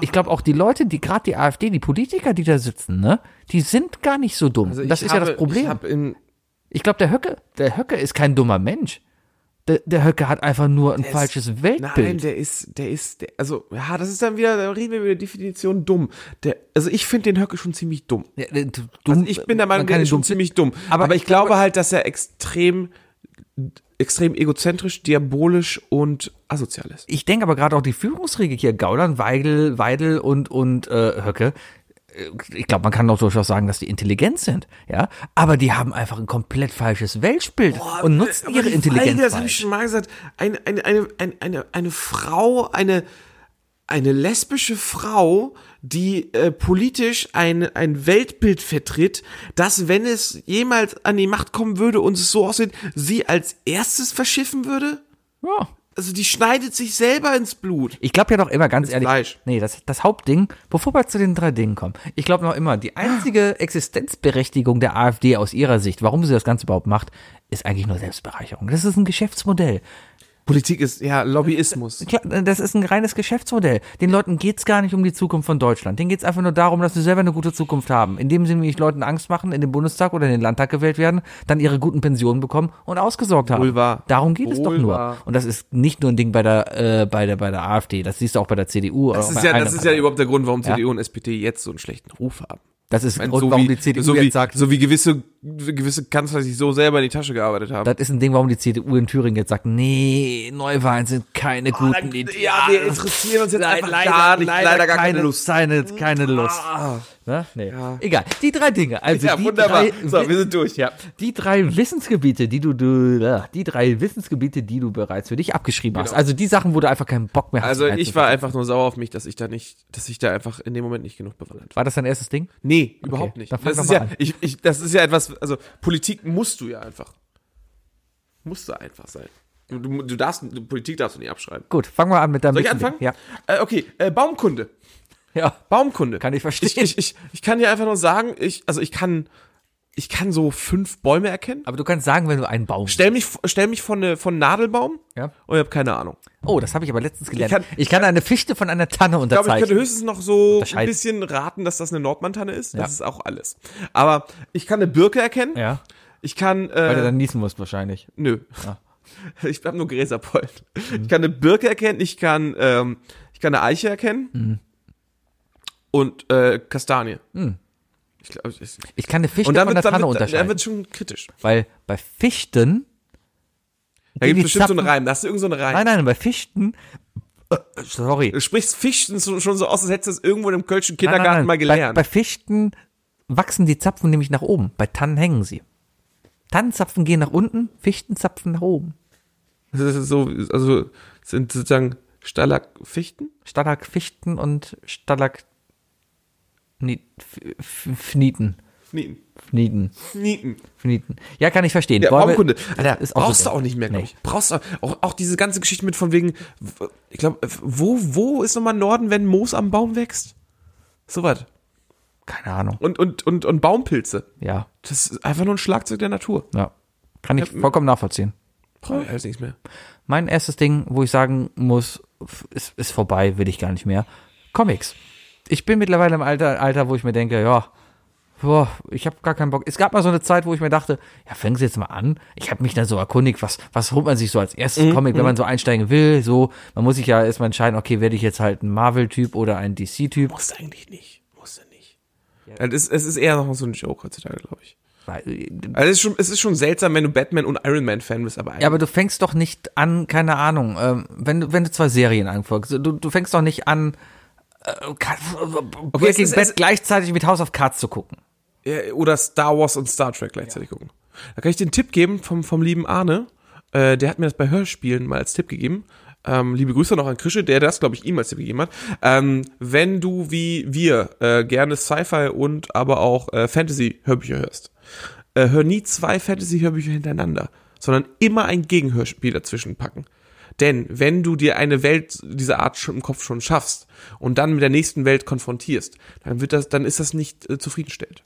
B: Ich glaube auch die Leute, die gerade die AfD, die Politiker, die da sitzen, ne, die sind gar nicht so dumm. das ist ja das
A: Also Ich
B: Problem.
A: habe in
B: Ich glaube, der Höcke, der Höcke ist kein dummer Mensch. Der, der Höcke hat einfach nur ein falsches
A: Nein,
B: Weltbild.
A: der ist, der ist, der, also, ja, das ist dann wieder, da reden wir über die Definition dumm. Der, also ich finde den Höcke schon ziemlich dumm.
B: Ja, der- du-
A: Also
B: dumm-
A: ich bin der
B: man
A: Meinung,
B: kann
A: der
B: ihn
A: ist schon
B: dumm finden.
A: ziemlich dumm.
B: Aber
A: Aber,
B: ich
A: ich, glaube, halt, dass er extrem, extrem egozentrisch, diabolisch und asozial ist.
B: ich denke aber gerade auch die Führungsriege hier, Gauland, Weigel, Weidel und, und äh, Höcke, äh, ich glaube, man kann doch durchaus sagen, dass die intelligent sind, ja, aber die haben einfach ein komplett falsches Weltbild Oh, und nutzen
A: Aber
B: ihre
A: die
B: Intelligenz
A: Feige, das habe ich
B: falsch.
A: schon mal gesagt. Eine, eine, eine, eine, eine, eine Frau, eine, eine lesbische Frau, die äh, politisch ein, ein Weltbild vertritt, dass, wenn es jemals an die Macht kommen würde und es so aussieht, sie als erstes verschiffen würde?
B: Ja.
A: Also die schneidet sich selber ins Blut.
B: Ich glaube ja noch immer, ganz ehrlich,
A: Fleisch.
B: nee, das, das Hauptding, bevor wir zu den drei Dingen kommen, ich glaube noch immer,
A: <gasps>
B: die einzige Existenzberechtigung der AfD aus ihrer Sicht, warum sie das Ganze überhaupt macht, ist eigentlich nur Selbstbereicherung. Das ist ein Geschäftsmodell.
A: Politik ist, ja, Lobbyismus.
B: Klar, das ist ein reines Geschäftsmodell. Den Leuten geht's gar nicht um die Zukunft von Deutschland. Denen geht's einfach nur darum, dass sie selber eine gute Zukunft haben. Indem sie nämlich Leuten Angst machen, in den Bundestag oder in den Landtag gewählt werden, dann ihre guten Pensionen bekommen und ausgesorgt haben.
A: Wohl wahr.
B: Darum geht es doch
A: Wohl
B: nur.
A: wahr.
B: Und das ist nicht nur ein Ding bei der, äh, bei der, bei der AfD. Das siehst du auch bei der CDU.
A: Das
B: oder
A: ist,
B: bei
A: ja, das
B: einem
A: ist ja
B: anderen.
A: überhaupt der Grund, warum CDU und SPD jetzt so einen schlechten Ruf haben.
B: Das ist
A: Ich meine,
B: ein Grund,
A: so
B: warum
A: wie,
B: die CDU
A: so wie,
B: jetzt sagt,
A: so wie gewisse, gewisse Kanzler sich so selber in die Tasche gearbeitet haben.
B: das ist ein Ding, warum die CDU in Thüringen jetzt sagt, nee, Neuwahlen sind keine guten Ideen.
A: Oh, ja, wir interessieren uns jetzt
B: Leid-
A: einfach gar nicht, leider gar keine Lust. Ah.
B: Keine, keine Lust. Ne? Nee. Egal, die drei Dinge. Also
A: Ja,
B: die
A: wunderbar.
B: Drei,
A: So, wir sind durch.
B: Ja. Die drei Wissensgebiete, die du, du ja, die drei Wissensgebiete, die du bereits für dich abgeschrieben hast. Also die Sachen, wo du einfach keinen Bock mehr hast.
A: Genau. Also
B: um reinzusetzen.
A: ich war einfach nur sauer auf mich, dass ich da nicht, dass ich da einfach in dem Moment nicht genug bewandert war.
B: War das dein erstes Ding?
A: Nee, überhaupt nicht.
B: dann fang
A: Das
B: doch
A: ist
B: mal
A: ja,
B: an.
A: ich, ich, das ist ja etwas, also Politik musst du ja einfach. Musst du einfach sein. Du, du, du darfst, du, Politik darfst du nicht abschreiben.
B: Gut, fangen wir an mit deinem
A: Soll ich
B: nächsten
A: anfangen?
B: Ding.
A: Äh, okay, äh, Baumkunde.
B: Ja. ja. <laughs>
A: Baumkunde.
B: Kann ich verstehen.
A: Ich, ich, ich, ich kann dir einfach nur sagen, ich, also ich kann, ich kann so fünf Bäume erkennen.
B: Aber du kannst sagen, wenn du einen Baum.
A: Stell mich, stell mich von, ne, von Nadelbaum
B: Ja.
A: und ich habe keine Ahnung.
B: Oh, das habe ich aber letztens gelernt. Ich
A: kann-
B: kann, eine Fichte von einer Tanne
A: Ich glaube, ich könnte
B: unterzeichnen.
A: höchstens noch so ein
B: Unterscheiden.
A: bisschen raten, dass das eine Nordmantanne ist. Das
B: Ja.
A: ist auch alles. Aber ich kann eine Birke erkennen.
B: ja.
A: Ich kann.
B: Weil du
A: Äh,
B: dann Ah. niesen musst wahrscheinlich.
A: nö. Ich habe nur Gräserpollen.
B: Mhm.
A: Ich kann eine Birke erkennen. Ich kann, ähm, ich kann eine Eiche erkennen.
B: Mhm.
A: Und äh, Kastanie. Ich glaube, ich-
B: Ich kann eine Fichte
A: und dann
B: von
A: wird
B: einer Tanne
A: es
B: unterscheiden.
A: dann wird's schon kritisch.
B: Weil bei Fichten.
A: Da gibt
B: die
A: es bestimmt so
B: Zapfen-
A: einen Reim. Da hast du irgendeinen so einen Reim.
B: Nein, nein, bei Fichten. Äh, sorry.
A: Du sprichst Fichten so- schon so aus, als hättest du das irgendwo im kölschen Kindergarten mal gelernt.
B: Bei, bei Fichten wachsen die Zapfen nämlich nach oben. Bei Tannen hängen sie. Tannenzapfen gehen nach unten, Fichtenzapfen nach oben.
A: das ist so, also sind sozusagen Stalakfichten?
B: Stalakfichten und Stalak. Fnieten.
A: Nieten.
B: Fnieten.
A: Nieten.
B: Fnieten. Ja, kann ich verstehen.
A: Ja,
B: Bäume-
A: Baumkunde. Alter,
B: Ist auch so
A: brauchst du
B: dumm.
A: auch nicht mehr, glaub
B: Nee.
A: ich. Brauchst du auch, auch diese ganze Geschichte mit von wegen, w- ich glaube, wo, wo ist nochmal Norden, wenn Moos am Baum wächst? Sowas.
B: Keine Ahnung.
A: Und, und, und, und Baumpilze.
B: Ja,
A: Das ist einfach nur ein Schlagzeug der Natur.
B: ja. Kann ich vollkommen nachvollziehen.
A: Brauche ich alles nichts mehr.
B: Mein erstes Ding, wo ich sagen muss, f- ist, ist vorbei, will ich gar nicht mehr. Comics. Ich bin mittlerweile im Alter, Alter wo ich mir denke, ja, boah, ich habe gar keinen Bock. Es gab mal so eine Zeit, wo ich mir dachte, ja, fangen Sie jetzt mal an. Ich habe mich dann so erkundigt, was, was holt man sich so als erstes Comic, wenn man so einsteigen will. So, man muss sich ja erstmal entscheiden, okay, werde ich jetzt halt ein Marvel-Typ oder ein DC-Typ.
A: Musst eigentlich nicht. Musst du nicht. Ja. Das ist, es ist eher noch so ein Joke heutzutage, glaube ich.
B: äh,
A: Also es ist schon, es ist schon seltsam, wenn du Batman und Iron Man Fan bist, aber
B: Ja, aber du fängst doch nicht an, keine Ahnung, ähm, wenn, du- wenn du zwei Serien anfolgst, du, du fängst doch nicht an, äh, Ka- Breaking
A: es ist-
B: Bad
A: es-
B: gleichzeitig mit House of Cards zu gucken.
A: Ja, Äh, oder Star Wars und Star Trek gleichzeitig gucken. Da kann ich den Tipp geben vom, vom lieben Arne. Äh, der hat mir das bei Hörspielen mal als Tipp gegeben. ähm, liebe Grüße noch an Krische, der das, glaube ich, ihm als Tipp gegeben hat. Ähm, wenn du wie wir äh, gerne Sci-Fi und aber auch äh, Fantasy-Hörbücher hörst, äh, hör nie zwei Fantasy-Hörbücher hintereinander, sondern immer ein Gegenhörspiel dazwischen packen. Denn wenn du dir eine Welt dieser Art schon im Kopf schon schaffst und dann mit der nächsten Welt konfrontierst, dann wird das, dann ist das nicht äh, zufriedenstellend.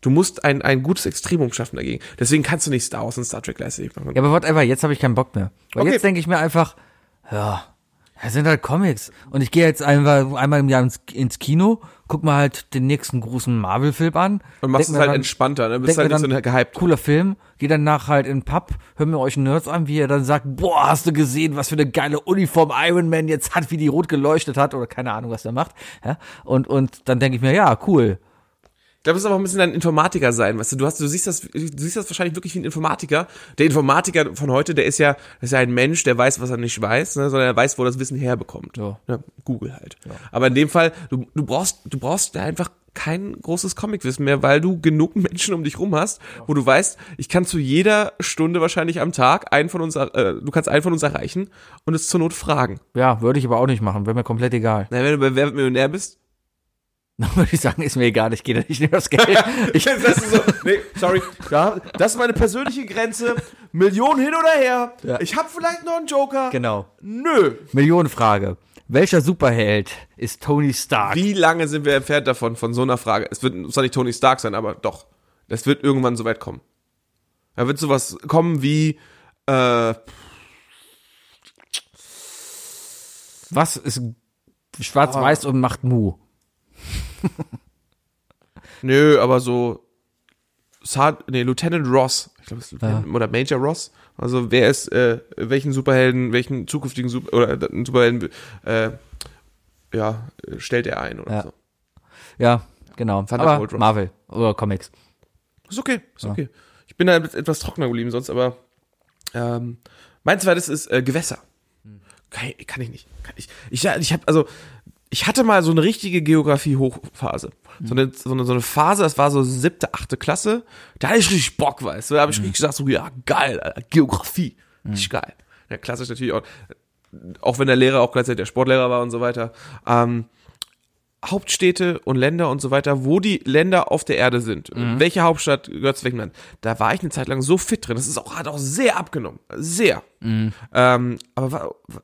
A: Du musst ein, ein gutes Extremum schaffen dagegen. Deswegen kannst du nicht Star Wars und Star Trek gleichzeitig machen.
B: Ja, aber whatever, jetzt habe ich keinen Bock mehr. Weil
A: Okay.
B: jetzt denke ich mir einfach, ja, das sind halt Comics. Und ich gehe jetzt einmal, einmal im Jahr ins, ins Kino, guck mal halt den nächsten großen Marvel-Film an.
A: Und machst
B: denk
A: es
B: mir
A: halt entspannter, ne? Bist
B: denk
A: halt
B: mir
A: nicht so gehypt.
B: Cooler Film, geh danach halt in den Pub, hör mir euch Nerds an, wie ihr dann sagt, boah, hast du gesehen, was für eine geile Uniform Iron Man jetzt hat, wie die rot geleuchtet hat oder keine Ahnung, was der macht. Ja? Und, und dann denke ich mir, ja, cool.
A: Da musst du aber auch ein bisschen ein Informatiker sein, weißt du, du hast, du siehst das, du siehst das wahrscheinlich wirklich wie ein Informatiker. Der Informatiker von heute, der ist ja, ist ja ein Mensch, der weiß, was er nicht weiß, ne, sondern er weiß, wo er das Wissen herbekommt.
B: Ja.
A: Ne, Google halt. Aber in dem Fall, du, du brauchst, du brauchst da einfach kein großes Comicwissen mehr, weil du genug Menschen um dich rum hast, wo du weißt, ich kann zu jeder Stunde wahrscheinlich am Tag einen von uns, er- äh, du kannst einen von uns erreichen und es zur Not fragen.
B: Ja, würde ich aber auch nicht machen, wäre mir komplett egal. <laughs>
A: Na, wenn du bei Wer wird Millionär bist,
B: Dann würde ich sagen, ist mir egal, ich gehe da nicht in
A: <laughs>
B: das Geld. Ich,
A: Das ist so, nee, sorry. Da, das ist meine persönliche Grenze. Millionen hin oder her. Ich habe vielleicht noch einen Joker.
B: genau.
A: Nö.
B: Millionenfrage. Welcher Superheld ist Tony Stark?
A: Wie lange sind wir entfernt davon, von so einer Frage? Es wird es soll nicht Tony Stark sein, aber doch. Das wird irgendwann so weit kommen. Da wird sowas kommen wie, äh,
B: Was ist schwarz-weiß
A: Ah.
B: und macht Mu?
A: nö, aber so, Sar nee, Lieutenant Ross. Ich glaube, es ist Lieutenant oder Major Ross. Also, wer ist, äh, welchen Superhelden, welchen zukünftigen Super oder äh, Superhelden, äh, ja, stellt er ein oder
B: Ja.
A: so.
B: Ja, genau. Aber
A: Thunderbolt Ross.
B: Marvel oder Comics.
A: Ist okay, ist okay. Ich bin da jetzt etwas trockener geblieben sonst, aber ähm, mein zweites ist äh, Gewässer. Kann, ich- kann ich nicht. Kann ich ich, ja, ich habe also ich hatte mal so eine richtige Geografie-Hochphase. So, eine, so, eine, so eine Phase, das war so siebte, achte Klasse. Da hatte ich richtig Bock, weißt du. Da habe ich richtig gesagt, so, ja, geil, Alter, Geografie. Richtig geil. Ja, klassisch natürlich auch. Auch wenn der Lehrer auch gleichzeitig der Sportlehrer war und so weiter. Ähm, Hauptstädte und Länder und so weiter, wo die Länder auf der Erde sind. Welche Hauptstadt gehört zu welchem Land? Da war ich eine Zeit lang so fit drin. Das ist auch, hat auch sehr abgenommen. Sehr. Ähm, aber wa- wa-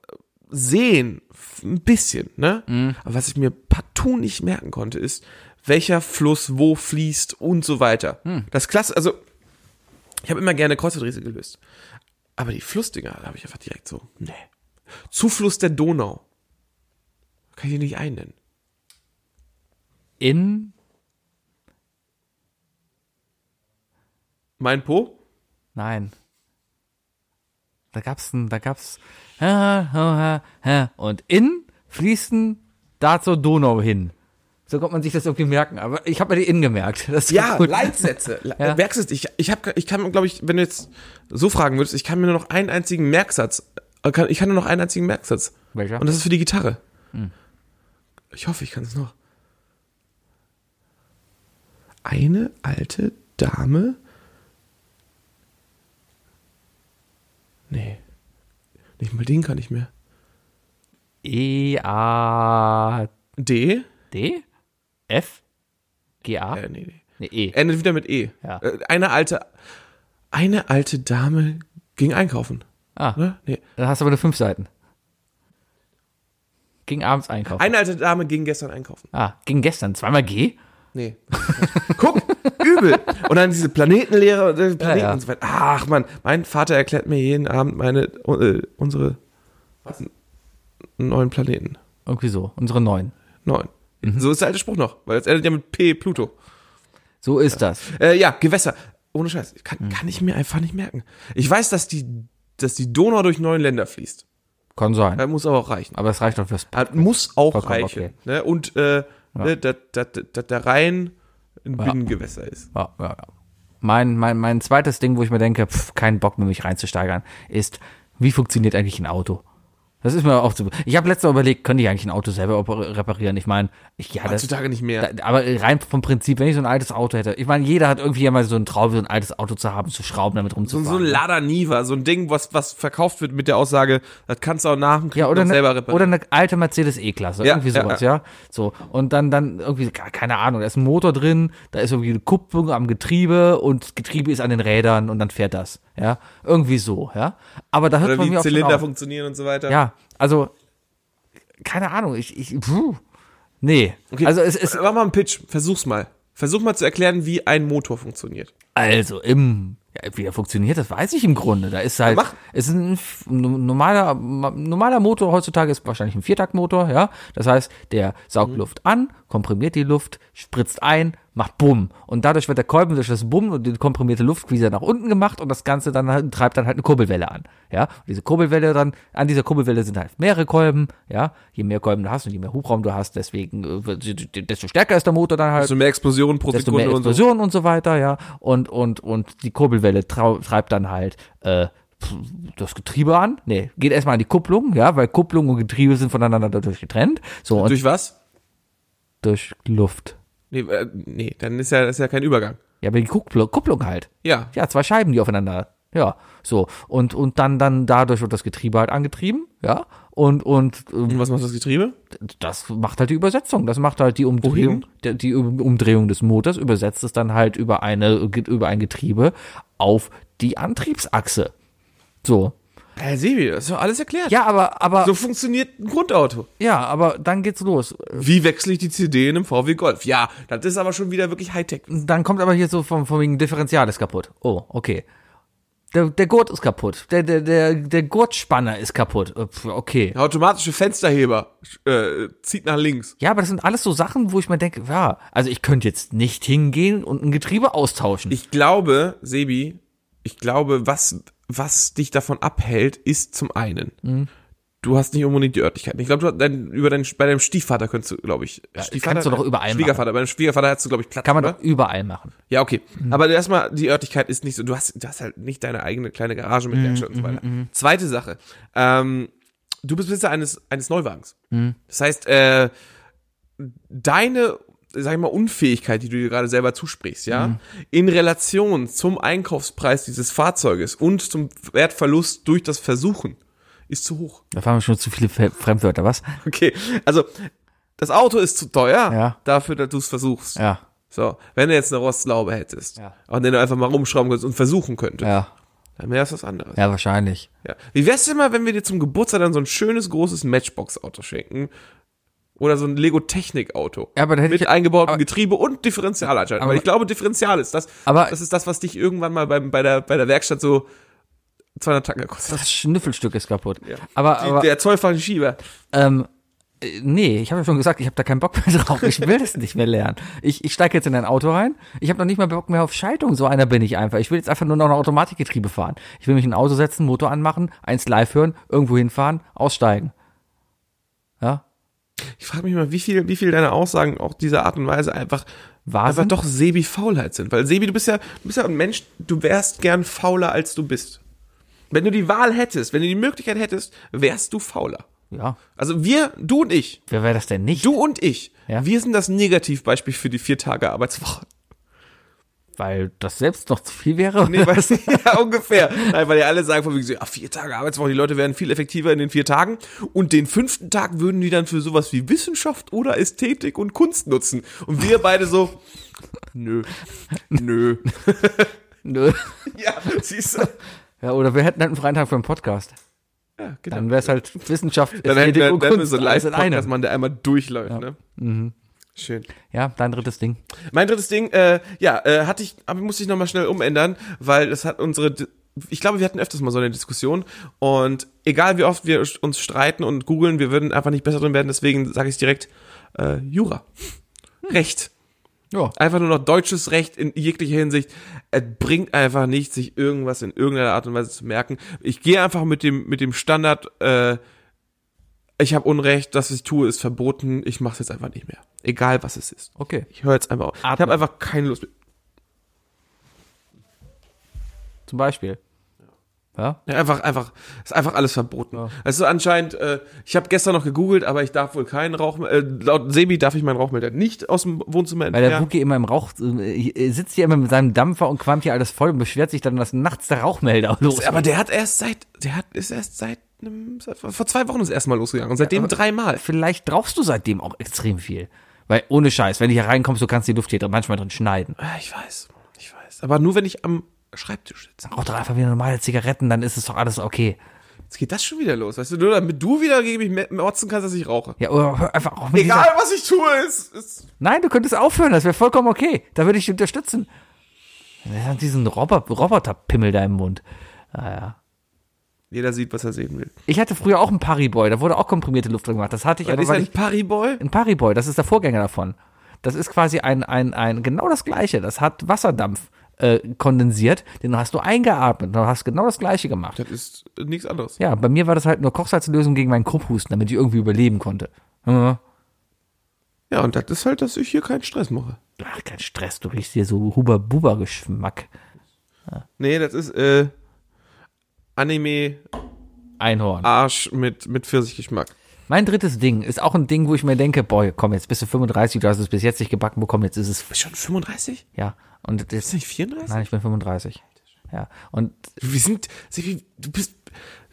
A: sehen, f- ein bisschen, ne? Aber was ich mir partout nicht merken konnte, ist, welcher Fluss wo fließt und so weiter. Das klasse, also, ich habe immer gerne Kreuzworträtsel gelöst. Aber die Flussdinger, da habe ich einfach direkt so, ne. Zufluss der Donau. Kann ich hier nicht einnennen.
B: In?
A: Mein Po?
B: Nein. Da gab's ein, da gab's. Und in fließen da zur Donau hin. So konnte man sich das irgendwie merken. Aber ich habe mir die in gemerkt. <laughs> Das ist
A: Ja,
B: gut.
A: Leitsätze. Le-
B: <laughs> Ja.
A: Merkst du es? Ich, ich, hab, ich kann, glaube ich, wenn du jetzt so fragen würdest, ich kann mir nur noch einen einzigen Merksatz. äh, kann- Ich kann nur noch einen einzigen Merksatz.
B: Welcher? Hm.
A: Und das ist für die Gitarre. Ich hoffe, ich kann es noch. Eine alte Dame. Nee. Nicht mal den kann ich mehr.
B: E, A,
A: D?
B: D? F? G, A?
A: Äh, nee, nee.
B: Nee, E.
A: Endet wieder mit E.
B: Ja.
A: Äh, Eine alte, eine alte Dame ging einkaufen.
B: Ah.
A: Ne? Nee.
B: Dann hast du aber nur fünf Seiten. Ging abends einkaufen.
A: Eine alte Dame ging gestern einkaufen.
B: ah, ging gestern. Zweimal G?
A: Nee. <laughs> Guck, übel. Und dann diese Planetenlehre und äh, Planeten
B: Ja, ja.
A: und so weiter. Ach man, mein Vater erklärt mir jeden Abend meine, äh, unsere was? neuen Planeten.
B: Irgendwie so. Unsere neun.
A: Neun.
B: Mhm.
A: So ist der alte Spruch noch, weil es endet ja mit P, Pluto.
B: So ist das.
A: Äh, ja, Gewässer. Ohne Scheiß. Kann,
B: Mhm.
A: kann ich mir einfach nicht merken. Ich weiß, dass die, dass die Donau durch neun Länder fließt.
B: Kann sein.
A: Das muss aber auch reichen.
B: Aber es reicht doch fürs.
A: Hat, muss auch
B: Vollkommen
A: reichen.
B: okay.
A: Ne? Und äh, ne, dass dass- dass der Rhein ein Binnengewässer ist.
B: Ja, ja, ja. Mein, mein, mein zweites Ding, wo ich mir denke, pff, keinen Bock mehr mich reinzusteigern, ist, wie funktioniert eigentlich ein Auto? Das ist mir auch zu. Ich habe letztes Mal überlegt, könnte ich eigentlich ein Auto selber op- reparieren? Ich meine, ich ja, das,
A: Heutzutage nicht mehr.
B: da, aber rein vom Prinzip, wenn ich so ein altes Auto hätte. Ich meine, jeder hat irgendwie einmal so einen Traum, so ein altes Auto zu haben, zu schrauben, damit
A: So,
B: rumzufahren.
A: so ein Lada Niva, so ein Ding, was, was verkauft wird mit der Aussage, das kannst du auch nach dem Krieg
B: ja, oder,
A: noch selber
B: eine,
A: reparieren.
B: oder eine alte Mercedes E-Klasse,
A: Ja,
B: irgendwie
A: ja,
B: sowas, ja, So. Und dann, dann irgendwie, ke- keine Ahnung, da ist ein Motor drin, da ist irgendwie eine Kupplung am Getriebe und das Getriebe ist an den Rädern und dann fährt das, ja. Irgendwie so, ja. Aber da hört
A: Oder
B: man
A: wie
B: mir auch schon
A: Zylinder
B: auf.
A: funktionieren und so weiter.
B: Ja, also, keine Ahnung, ich, ich, puh. Nee.
A: Okay,
B: Also, es ist,
A: Mach mal einen Pitch, versuch's mal. Versuch mal zu erklären, wie ein Motor funktioniert.
B: Also im ja, wie er funktioniert, das weiß ich im Grunde. Da ist halt,
A: Mach.
B: es ist ein f- n- normaler, ma- normaler Motor heutzutage ist wahrscheinlich ein Viertaktmotor, ja. Das heißt, der saugt Luft an, komprimiert die Luft, spritzt ein, macht Bumm. Und dadurch wird der Kolben durch das Bumm und die komprimierte Luft wieder nach unten gemacht und das Ganze dann halt, treibt dann halt eine Kurbelwelle an, ja. Und diese Kurbelwelle dann, an dieser Kurbelwelle sind halt mehrere Kolben, ja. Je mehr Kolben du hast und je mehr Hubraum du hast, deswegen, äh, wird- desto stärker ist der Motor dann halt
A: Desto mehr Explosionen pro
B: desto
A: Sekunde
B: mehr
A: und so.
B: Explosionen und so weiter, ja. Und, und, und die Kurbelwelle trau- treibt dann halt äh, pf, das Getriebe an. Nee, geht erstmal an die Kupplung, ja, weil Kupplung und Getriebe sind voneinander dadurch getrennt. So, und durch,
A: Durch was?
B: Luft.
A: Nee, äh, nee dann ist ja, ist ja kein Übergang.
B: Ja, aber die Kupplung, Kupplung halt.
A: Ja.
B: Ja, zwei Scheiben, die aufeinander. Ja, so. Und, und dann, dann dadurch wird das Getriebe halt angetrieben, ja. Und, und ähm,
A: Und was macht das Getriebe?
B: das macht halt die Übersetzung. Das macht halt die Umdrehung, der- die Um- Umdrehung des Motors, übersetzt es dann halt über eine, über ein Getriebe auf die Antriebsachse. So. Äh,
A: Herr Sebi, das ist doch alles erklärt.
B: Ja, aber, aber,
A: So funktioniert ein Grundauto.
B: ja, aber dann geht's los.
A: Wie wechsle ich die CD in einem VW Golf? Ja, das ist aber schon wieder wirklich Hightech.
B: Dann kommt aber hier so vom, vom wegen Differential ist kaputt. Oh, okay. Der, der Gurt ist kaputt. Der, der, der, der Gurtspanner ist kaputt. Äh, pf, Okay.
A: Der automatische Fensterheber äh, zieht nach links.
B: Ja, aber das sind alles so Sachen, wo ich mir denke, ja, also ich könnte jetzt nicht hingehen und ein Getriebe austauschen.
A: Ich glaube, Sebi, ich glaube, was, was dich davon abhält, ist zum einen,
B: Mhm.
A: du hast nicht unbedingt die Örtlichkeiten. Ich glaube, du hast dein, über deinen, bei deinem Stiefvater könntest du, glaube ich, ja,
B: kannst du doch überall machen.
A: Schwiegervater, bei deinem Schwiegervater hast du, glaube ich, Platz,
B: Kann man
A: oder?
B: doch überall machen.
A: Ja, okay. Aber erstmal, die Örtlichkeit ist nicht so, du hast, du hast halt nicht deine eigene kleine Garage mit Werkstatt und so weiter. Zweite Sache, ähm, du bist Besitzer eines, eines Neuwagens. Das heißt, äh, deine, sag ich mal, Unfähigkeit, die du dir gerade selber zusprichst, ja, in Relation zum Einkaufspreis dieses Fahrzeuges und zum Wertverlust durch das Versuchen, ist zu hoch. <laughs>
B: Da fahren wir schon zu viele Fe- Fremdwörter, was?
A: Okay, also das Auto ist zu teuer
B: Ja.
A: dafür, dass du es versuchst.
B: Ja.
A: So, wenn du jetzt eine Rostlaube hättest
B: Ja.
A: und den du einfach mal rumschrauben könntest und versuchen könntest,
B: Ja,
A: dann wäre es was anderes. Ja.
B: ja, wahrscheinlich.
A: Wie wär's denn mal, wenn wir dir zum Geburtstag dann so ein schönes großes Matchbox-Auto schenken? Oder so ein Lego-Technik-Auto.
B: Ja, aber da hätte
A: mit
B: ich-
A: eingebautem
B: aber-
A: Getriebe und Differentialanschaltung. Weil ich glaube, Differential ist das.
B: Aber-
A: das ist das, was dich irgendwann mal beim, bei, der, bei der Werkstatt so 200 Tacken gekostet hat.
B: Das Schnüffelstück ist kaputt. Aber,
A: Die-
B: aber
A: der zollfreie Schieber.
B: ähm, äh, nee, ich habe ja schon gesagt, ich habe da keinen Bock mehr <laughs> drauf. Ich will das nicht mehr lernen. Ich, ich steige jetzt in ein Auto rein. Ich habe noch nicht mal Bock mehr auf Schaltung. So einer bin ich einfach. Ich will jetzt einfach nur noch ein Automatikgetriebe fahren. Ich will mich in ein Auto setzen, Motor anmachen, eins live hören, irgendwo hinfahren, aussteigen. Ja,
A: Ich frage mich mal, wie viel, wie viel deine Aussagen auch dieser Art und Weise einfach,
B: Wahr
A: einfach
B: sind?
A: doch Sebi-Faulheit sind. Weil Sebi, du bist ja, du bist ja ein Mensch, du wärst gern fauler, als du bist. Wenn du die Wahl hättest, wenn du die Möglichkeit hättest, wärst du fauler.
B: ja.
A: Also wir, du und ich,
B: Wer wäre das denn nicht?
A: du und ich,
B: Ja.
A: wir sind das Negativbeispiel für die vier Tage Arbeitswoche.
B: Weil das selbst noch zu viel wäre.
A: Nee, weißt <laughs> du, ja, ungefähr. Nein, weil ja alle sagen von wegen so, ja, vier Tage Arbeitswoche, die Leute werden viel effektiver in den vier Tagen und den fünften Tag würden die dann für sowas wie Wissenschaft oder Ästhetik und Kunst nutzen. Und wir beide so, nö,
B: <laughs>
A: nö.
B: Nö.
A: Ja, siehst du.
B: Ja, oder wir hätten halt einen freien Tag für einen Podcast.
A: Ja, genau.
B: Dann wäre es halt Wissenschaft,
A: Dann hätten
B: Ästhetik
A: wir,
B: und
A: dann hätten wir
B: Kunst,
A: so einen
B: alles Mhm. in einem.
A: Live-Podcast, der einmal durchläuft, ne? Schön.
B: Ja, dein drittes Ding.
A: Mein drittes Ding, äh, ja, äh, hatte ich, aber musste ich nochmal schnell umändern, weil es hat unsere, Di- ich glaube, wir hatten öfters mal so eine Diskussion und egal wie oft wir sch- uns streiten und googeln, wir würden einfach nicht besser drin werden, deswegen sage ich direkt, äh, Jura. Recht.
B: Ja.
A: Einfach nur noch deutsches Recht in jeglicher Hinsicht. Es bringt einfach nichts, sich irgendwas in irgendeiner Art und Weise zu merken. Ich gehe einfach mit dem, mit dem Standard, äh, ich habe Unrecht, das, was ich tue, ist verboten, ich mache es jetzt einfach nicht mehr. Egal, was es ist.
B: Okay.
A: Ich höre jetzt einfach auf. Ich habe
B: Atmen.
A: einfach keine Lust mehr.
B: Zum Beispiel. Ja?
A: Ja, einfach, einfach, ist einfach alles verboten. Also anscheinend, äh, ich habe gestern noch gegoogelt, aber ich darf wohl keinen Rauch, äh, laut Sebi darf ich meinen Rauchmelder nicht aus dem Wohnzimmer
B: Weil der
A: entfernen.
B: Wookie immer im Rauch äh, sitzt hier immer mit seinem Dampfer und qualmt hier alles voll und beschwert sich dann, dass nachts der Rauchmelder los
A: aber der hat erst seit, der hat, ist erst seit, einem, seit vor zwei Wochen ist erst mal losgegangen und seitdem dreimal.
B: vielleicht rauchst du seitdem auch extrem viel. Weil ohne Scheiß, wenn du hier reinkommst, du kannst die Luft hier drin, manchmal drin schneiden.
A: Ja, Ich weiß, ich weiß. Aber nur wenn ich am Schreibtisch sitze.
B: Rauch doch einfach wieder normale Zigaretten, dann ist es doch alles okay.
A: Jetzt geht das schon wieder los, weißt du, nur damit du wieder gegen mich me- motzen kannst, dass ich rauche.
B: Ja, oder hör einfach auch mit
A: Egal,
B: Dieser,
A: was ich tue, ist, ist
B: nein, du könntest aufhören, das wäre vollkommen okay. Da würde ich dich unterstützen. Der hat diesen Robo- Roboterpimmel da im Mund.
A: jeder sieht, was er sehen will.
B: Ich hatte früher auch einen Pariboy, da wurde auch komprimierte Luft drin gemacht. Das hatte ich
A: Das
B: aber,
A: ist ja
B: weil ich,
A: nicht Pariboy.
B: ein Pariboy, das ist der Vorgänger davon. Das ist quasi ein, ein, ein, genau das gleiche. Das hat Wasserdampf äh, kondensiert, den hast du eingeatmet, du hast genau das gleiche gemacht.
A: Das ist äh, nichts anderes.
B: Ja, bei mir war das halt nur Kochsalzlösung gegen meinen Krupphusten, damit ich irgendwie überleben konnte. Hm.
A: Ja, und das ist halt, dass ich hier keinen Stress mache.
B: Ach, kein Stress, du riechst hier so Huber-Buber-Geschmack.
A: Nee, das ist äh, Anime
B: Einhorn.
A: Arsch mit, mit Pfirsichgeschmack.
B: Mein drittes Ding ist auch ein Ding, wo ich mir denke, boy, komm, jetzt bist du 35, du hast es bis jetzt nicht gebacken bekommen, jetzt ist es,
A: Bist schon 35?
B: ja. Und
A: Bist du
B: jetzt,
A: nicht 34?
B: nein, ich bin 35. Ja, und
A: Wir sind, Sebi, du bist,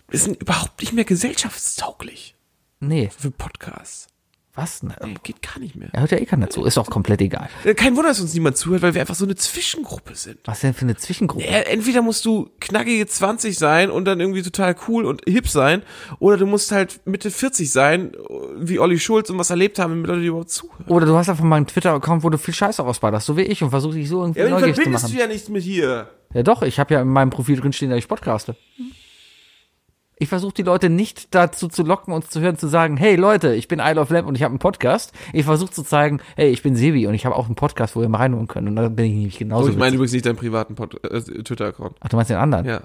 A: wir sind überhaupt nicht mehr gesellschaftstauglich
B: nee,
A: für Podcasts.
B: was? denn?
A: Geht gar nicht mehr.
B: Er hört ja eh keiner zu, ist auch komplett egal.
A: Äh, Kein Wunder, dass uns niemand zuhört, weil wir einfach so eine Zwischengruppe sind.
B: Was denn für eine Zwischengruppe?
A: Äh, Entweder musst du knackige 20 sein und dann irgendwie total cool und hip sein, oder du musst halt Mitte 40 sein, äh, wie Olli Schulz und was erlebt haben, damit Leute dir überhaupt zuhören.
B: Oder du hast einfach mal einen Twitter-Account, wo du viel Scheiße ausballerst, so wie ich, und versuchst dich so irgendwie neugierig zu machen.
A: ja nichts mit hier.
B: Ja doch, ich habe ja in meinem Profil drinstehen, dass ich podcaste. Ich versuche die Leute nicht dazu zu locken, uns zu hören, zu sagen, hey Leute, ich bin Isle of Lamp und ich habe einen Podcast. Ich versuche zu zeigen, hey, ich bin Sebi und ich habe auch einen Podcast, wo ihr mal reinhören könnt. Und da bin ich nämlich genauso.
A: ich meine
B: witzig.
A: übrigens nicht deinen privaten Pod- äh, Twitter-Account.
B: Ach, du meinst den anderen?
A: Ja.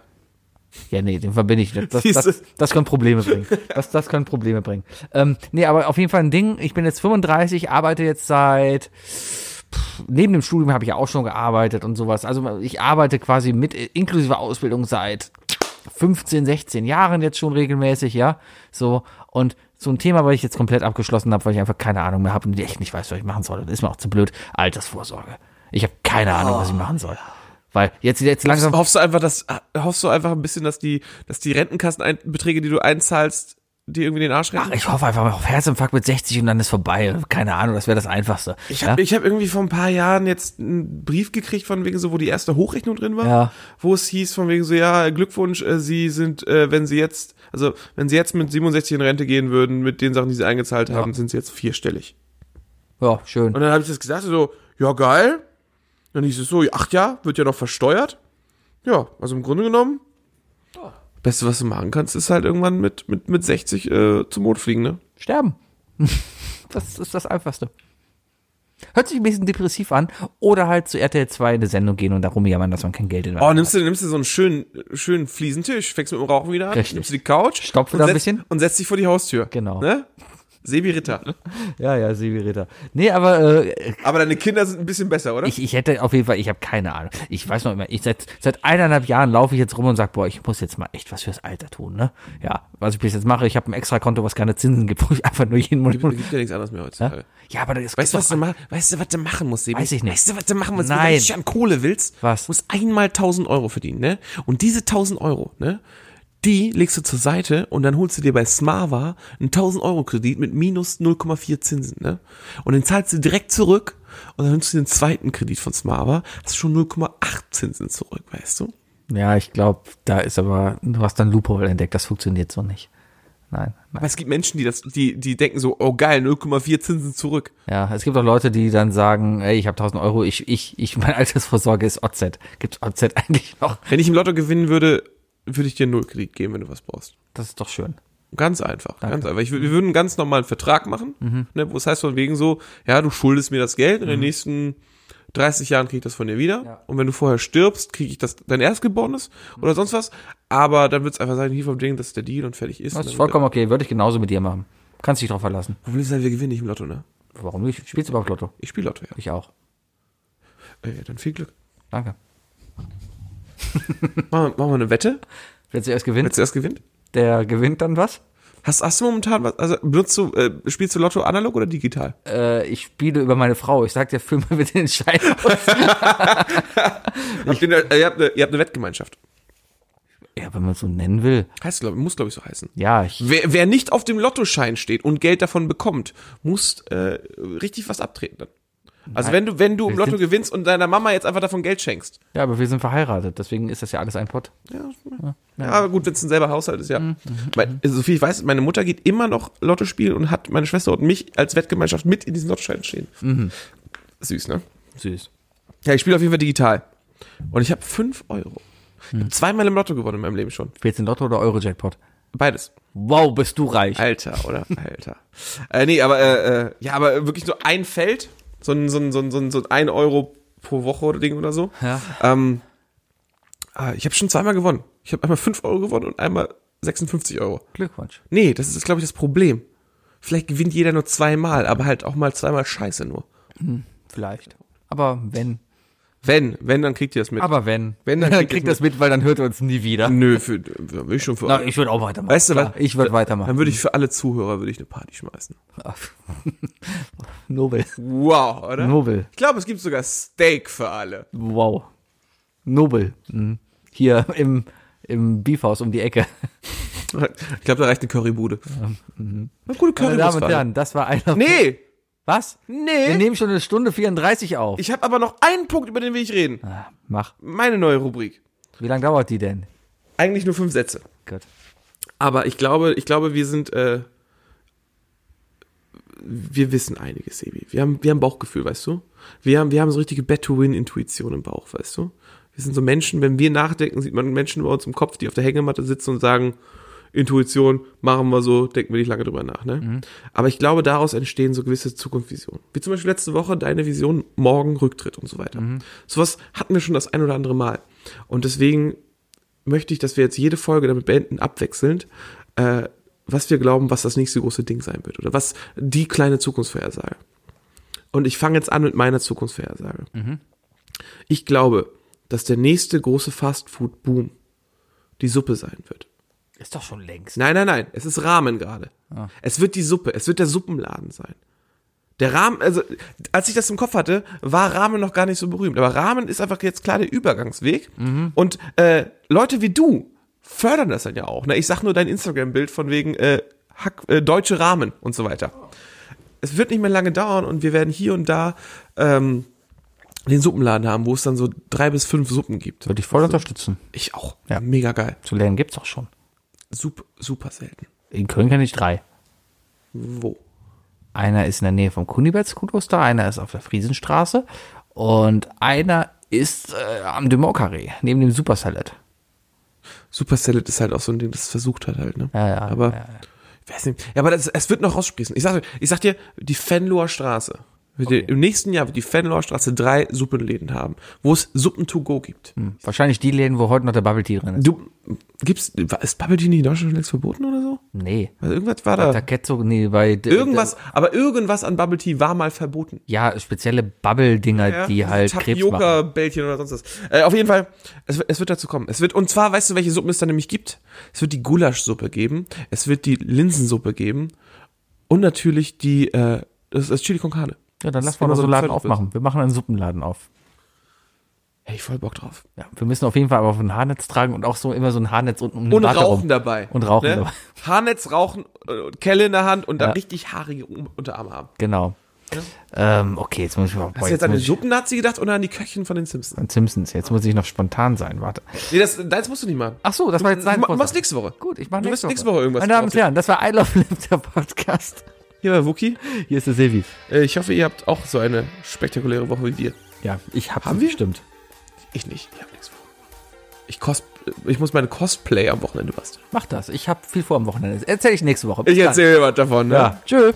B: Ja, nee, den verbinde ich nicht. Das,
A: Siehst du?
B: das, das kann Probleme bringen. Das, das kann Probleme bringen. Ähm, nee, aber auf jeden Fall ein Ding. Ich bin jetzt 35, arbeite jetzt seit. Pff, neben dem Studium habe ich ja auch schon gearbeitet und sowas. Also ich arbeite quasi mit inklusive Ausbildung seit 15, 16 Jahren jetzt schon regelmäßig, ja. So. Und so ein Thema, weil ich jetzt komplett abgeschlossen habe, weil ich einfach keine Ahnung mehr habe und echt nicht weiß, was ich machen soll. Das ist mir auch zu blöd. Altersvorsorge. Ich habe keine Ahnung,
A: Oh.
B: was ich machen soll. Weil jetzt, jetzt langsam.
A: Hoffst du einfach, dass, hoffst du einfach ein bisschen, dass die, dass die Rentenkassenbeträge, die du einzahlst, dir irgendwie den Arsch retten?
B: Ach, ich hoffe einfach mal auf Herzinfarkt mit 60 und dann ist vorbei. Keine Ahnung, das wäre das Einfachste.
A: Ich habe
B: ja?
A: ich hab irgendwie vor ein paar Jahren jetzt einen Brief gekriegt von wegen so, wo die erste Hochrechnung drin war,
B: Ja.
A: wo es hieß von wegen so, ja, Glückwunsch, äh, Sie sind, äh, wenn Sie jetzt, also wenn Sie jetzt mit 67 in Rente gehen würden, mit den Sachen, die Sie eingezahlt haben, sind Sie jetzt vierstellig.
B: ja, schön.
A: Und dann habe ich das gesagt, so, ja geil. Dann hieß es so, ja, ach ja, wird ja noch versteuert. Ja, also im Grunde genommen, Oh. Beste, was du machen kannst, ist halt irgendwann mit, mit, mit 60 äh, zum Mond fliegen, ne?
B: Sterben. <laughs> Das ist das Einfachste. Hört sich ein bisschen depressiv an. Oder halt zu RTL 2 in eine Sendung gehen und darum jammern, dass man kein Geld in
A: Oh, nimmst du, nimmst du so einen schönen, schönen Fliesentisch, fängst mit dem Rauchen wieder an,
B: Richtig.
A: nimmst du die Couch,
B: Stopf
A: und
B: wieder ein
A: setzt-
B: bisschen.
A: und setzt dich vor die Haustür.
B: Genau.
A: Ne? Sebi
B: <laughs>
A: Ritter.
B: Ja, ja, Sebi Ritter. Nee, aber äh,
A: Aber deine Kinder sind ein bisschen besser, oder?
B: Ich, ich hätte auf jeden Fall, ich habe keine Ahnung. Ich weiß noch immer, ich seit, seit eineinhalb Jahren laufe ich jetzt rum und sage, boah, ich muss jetzt mal echt was fürs Alter tun, ne? Ja, was ich bis jetzt mache, ich habe ein extra Konto, was keine Zinsen gibt, wo ich einfach nur jeden Monat.
A: gibt ja nichts anderes mehr heutzutage.
B: Ja, aber das
A: Weißt du,
B: gibt
A: was
B: doch-
A: du machen, weißt du, was du machen musst, Sebi?
B: Weiß ich nicht.
A: Weißt du, was du machen musst, wenn
B: Nein.
A: du richtig an Kohle willst?
B: Was?
A: Musst einmal 1000 Euro verdienen, ne? Und diese 1000 Euro, ne? Die legst du zur Seite und dann holst du dir bei Smava einen 1000 Euro Kredit mit minus 0,4 Zinsen, ne? Und den zahlst du direkt zurück und dann nimmst du den zweiten Kredit von Smava, hast schon 0,8 Zinsen zurück, weißt du?
B: Ja, ich glaube, da ist aber, du hast dann Loophole entdeckt, das funktioniert so nicht. Nein, nein.
A: Aber es gibt Menschen, die das, die, die denken so, oh geil, 0,4 Zinsen zurück.
B: Ja, es gibt auch Leute, die dann sagen, ey, ich habe 1000 Euro, ich, ich, ich, <laughs> meine Altersvorsorge ist OZ. Gibt's OZ <laughs> eigentlich noch?
A: Wenn ich im Lotto gewinnen würde, würde ich dir einen Nullkredit geben, wenn du was brauchst.
B: Das ist doch schön.
A: Ganz einfach, ganz einfach. Ich, wür- wir würden einen ganz normalen Vertrag machen,
B: Mhm.
A: ne, wo es heißt von wegen so, ja, du schuldest mir das Geld, in den nächsten 30 Jahren krieg ich das von dir wieder. Und wenn du vorher stirbst, krieg ich das dein Erstgeborenes
B: Mhm.
A: oder sonst was. Aber dann wird's einfach sein, hier vom Ding, das ist der Deal und fertig ist.
B: Das
A: Und
B: ist
A: dann-
B: vollkommen okay, würde ich genauso mit dir machen. Kannst dich drauf verlassen.
A: Problem ist halt, wir gewinnen nicht im Lotto, ne?
B: Warum nicht? Spielst du überhaupt Lotto?
A: Ich spiele Lotto, ja.
B: Ich auch.
A: Äh, dann viel Glück.
B: Danke.
A: Machen wir, machen wir eine Wette?
B: Wer zuerst gewinnt,
A: zuerst gewinnt?
B: der gewinnt dann was.
A: Hast, hast du momentan was, also benutzt du, äh, spielst du Lotto analog oder digital?
B: Äh, ich spiele über meine Frau. Ich sag dir, <laughs> füll mal bitte den Schein aus.
A: Habt ihr, eine, äh, ihr, habt eine, ihr habt eine Wettgemeinschaft.
B: ja, wenn man es so nennen will.
A: Heißt, glaube muss glaube ich so heißen.
B: Ja, ich,
A: Wer, wer nicht auf dem Lottoschein steht und Geld davon bekommt, muss äh, richtig was abtreten dann. Also wenn du, wenn du im
B: Wir
A: Lotto
B: sind-
A: gewinnst und deiner Mama jetzt einfach davon Geld schenkst.
B: ja, aber wir sind verheiratet, deswegen ist das ja alles ein Pott.
A: Ja, ja. aber gut, wenn es ein selber Haushalt ist, ja.
B: Mhm.
A: Mein, also, soviel ich weiß, meine Mutter geht immer noch Lotto spielen und hat meine Schwester und mich als Wettgemeinschaft mit in diesen Lottoschein stehen.
B: Mhm.
A: Süß, ne?
B: Süß.
A: Ja, ich spiele auf jeden Fall digital. Und ich habe 5 Euro. Ich
B: Mhm.
A: habe zweimal im Lotto gewonnen in meinem Leben schon.
B: Spielst du in Lotto oder Euro-Jackpot?
A: Beides.
B: Wow, bist du reich.
A: Alter, oder? <laughs> Alter. äh, nee, aber, äh, äh, ja, aber wirklich nur ein Feld. So ein, so ein, so ein, so ein, so ein 1 Euro pro Woche oder Ding oder so.
B: Ja.
A: Ähm, äh, ich habe schon zweimal gewonnen. Ich habe einmal 5 Euro gewonnen und einmal 56 Euro.
B: Glückwunsch.
A: Nee, das ist, glaube ich, das Problem. Vielleicht gewinnt jeder nur zweimal, aber halt auch mal zweimal Scheiße nur.
B: Vielleicht. Aber wenn.
A: Wenn, wenn, dann kriegt ihr das mit.
B: Aber wenn.
A: Wenn, dann
B: <laughs> dann
A: kriegt
B: kriegt
A: das
B: das mit, weil dann hört er uns nie wieder.
A: Nö, für, für will ich schon für
B: Na, ich würde auch weitermachen.
A: Weißt du was?
B: Klar, Ich würde
A: Dann
B: weitermachen.
A: würde ich für alle Zuhörer würde ich eine Party schmeißen.
B: Nobel.
A: Wow, oder?
B: Nobel.
A: Ich glaube, es gibt sogar Steak für alle.
B: Wow. Nobel. Mhm. Hier im, im Beefhaus um
A: <laughs>
B: die Ecke.
A: Ich glaube, da reicht eine Currybude. Eine gute
B: Mhm. Meine
A: Currywurst.
B: Damen
A: für
B: und
A: alle.
B: Herren, das war einer.
A: Nee,
B: Was? Wir
A: nee.
B: nehmen schon eine Stunde 34 auf.
A: Ich habe aber noch einen Punkt, über den will ich reden.
B: Ah, Mach.
A: Meine neue Rubrik.
B: Wie lange dauert die denn?
A: Eigentlich nur fünf Sätze.
B: Gut.
A: Aber ich glaube, ich glaube, wir sind, äh, wir wissen einiges, Sebi. Wir haben, wir haben Bauchgefühl, weißt du? Wir haben, wir haben so richtige Bet-to-Win-Intuition im Bauch, weißt du? Wir sind so Menschen, wenn wir nachdenken, sieht man Menschen bei uns im Kopf, die auf der Hängematte sitzen und sagen, Intuition, machen wir so, denken wir nicht lange drüber nach, ne? Aber ich glaube, daraus entstehen so gewisse Zukunftsvisionen. Wie zum Beispiel letzte Woche deine Vision, morgen Rücktritt und so weiter. Sowas hatten wir schon das ein oder andere Mal. Und deswegen möchte ich, dass wir jetzt jede Folge damit beenden, abwechselnd, äh, was wir glauben, was das nächste große Ding sein wird oder was die kleine Zukunftsvorhersage. Und ich fange jetzt an mit meiner Zukunftsvorhersage. Ich glaube, dass der nächste große Fastfood-Boom die Suppe sein wird.
B: Ist doch schon längst.
A: Nein, nein, nein, es ist Rahmen gerade. Es wird die Suppe, es wird der Suppenladen sein. Der Rahmen, also als ich das im Kopf hatte, war Rahmen noch gar nicht so berühmt. Aber Rahmen ist einfach jetzt klar der Übergangsweg. Und äh, Leute wie du fördern das dann ja auch. Ne? Ich sag nur dein Instagram-Bild von wegen äh, Hack, äh, deutsche Rahmen und so weiter. Es wird nicht mehr lange dauern und wir werden hier und da ähm, den Suppenladen haben, wo es dann so drei bis fünf Suppen gibt.
B: Würde ich voll unterstützen.
A: Ich auch.
B: Ja.
A: Mega geil.
B: Zu lernen gibt's auch schon.
A: Sup, super selten.
B: In Köln kenne ich drei.
A: Wo?
B: Einer ist in der Nähe vom Kunibert-Kloster, einer ist auf der Friesenstraße und einer ist äh, am de Carré, neben dem Supersalad.
A: Super Salad ist halt auch so ein Ding, das es versucht hat halt, ne?
B: Ja, ja,
A: aber
B: ja,
A: ich weiß nicht. Ja, aber das, es wird noch raussprießen. Ich sag, ich sag dir, die Fenloher Straße. Wird die- Im nächsten Jahr wird die Fenloher Straße drei Suppenläden haben, wo es Suppen to go gibt.
B: Hm. Wahrscheinlich die Läden, wo heute noch der Bubble Tea drin ist.
A: Du gibt's ist Bubble Tea nicht in Deutschland schon längst verboten oder so?
B: Nee.
A: Also irgendwas war
B: Der
A: da.
B: Ketzo, nee, bei d-
A: Irgendwas, aber irgendwas an Bubble Tea war mal verboten.
B: ja, spezielle Bubble-Dinger, die
A: diese
B: halt Krebs machen.
A: Tapioca-Bällchen oder sonst was. Äh, auf jeden Fall, es, es wird dazu kommen. Es wird, und zwar, weißt du, welche Suppen es da nämlich gibt? Es wird die Gulaschsuppe geben, es wird die Linsensuppe geben und natürlich die, äh, das, das Chili con Carne.
B: Ja, dann
A: Das
B: lass mal
A: ist
B: unseren
A: immer
B: Laden
A: so ein
B: aufmachen. Wir machen einen Suppenladen auf.
A: Hey, voll Bock drauf.
B: Ja, wir müssen auf jeden Fall aber auf ein Haarnetz tragen und auch so immer so ein Haarnetz unten um den
A: Und
B: Bart
A: rauchen
B: herum.
A: dabei. ne?
B: Und rauchen dabei. <laughs>
A: Haarnetz rauchen, äh, Kelle in der Hand und dann
B: Ja.
A: richtig haarige Um- Unterarme haben.
B: Genau. Ähm, okay, jetzt muss ich mal.
A: Hast du jetzt an den Suppennazi gedacht oder an die Köchin von den Simpsons?
B: an Simpsons. Jetzt muss ich noch spontan sein. Warte.
A: Nee, das, das musst du nicht machen.
B: Ach so, das war jetzt sein
A: Du ma-
B: Vorsatz.
A: machst nächste Woche.
B: Gut, ich mache
A: Du
B: nächste,
A: wirst nächste Woche irgendwas
B: Meine Damen und
A: drauflegen.
B: Herren, das war I Love Limp, der Podcast.
A: Hier war Wookie.
B: Hier ist der Silvi.
A: Äh, Ich hoffe, ihr habt auch so eine spektakuläre Woche wie wir.
B: Ja, ich hab
A: Haben
B: sie
A: wir?
B: bestimmt.
A: Ich nicht. Ich hab nichts vor. Ich, cos äh, ich muss meine Cosplay am Wochenende basteln.
B: Mach das. Ich hab viel vor am Wochenende. Erzähle ich nächste Woche. Bis
A: Ich
B: dann.
A: erzähle was davon. Ne?
B: Ja. Tschö.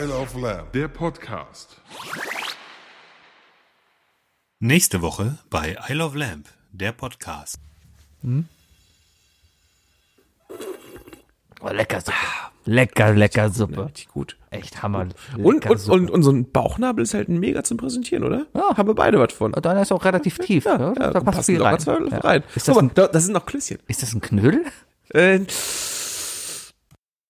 C: Isle of Lamb. Der Podcast.
F: Nächste Woche bei I Love Lamp, der Podcast.
B: Oh, lecker Suppe. Lecker, lecker Suppe.
A: Richtig gut.
B: Echt Hammer.
A: Und,
B: Lecker
A: und,
B: Suppe.
A: und, und so ein Bauchnabel ist halt mega zum Präsentieren, oder?
B: Ja.
A: Haben wir beide was von.
B: Deiner ist auch relativ tief. ne? da passt
A: passen
B: viel
A: locker
B: rein.
A: zwei
B: Ja.
A: rein.
B: Ist, das
A: Guck mal,
B: ein,
A: da, das sind noch Klößchen.
B: ist das ein Knödel?
A: Äh, das